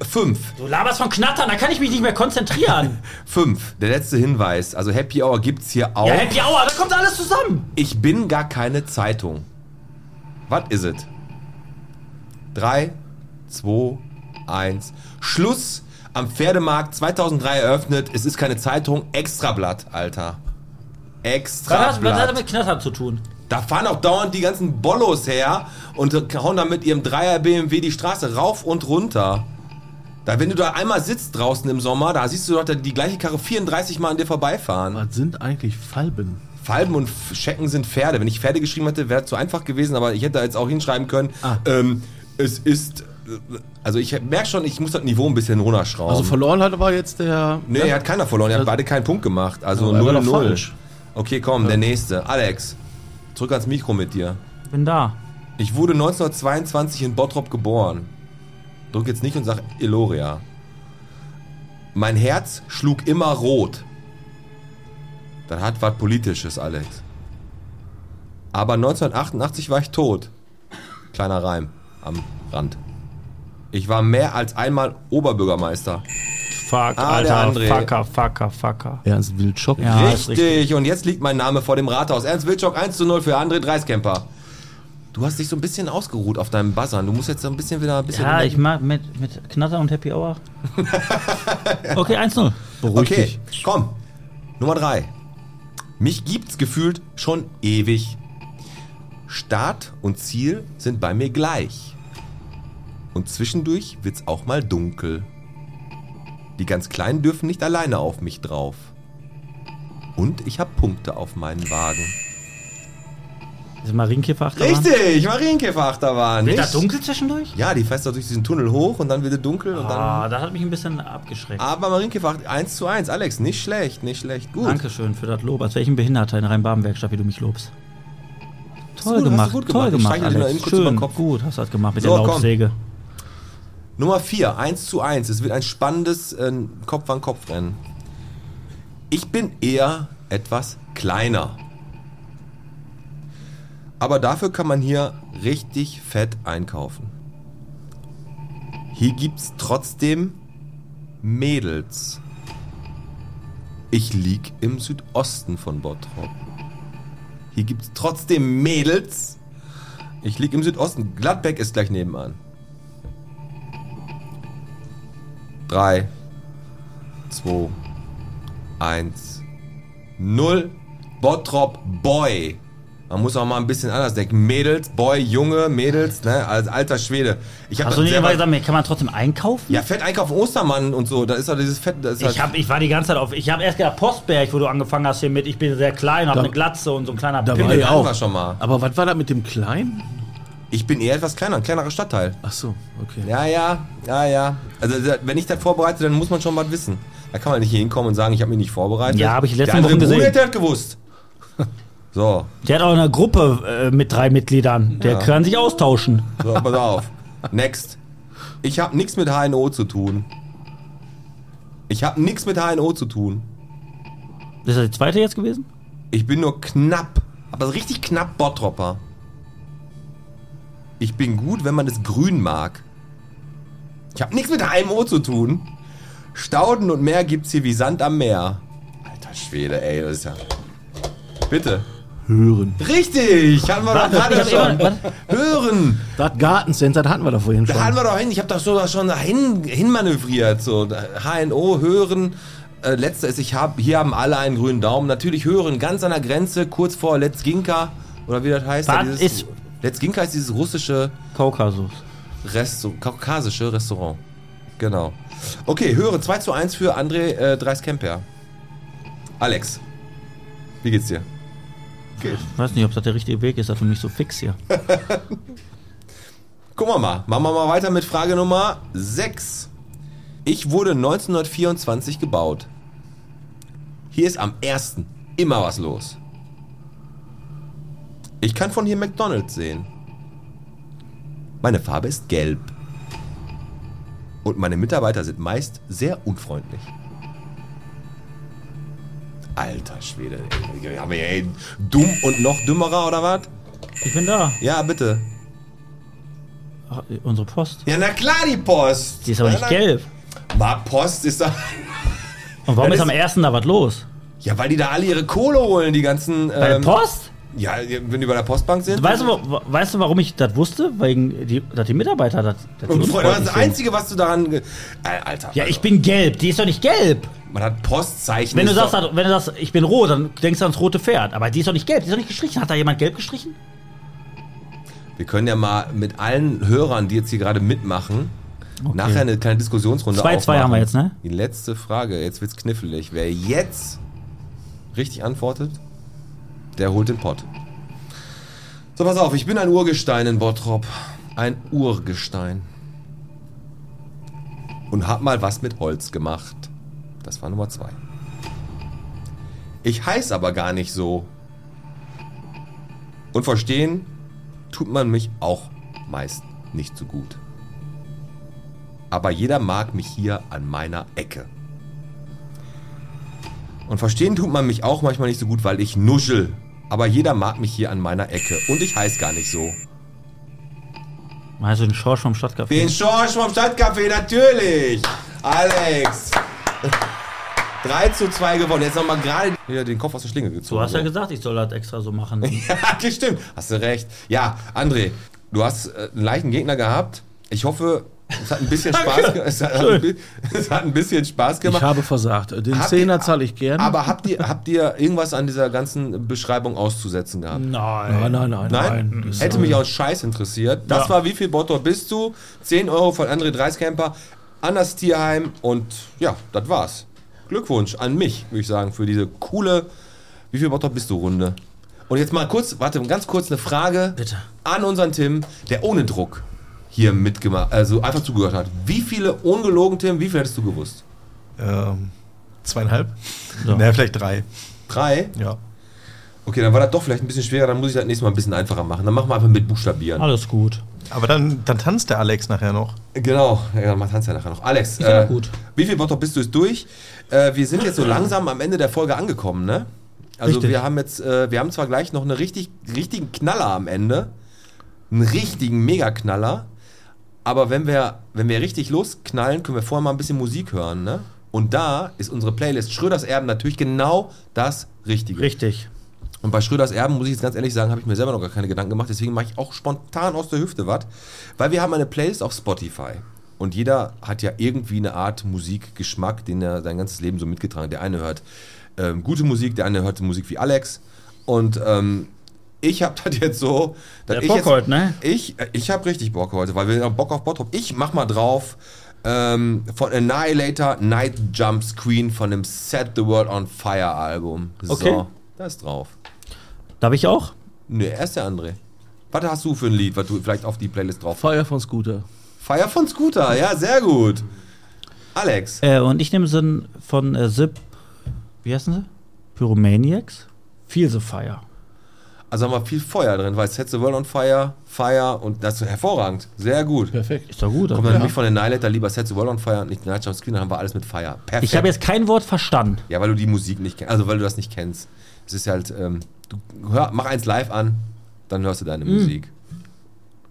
Speaker 1: Fünf.
Speaker 2: du laberst von Knattern, da kann ich mich nicht
Speaker 1: [LAUGHS]
Speaker 2: mehr konzentrieren.
Speaker 1: Fünf. Der letzte Hinweis. Also Happy Hour gibt's hier auch.
Speaker 2: ja, Happy Hour, da kommt alles zusammen.
Speaker 1: Ich bin gar keine Zeitung. Was is it? Drei, zwei, eins. Schluss. Am Pferdemarkt 2003 eröffnet. Es ist keine Zeitung. Extrablatt, Alter.
Speaker 2: Was hat, was hat das
Speaker 1: Extrablatt.
Speaker 2: mit Knattern zu tun?
Speaker 1: Da fahren auch dauernd die ganzen Bollos her und hauen dann mit ihrem Dreier BMW die Straße rauf und runter. Da, wenn du da einmal sitzt draußen im Sommer, da siehst du doch die gleiche Karre 34 Mal an dir vorbeifahren.
Speaker 4: Was sind eigentlich Falben?
Speaker 1: Falben und F- Schecken sind Pferde. Wenn ich Pferde geschrieben hätte, wäre zu einfach gewesen, aber ich hätte da jetzt auch hinschreiben können.
Speaker 4: Ah.
Speaker 1: Ähm, es ist. Also ich merke schon, ich muss das Niveau ein bisschen runterschrauben.
Speaker 4: Also verloren hat aber jetzt der.
Speaker 1: nee,
Speaker 4: ja,
Speaker 1: hat keiner verloren. Er hat
Speaker 4: Also-
Speaker 1: beide keinen Punkt gemacht. Also
Speaker 4: Aber er war doch
Speaker 1: 0-0.
Speaker 4: falsch.
Speaker 1: Okay, komm, der nächste. Alex, zurück ans Mikro mit dir.
Speaker 2: Bin da.
Speaker 1: Ich wurde 1922 in Bottrop geboren. Drück jetzt nicht und sag Eloria. Mein Herz schlug immer rot. Das hat was Politisches, Alex. Aber 1988 war ich tot. Kleiner Reim am Rand. Ich war mehr als einmal Oberbürgermeister.
Speaker 2: Fuck,
Speaker 1: Ah, der
Speaker 2: Alter.
Speaker 1: André.
Speaker 2: Fucker, fucker, fucker.
Speaker 4: Ernst Wildschock.
Speaker 2: Ja. Ah, ist
Speaker 1: richtig. und jetzt liegt mein Name vor dem Rathaus. Ernst Wildschock 1 zu 0 für André Dreiskämper. Du hast dich so ein bisschen ausgeruht auf deinem Buzzern. Du musst jetzt so ein bisschen wieder ein bisschen.
Speaker 2: Ja, ich mag mit, mit Knattern und Happy
Speaker 1: [LAUGHS]
Speaker 2: Hour. Okay, 1-0.
Speaker 4: Beruhig
Speaker 1: okay,
Speaker 4: dich.
Speaker 1: komm. Nummer drei. Mich gibt's gefühlt schon ewig. Start und Ziel sind bei mir gleich. Und zwischendurch wird's auch mal dunkel. Die ganz Kleinen dürfen nicht alleine auf mich drauf. Und ich hab Punkte auf meinen Wagen.
Speaker 2: Ist Marienkäfer Achterbahn?
Speaker 1: Richtig, Marienkäferachterbahn.
Speaker 2: Wird da
Speaker 1: nicht?
Speaker 2: dunkel zwischendurch?
Speaker 1: Ja, die fährst du durch diesen Tunnel hoch und dann wird es dunkel und dann... Ah,
Speaker 2: Ah, das hat mich ein bisschen abgeschreckt.
Speaker 1: Aber Marienkäfer 1 zu 1. Alex, nicht schlecht, nicht schlecht. Gut.
Speaker 2: Dankeschön für das Lob. Als welchen Behinderter in Rhein-Baden-Werkstatt, wie du mich lobst. Toll
Speaker 1: gut, hast du
Speaker 2: gemacht,
Speaker 1: gut
Speaker 2: toll
Speaker 1: gemacht. Ich
Speaker 2: gemacht,
Speaker 1: streichel dir noch eben
Speaker 2: Alex.
Speaker 1: kurz über
Speaker 2: Schön,
Speaker 1: den Kopf.
Speaker 2: gut, hast du das gemacht mit
Speaker 1: So,
Speaker 2: der
Speaker 1: komm.
Speaker 2: Laubsäge.
Speaker 1: Nummer 4, 1 zu 1. Es wird ein spannendes äh, Kopf-an-Kopf-Rennen. Ich bin eher etwas kleiner. Aber dafür kann man hier richtig fett einkaufen. Hier gibt's trotzdem Mädels. Ich lieg im Südosten von Bottrop. Hier gibt's trotzdem Mädels. Ich lieg im Südosten. Gladbeck ist gleich nebenan. 3, 2, 1, 0. Bottrop Boy. Man muss auch mal ein bisschen anders denken. Mädels, Boy, Junge, Mädels, ne? Als alter Schwede. Ich hab
Speaker 2: Hast du
Speaker 1: das
Speaker 2: nicht
Speaker 1: selber-
Speaker 2: mal gesagt, mir kann man trotzdem einkaufen?
Speaker 1: Ja, Fetteinkauf Ostermann und so. Da ist halt dieses Fett. Da ist
Speaker 2: Ich,
Speaker 1: halt,
Speaker 2: hab, ich war die ganze Zeit auf. Ich habe erst gedacht, Postberg, wo du angefangen hast hier mit, ich bin sehr klein, habe
Speaker 4: Da-
Speaker 2: eine Glatze und so ein kleiner
Speaker 4: Da
Speaker 2: Pimmel.
Speaker 4: war
Speaker 1: den
Speaker 4: ich
Speaker 1: hatten
Speaker 4: auch.
Speaker 1: wir schon mal.
Speaker 4: Aber was war das mit dem Kleinen?
Speaker 1: ich bin eher etwas kleiner, ein kleinerer Stadtteil.
Speaker 4: Ach so, okay.
Speaker 1: Ja, ja, ja, ja. Also da- wenn ich das vorbereite, dann muss man schon was wissen. Da kann man nicht hier hinkommen und sagen, ich habe mich nicht vorbereitet.
Speaker 2: Ja, hab ich letzte
Speaker 1: Der andere
Speaker 2: Woche gesehen.
Speaker 1: Bruder hätte das gewusst. So,
Speaker 2: Der hat auch eine Gruppe äh, mit drei Mitgliedern. Der
Speaker 1: Ja.
Speaker 2: kann sich austauschen.
Speaker 1: so pass auf. Next. Ich habe nichts mit HNO zu tun. Ich habe nichts mit HNO zu tun.
Speaker 2: Ist das die zweite jetzt gewesen?
Speaker 1: Ich bin nur knapp, aber richtig knapp Bottropper. Ich bin gut, wenn man es grün mag. Ich habe nichts mit HMO zu tun. Stauden und Meer gibt's hier wie Sand am Meer. Alter Schwede, ey, das ist ja. Bitte.
Speaker 4: Hören.
Speaker 1: Richtig, hatten wir doch gerade
Speaker 2: ich hab
Speaker 1: schon. Hören.
Speaker 4: Das Gartencenter, das hatten wir da vorhin schon.
Speaker 1: Da hatten wir doch hin. Ich habe doch sogar schon dahin hinmanövriert. So HNO hören. Äh, letzter ist, ich hab, hier haben alle einen grünen Daumen. Natürlich hören ganz an der Grenze, kurz vor Let's Ginka oder wie das heißt.
Speaker 2: Was
Speaker 1: ja,
Speaker 2: ist-
Speaker 1: Let's Ginka ist dieses russische
Speaker 2: Kaukasus.
Speaker 1: Resto kaukasische Restaurant. Genau. Okay, hören 2 zu 1 für André äh, Dreis-Kemper. Alex, wie geht's dir?
Speaker 2: Ich weiß nicht, ob das der richtige Weg ist, dass du mich so fix hier.
Speaker 1: Gucken wir mal. Machen wir mal weiter mit Frage Nummer 6. Ich wurde 1924 gebaut. Hier ist am 1. immer was los. Ich kann von hier McDonalds sehen. Meine Farbe ist gelb. Und meine Mitarbeiter sind meist sehr unfreundlich. Alter Schwede, ey. haben wir hier einen dumm und noch dümmerer oder was?
Speaker 2: Ich bin da.
Speaker 1: Ja, bitte.
Speaker 2: Ach, unsere Post.
Speaker 1: Ja, na klar, die Post.
Speaker 2: Die ist aber
Speaker 1: Na,
Speaker 2: nicht
Speaker 1: na-
Speaker 2: gelb.
Speaker 1: Ma, Post ist da.
Speaker 2: Und warum
Speaker 1: Das
Speaker 2: ist am
Speaker 1: ist-
Speaker 2: ersten da was los?
Speaker 1: Ja, weil die da alle ihre Kohle holen, die ganzen.
Speaker 2: Bei
Speaker 1: ähm,
Speaker 2: der Post?
Speaker 1: Ja, wenn die bei der Postbank sind.
Speaker 2: Weißt du, wa- weißt du, warum ich das wusste? Wegen die, dass die Mitarbeiter das. dass die
Speaker 1: Und Freunde, das ist
Speaker 2: unfreundlich
Speaker 1: das
Speaker 2: sind.
Speaker 1: Einzige, was du daran. ge- Al- Alter.
Speaker 2: Ja,
Speaker 1: also,
Speaker 2: ich bin gelb. Die ist doch nicht gelb.
Speaker 1: Man hat Postzeichen.
Speaker 2: Wenn du,
Speaker 1: ist
Speaker 2: sagst,
Speaker 1: doch-
Speaker 2: dass- wenn du sagst, ich bin rot, dann denkst du ans rote Pferd. Aber die ist doch nicht gelb. Die ist doch nicht gestrichen. Hat da jemand gelb gestrichen?
Speaker 1: Wir können ja mal mit allen Hörern, die jetzt hier gerade mitmachen, nachher eine kleine Diskussionsrunde
Speaker 2: 2-2
Speaker 1: aufmachen.
Speaker 2: haben wir jetzt, ne?
Speaker 1: Die letzte Frage. Jetzt wird's knifflig. Wer jetzt richtig antwortet, der holt den Pott. So, pass auf. Ich bin ein Urgestein in Bottrop. Ein Urgestein. Und hab mal was mit Holz gemacht. Das war Nummer zwei. Ich heiß aber gar nicht so. Und verstehen tut man mich auch meist nicht so gut. Aber jeder mag mich hier an meiner Ecke. Und verstehen tut man mich auch manchmal nicht so gut, weil ich nuschel. Aber jeder mag mich hier an meiner Ecke. Und ich heiß gar nicht so.
Speaker 2: Also den Schorsch vom Stadtcafé.
Speaker 1: Den Schorsch vom Stadtcafé, natürlich. Alex. [LAUGHS] 3 zu 2 gewonnen. Jetzt nochmal gerade wieder den Kopf aus der Schlinge gezogen.
Speaker 2: Du hast ja gesagt, ich soll das extra so machen.
Speaker 1: ja, stimmt. Hast du recht. Ja, André, du hast äh, einen leichten Gegner gehabt. Ich hoffe, es hat ein
Speaker 4: [LAUGHS]
Speaker 1: bisschen Spaß ge- es hat, ein bi- [LAUGHS] es hat ein bisschen Spaß
Speaker 4: Ich
Speaker 1: gemacht.
Speaker 4: habe versagt. Den
Speaker 1: Habt
Speaker 4: Zehner
Speaker 1: ihr-
Speaker 4: zahle ich gerne.
Speaker 1: Aber habt ihr, habt ihr irgendwas an dieser ganzen Beschreibung auszusetzen gehabt?
Speaker 4: nein,
Speaker 1: [LAUGHS]
Speaker 4: nein, nein,
Speaker 1: Nein?
Speaker 4: nein. Das-
Speaker 1: Hätte mich auch Scheiß interessiert. Das war wie viel Bottor bist du? 10 Euro von André Dreiskämper an das Tierheim und ja, das war's. Glückwunsch an mich, würde ich sagen, für diese coole Wie viel Bottor bist du Runde. Und jetzt mal kurz, warte, ganz kurz eine Frage
Speaker 2: Bitte.
Speaker 1: an unseren Tim, der ohne Druck hier mitgemacht, also einfach zugehört hat. Wie viele ungelogen, Tim, wie viel hättest du gewusst?
Speaker 8: Ähm, zweieinhalb?
Speaker 2: So.
Speaker 8: Naja, vielleicht drei.
Speaker 1: Drei?
Speaker 8: Ja.
Speaker 1: Okay, dann war das doch vielleicht ein bisschen schwerer, dann muss ich das nächste Mal ein bisschen einfacher machen. Dann machen wir einfach mit Buchstabieren.
Speaker 2: Alles gut.
Speaker 8: Aber dann, dann tanzt der Alex nachher noch.
Speaker 1: Genau, ja, man tanzt ja nachher noch. Alex,
Speaker 2: ja
Speaker 1: äh,
Speaker 2: gut.
Speaker 1: wie viel Bottrop bist du ist durch? Äh, wir sind jetzt so langsam am Ende der Folge angekommen, ne? Also
Speaker 2: Richtig.
Speaker 1: wir haben jetzt, äh, wir haben zwar gleich noch einen richtig, richtigen Knaller am Ende, einen richtigen Mega-Knaller, aber wenn wir, wenn wir richtig losknallen, können wir vorher mal ein bisschen Musik hören, ne? Und da ist unsere Playlist Schröders Erben natürlich genau das Richtige.
Speaker 2: Richtig.
Speaker 1: Und bei Schröders Erben, muss ich jetzt ganz ehrlich sagen, habe ich mir selber noch gar keine Gedanken gemacht. Deswegen mache ich auch spontan aus der Hüfte was. Weil wir haben eine Playlist auf Spotify. Und jeder hat ja irgendwie eine Art Musikgeschmack, den er sein ganzes Leben so mitgetragen hat. Der eine hört ähm, gute Musik, der andere hört Musik wie Alex. Und ähm, ich habe [LAUGHS] das jetzt so... dass
Speaker 2: Der
Speaker 1: ich
Speaker 2: Bock
Speaker 1: jetzt,
Speaker 2: heute, ne?
Speaker 1: Ich, äh, ich habe richtig Bock heute, weil wir haben Bock auf Bottrop. Ich mach mal drauf ähm, von Annihilator Night Jump Screen von dem Set the World on Fire Album.
Speaker 2: Okay.
Speaker 1: da ist drauf.
Speaker 2: Darf ich auch?
Speaker 1: Nee, er ist der André. Was hast du für ein Lied, was du vielleicht auf die Playlist drauf
Speaker 4: Feuer von Scooter.
Speaker 1: Feier von Scooter, ja, sehr gut. Alex,
Speaker 2: Äh, und ich nehme Sinn von äh, Zip. Wie heißen sie? Pyromaniacs? Feel the Fire.
Speaker 1: also haben wir viel Feuer drin, weil Set the World on Fire, Fire und das ist hervorragend. Sehr gut.
Speaker 4: Perfekt.
Speaker 2: Ist doch gut.
Speaker 1: Kommt
Speaker 2: Oder?
Speaker 1: dann nämlich von den Annihilator lieber Set the World on Fire und nicht Night Jump Screen, dann haben wir alles mit Fire. Perfekt.
Speaker 2: Ich habe jetzt kein Wort verstanden.
Speaker 1: Ja, weil du die Musik nicht kennst. Also weil du das nicht kennst. Es ist halt, ähm, du hör, mach eins live an, dann hörst du deine Musik.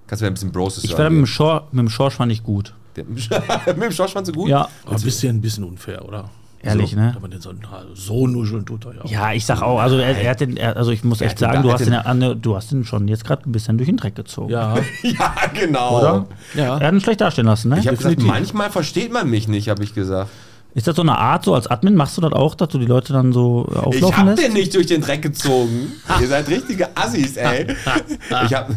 Speaker 1: Kannst du ja ein bisschen Broses
Speaker 2: Hm. Ich war mit dem, Schor mit dem Schorsch fand ich gut.
Speaker 1: mit dem Sch- [LAUGHS] mit dem Schorschwanz so gut?
Speaker 2: Ja,
Speaker 4: Aber ein bisschen, ein bisschen unfair, oder?
Speaker 2: Ehrlich,
Speaker 4: so,
Speaker 2: ne?
Speaker 4: Wenn man den so, so nuscheln tut, er ja. auch.
Speaker 2: ja, ich sag auch. Also, er, er hat den, er, also ich muss echt
Speaker 1: hat den-
Speaker 2: sagen,
Speaker 1: er
Speaker 2: du
Speaker 1: hat
Speaker 2: hast,
Speaker 1: den-
Speaker 2: den, ja- ne, du hast den schon jetzt gerade ein bisschen durch den Dreck gezogen. [LAUGHS]
Speaker 4: Ja,
Speaker 1: [LAUGHS] Ja, genau.
Speaker 2: Oder?
Speaker 4: ja.
Speaker 2: Er hat ihn schlecht dastehen lassen, ne?
Speaker 1: Ich habe gesagt,
Speaker 4: Definitiv.
Speaker 1: manchmal versteht man mich nicht, habe ich gesagt.
Speaker 2: Ist das so eine Art, so als Admin machst du das auch, dass du die Leute dann so äh,
Speaker 1: ich
Speaker 2: auflaufen
Speaker 1: hab
Speaker 2: lässt?
Speaker 1: den nicht durch den Dreck gezogen. [LAUGHS] Ihr seid richtige Assis, ey. ich hab,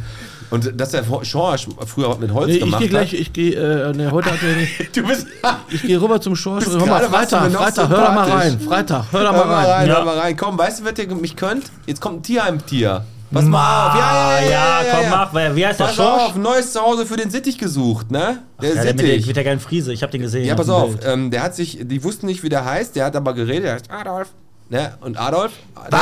Speaker 1: und dass der Schorsch früher was mit Holz
Speaker 4: Nee, ich
Speaker 1: gemacht ne?
Speaker 4: gehe gleich,
Speaker 1: hat.
Speaker 4: ich gehe, äh, ne, heute hat er
Speaker 1: [LAUGHS]
Speaker 4: nicht.
Speaker 1: Du bist
Speaker 4: Ich gehe rüber zum Schorsch.
Speaker 1: Bist
Speaker 4: Hör mal,
Speaker 1: gerade warst du mir
Speaker 4: Freitag,
Speaker 1: noch
Speaker 4: Freitag, hör da mal
Speaker 1: sympathisch.
Speaker 4: rein. Freitag, hör da
Speaker 1: Hör
Speaker 4: mal rein.
Speaker 1: hör
Speaker 2: Ja.
Speaker 1: mal rein. Komm, weißt du, was ihr mich könnt? Jetzt kommt ein Tierheim-Tier. Pass
Speaker 2: Mm.
Speaker 1: mal auf. Ja, ja, ja, ja, ja, ja.
Speaker 2: Ah, mach. Wie heißt
Speaker 1: Pass auf, neues Zuhause für den Sittich gesucht, ne? Der
Speaker 2: Ja, der mit, der,
Speaker 1: Sittich.
Speaker 2: mit der geilen Friese, ich habe den gesehen.
Speaker 1: ja, pass
Speaker 2: dem
Speaker 1: auf,
Speaker 2: Bild.
Speaker 1: ähm, der hat sich, die wussten nicht, wie der heißt, der hat aber geredet, der heißt Adolf. Ne? Und Adolf? Was?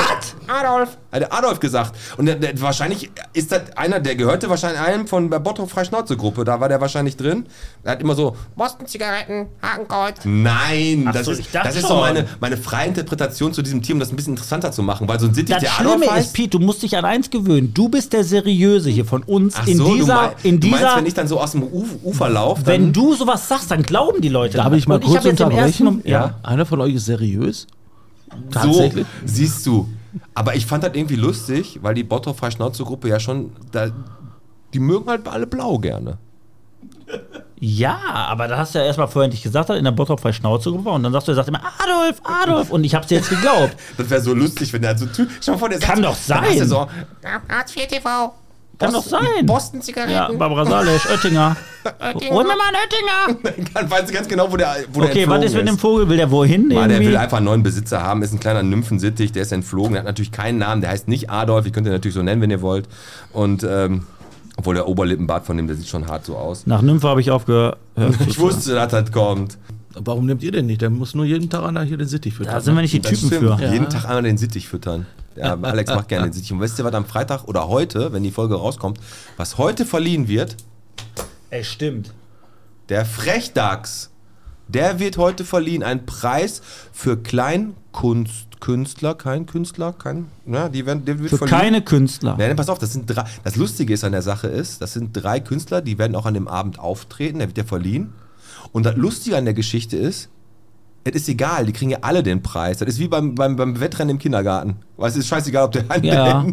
Speaker 1: Adolf! Hat der Adolf gesagt. Und der, der, wahrscheinlich ist das einer, der gehörte wahrscheinlich einem von der Bottrop Freischnauze-Gruppe. Da war der wahrscheinlich drin. Der hat immer so, Boston-Zigaretten, Hakenkreuz. Nein,
Speaker 2: Ach
Speaker 1: das,
Speaker 2: so, ich
Speaker 1: ist,
Speaker 2: dachte
Speaker 1: das ist so
Speaker 2: schon.
Speaker 1: meine, meine freie Interpretation zu diesem Team, um das ein bisschen interessanter zu machen. Weil so ein Sittich,
Speaker 2: Das
Speaker 1: der Adolf
Speaker 2: Schlimme ist,
Speaker 1: heißt,
Speaker 2: Piet, du musst dich an eins gewöhnen. Du bist der Seriöse hier von uns.
Speaker 1: Ach
Speaker 2: in
Speaker 1: so,
Speaker 2: dieser,
Speaker 1: du, mein,
Speaker 2: in
Speaker 1: du meinst,
Speaker 2: dieser,
Speaker 1: wenn ich dann so aus dem Uf- Ufer laufe, dann...
Speaker 2: wenn du sowas sagst, dann glauben die Leute.
Speaker 4: Darf
Speaker 2: dran.
Speaker 4: ich mal
Speaker 2: Und
Speaker 4: kurz
Speaker 2: hab jetzt im ersten
Speaker 4: unterbrechen?
Speaker 2: Moment- ja.
Speaker 4: Einer von euch ist seriös?
Speaker 1: So,
Speaker 4: Tatsächlich?
Speaker 1: siehst du. Aber ich fand das irgendwie lustig, weil die Bottrop Freischnauze-Gruppe ja schon, da, die mögen halt alle blau gerne.
Speaker 2: ja, aber da hast du ja erstmal vorher nicht gesagt, dass in der Bottrop frei Schnauze geworfen. Und dann sagst du, er sagt immer Adolf, Adolf. Und ich hab's dir
Speaker 1: [LAUGHS]
Speaker 2: jetzt geglaubt.
Speaker 1: Das wäre so lustig, wenn der halt so Typ. Schau mal vor, der
Speaker 2: Kann
Speaker 1: sagt-
Speaker 2: doch sein.
Speaker 1: Dann hast du so,
Speaker 9: Hartz IV TV.
Speaker 2: Kann doch sein. ja,
Speaker 9: Boston-Zigaretten.
Speaker 2: Barbara Salisch, Oettinger. Hol mir mal einen
Speaker 1: [LAUGHS]
Speaker 2: Oettinger.
Speaker 1: dann weiß ich ganz genau, wo der, wo der
Speaker 2: Okay, was ist mit dem
Speaker 1: Vogel?
Speaker 2: Vogel? Will der wohin?
Speaker 1: Mann, der
Speaker 2: irgendwie?
Speaker 1: will einfach einen neuen Besitzer haben, ist ein kleiner Nymphensittich, der ist entflogen, der hat natürlich keinen Namen, der heißt nicht Adolf, ihr könnt ihn natürlich so nennen, wenn ihr wollt. Und, ähm, obwohl der Oberlippenbart von dem, der sieht schon hart so aus.
Speaker 2: Nach Nymphe habe ich aufgehört.
Speaker 1: [LAUGHS] Ich wusste, dass das kommt.
Speaker 4: Warum nehmt ihr denn nicht? Der muss nur jeden Tag einer hier den Sittich füttern.
Speaker 2: Da sind wir nicht die
Speaker 1: Das
Speaker 2: Typen
Speaker 1: stimmt.
Speaker 2: für.
Speaker 1: Jeden Tag einmal den Sittich füttern. Ja, Alex macht gerne den Sittich. Und wisst ihr, was am Freitag oder heute, wenn die Folge rauskommt, was heute verliehen wird?
Speaker 2: Ey, stimmt.
Speaker 1: Der Frechdachs. Der wird heute verliehen. Ein Preis für Kleinkunstkünstler. Kein Künstler, kein. Na, die werden, der wird
Speaker 2: Für keine Künstler.
Speaker 1: Nein, nein, pass auf, das sind drei. Das Lustige ist an der Sache ist, das sind drei Künstler, die werden auch an dem Abend auftreten, der wird ja verliehen. Und das Lustige an der Geschichte ist, es ist egal, die kriegen ja alle den Preis. Das ist wie beim, beim, beim Wettrennen im Kindergarten. Weil es ist scheißegal, ob der eine
Speaker 2: Ja.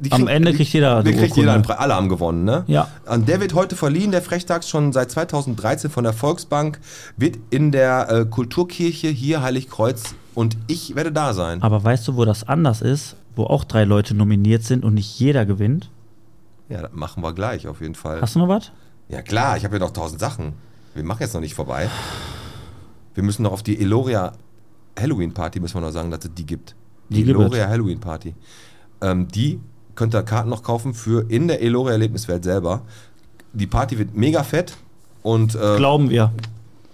Speaker 1: die
Speaker 2: Am Ende kriegt jeder
Speaker 1: die,
Speaker 2: die
Speaker 1: kriegt
Speaker 2: Urkunde.
Speaker 1: jeder einen Preis. Alle haben gewonnen, ne?
Speaker 2: Ja.
Speaker 1: Und der wird heute verliehen, der Frechtags schon seit 2013 von der Volksbank, wird in der äh, Kulturkirche hier Heiligkreuz und ich werde da sein.
Speaker 2: Aber weißt du, wo das anders ist? Wo auch drei Leute nominiert sind und nicht jeder gewinnt?
Speaker 1: Ja, das machen wir gleich auf jeden Fall.
Speaker 2: Hast du noch was?
Speaker 1: Ja klar, ich habe ja noch tausend Sachen. Wir machen jetzt noch nicht vorbei. Wir müssen noch auf die Eloria Halloween Party, müssen wir noch sagen, dass es die gibt.
Speaker 2: Die
Speaker 1: Die
Speaker 2: gibt
Speaker 1: Eloria Halloween Party. Ähm, die könnt ihr Karten noch kaufen für in der Eloria Erlebniswelt selber. Die Party wird mega fett und äh,
Speaker 2: Glauben wir.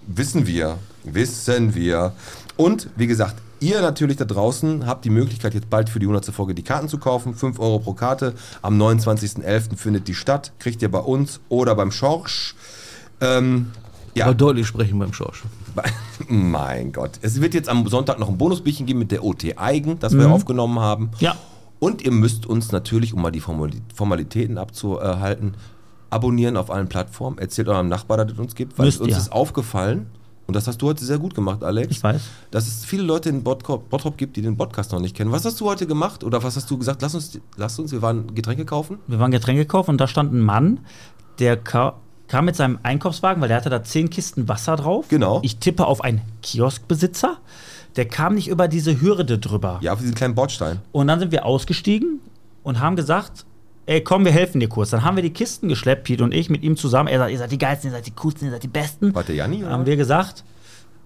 Speaker 1: Wissen wir. Wissen wir. Und wie gesagt, ihr natürlich da draußen habt die Möglichkeit, jetzt bald für die 100. Folge die Karten zu kaufen. 5 Euro pro Karte. Am 29.11. findet die statt. Kriegt ihr bei uns oder beim Schorsch. Ähm, ja,
Speaker 4: Aber deutlich sprechen beim Schorsch.
Speaker 1: [LAUGHS] mein Gott. Es wird jetzt am Sonntag noch ein Bonusbierchen geben mit der OT Eigen, das wir aufgenommen haben.
Speaker 2: Mhm. Ja.
Speaker 1: Und ihr müsst uns natürlich, um mal die Formali- Formalitäten abzuhalten, abonnieren auf allen Plattformen. Erzählt eurem Nachbar, dass es uns gibt, weil
Speaker 2: Müsst
Speaker 1: uns
Speaker 2: ihr.
Speaker 1: ist aufgefallen, und das hast du heute sehr gut gemacht, Alex.
Speaker 2: Ich weiß.
Speaker 1: Dass es viele Leute in Bottrop, Bottrop gibt, die den Podcast noch nicht kennen. Was hast du heute gemacht? Oder was hast du gesagt? Lass uns, lass uns, wir waren Getränke kaufen.
Speaker 2: Wir waren Getränke kaufen und da stand ein Mann, der ka kam mit seinem Einkaufswagen, weil der hatte da zehn Kisten Wasser drauf.
Speaker 1: Genau.
Speaker 2: Ich tippe auf einen Kioskbesitzer. Der kam nicht über diese Hürde drüber.
Speaker 1: Ja, auf diesen kleinen Bordstein.
Speaker 2: Und dann sind wir ausgestiegen und haben gesagt, ey, komm, wir helfen dir kurz. Dann haben wir die Kisten geschleppt, Piet und ich, mit ihm zusammen. Er sagt, ihr seid die Geilsten, ihr seid die Coolsten, ihr seid die Besten.
Speaker 1: Warte, Janni? oder?
Speaker 2: haben wir gesagt,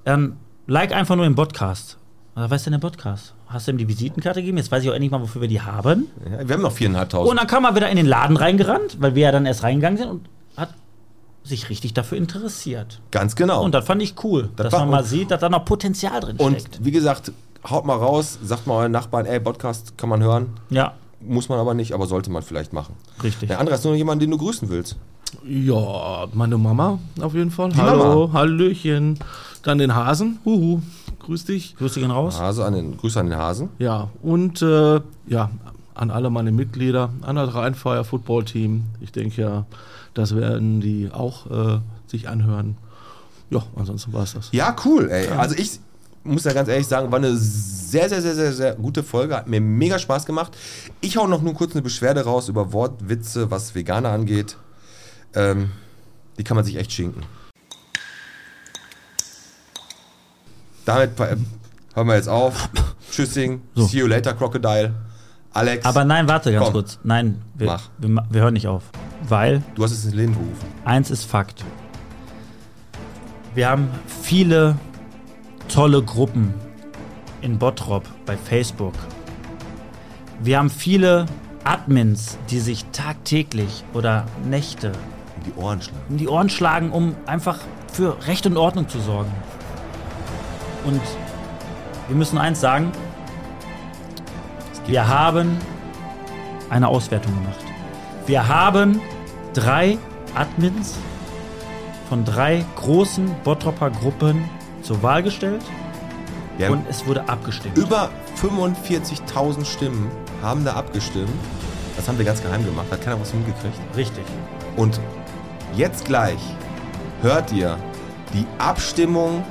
Speaker 2: ähm, like einfach nur den Podcast. Äh, Was ist denn der Podcast? Hast du ihm die Visitenkarte gegeben? Jetzt weiß ich auch endlich mal, wofür wir die haben.
Speaker 1: Ja, wir haben noch viereinhalbtausend.
Speaker 2: Und dann kam er wieder in den Laden reingerannt, weil wir ja dann erst reingegangen sind und hat sich richtig dafür interessiert.
Speaker 1: Ganz genau.
Speaker 2: Und das fand ich cool,
Speaker 1: Das
Speaker 2: dass
Speaker 1: war-
Speaker 2: man mal sieht, dass da noch Potenzial drin steckt.
Speaker 1: Und wie gesagt, haut mal raus, sagt mal euren Nachbarn, ey, Podcast kann man hören.
Speaker 2: Ja,
Speaker 1: Muss man aber nicht, aber sollte man vielleicht machen.
Speaker 2: richtig.
Speaker 1: Der andere ist nur noch jemand, den du grüßen willst.
Speaker 4: Ja, meine Mama auf jeden Fall.
Speaker 1: Mama.
Speaker 4: Hallo, Hallöchen. Dann den Hasen. Huhu, grüß dich.
Speaker 2: Grüße gehen raus.
Speaker 1: Hase an den, Grüße an den Hasen.
Speaker 4: Ja, und äh, ja, an alle meine Mitglieder, an das Rheinfire Football Team. Ich denke ja, das werden die auch äh, sich anhören. Ja, ansonsten war es das.
Speaker 1: Ja, cool, ey. Also ich muss ja ganz ehrlich sagen, war eine sehr, sehr, sehr, sehr, sehr gute Folge. Hat mir mega Spaß gemacht. Ich hau noch nur kurz eine Beschwerde raus über Wortwitze, was Veganer angeht. Ähm, die kann man sich echt schinken. Damit pa- hören wir jetzt auf. Tschüssing. See you later, Crocodile. Alex,
Speaker 2: Aber nein, warte ganz
Speaker 1: Komm.
Speaker 2: kurz. Nein, wir,
Speaker 1: Mach.
Speaker 2: wir, ma- wir hören nicht auf. Weil
Speaker 1: du hast es ins Leben gerufen.
Speaker 2: eins ist Fakt. Wir haben viele tolle Gruppen in Bottrop bei Facebook. Wir haben viele Admins, die sich tagtäglich oder Nächte
Speaker 1: In die Ohren schlagen.
Speaker 2: in die Ohren schlagen, um einfach für Recht und Ordnung zu sorgen. Und wir müssen eins sagen, Wir haben eine Auswertung gemacht. Wir haben drei Admins von drei großen Bottropper Gruppen zur Wahl gestellt
Speaker 1: Wir haben
Speaker 2: und es wurde abgestimmt.
Speaker 1: über 45.000 Stimmen haben da abgestimmt. Das haben wir ganz geheim gemacht, hat keiner was mitgekriegt.
Speaker 2: Richtig.
Speaker 1: Und jetzt gleich hört ihr die Abstimmung,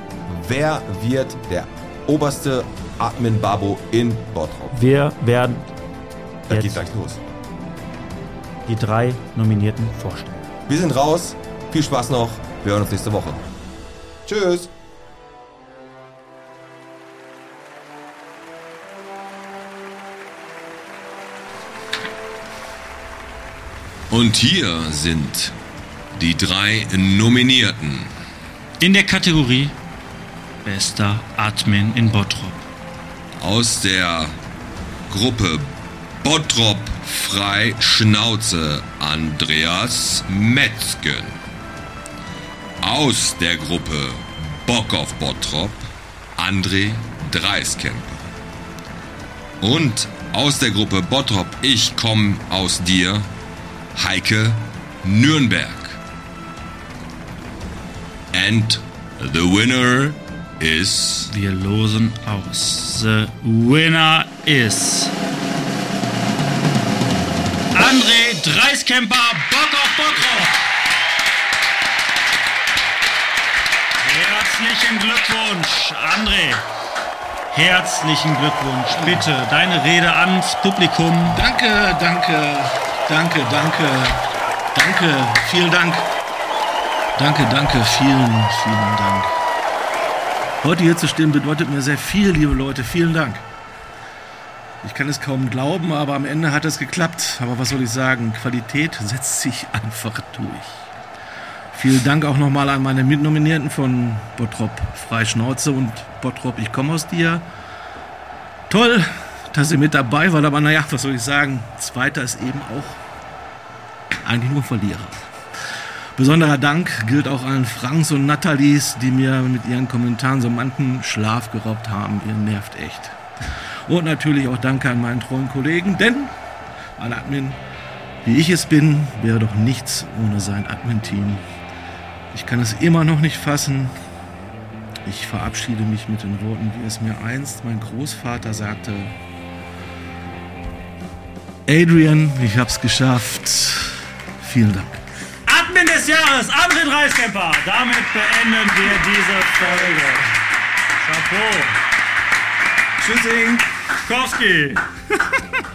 Speaker 1: wer wird der oberste Admin Babo in Bottrop.
Speaker 2: Wir werden
Speaker 1: Das
Speaker 2: Jetzt.
Speaker 1: geht gleich los.
Speaker 2: die drei Nominierten vorstellen.
Speaker 1: Wir sind raus. Viel Spaß noch. Wir hören uns nächste Woche. Tschüss.
Speaker 7: Und hier sind die drei Nominierten.
Speaker 2: In der Kategorie Bester Admin in Bottrop.
Speaker 7: aus der Gruppe Bottrop Frei Schnauze Andreas Metzgen. Aus der Gruppe Bock auf Bottrop André Dreiskemper. Und aus der Gruppe Bottrop Ich komm aus dir Heike Nürnberg. And the winner is...
Speaker 2: Wir losen aus. The winner is. André Dreiskemper, Bock auf Bottrop! Herzlichen Glückwunsch, André! Herzlichen Glückwunsch, bitte deine Rede ans Publikum.
Speaker 4: Danke, danke, danke, danke, danke, vielen Dank. Danke, danke, vielen, vielen Dank. Heute hier zu stehen bedeutet mir sehr viel, liebe Leute, vielen Dank. Ich kann es kaum glauben, aber am Ende hat es geklappt. Aber was soll ich sagen? Qualität setzt sich [LAUGHS] einfach durch. Vielen Dank auch nochmal an meine Mitnominierten von Bottrop Freischnauze und Bottrop Ich komme aus dir. Toll, dass ihr mit dabei wart, aber naja, was soll ich sagen? Zweiter ist eben auch eigentlich nur ein Verlierer. Besonderer Dank gilt auch allen Franks und Nathalies, die mir mit ihren Kommentaren so manchen Schlaf geraubt haben. Ihr nervt echt. Und natürlich auch Danke an meinen treuen Kollegen, denn ein Admin, wie ich es bin, wäre doch nichts ohne sein Admin-Team. Ich kann es immer noch nicht fassen, ich verabschiede mich mit den Worten, wie es mir einst mein Großvater sagte. Adrian, ich hab's geschafft. Vielen Dank.
Speaker 2: Admin des Jahres, André Dreiskemper. Damit beenden wir diese Folge. Chapeau. Tschüssing. Kowski.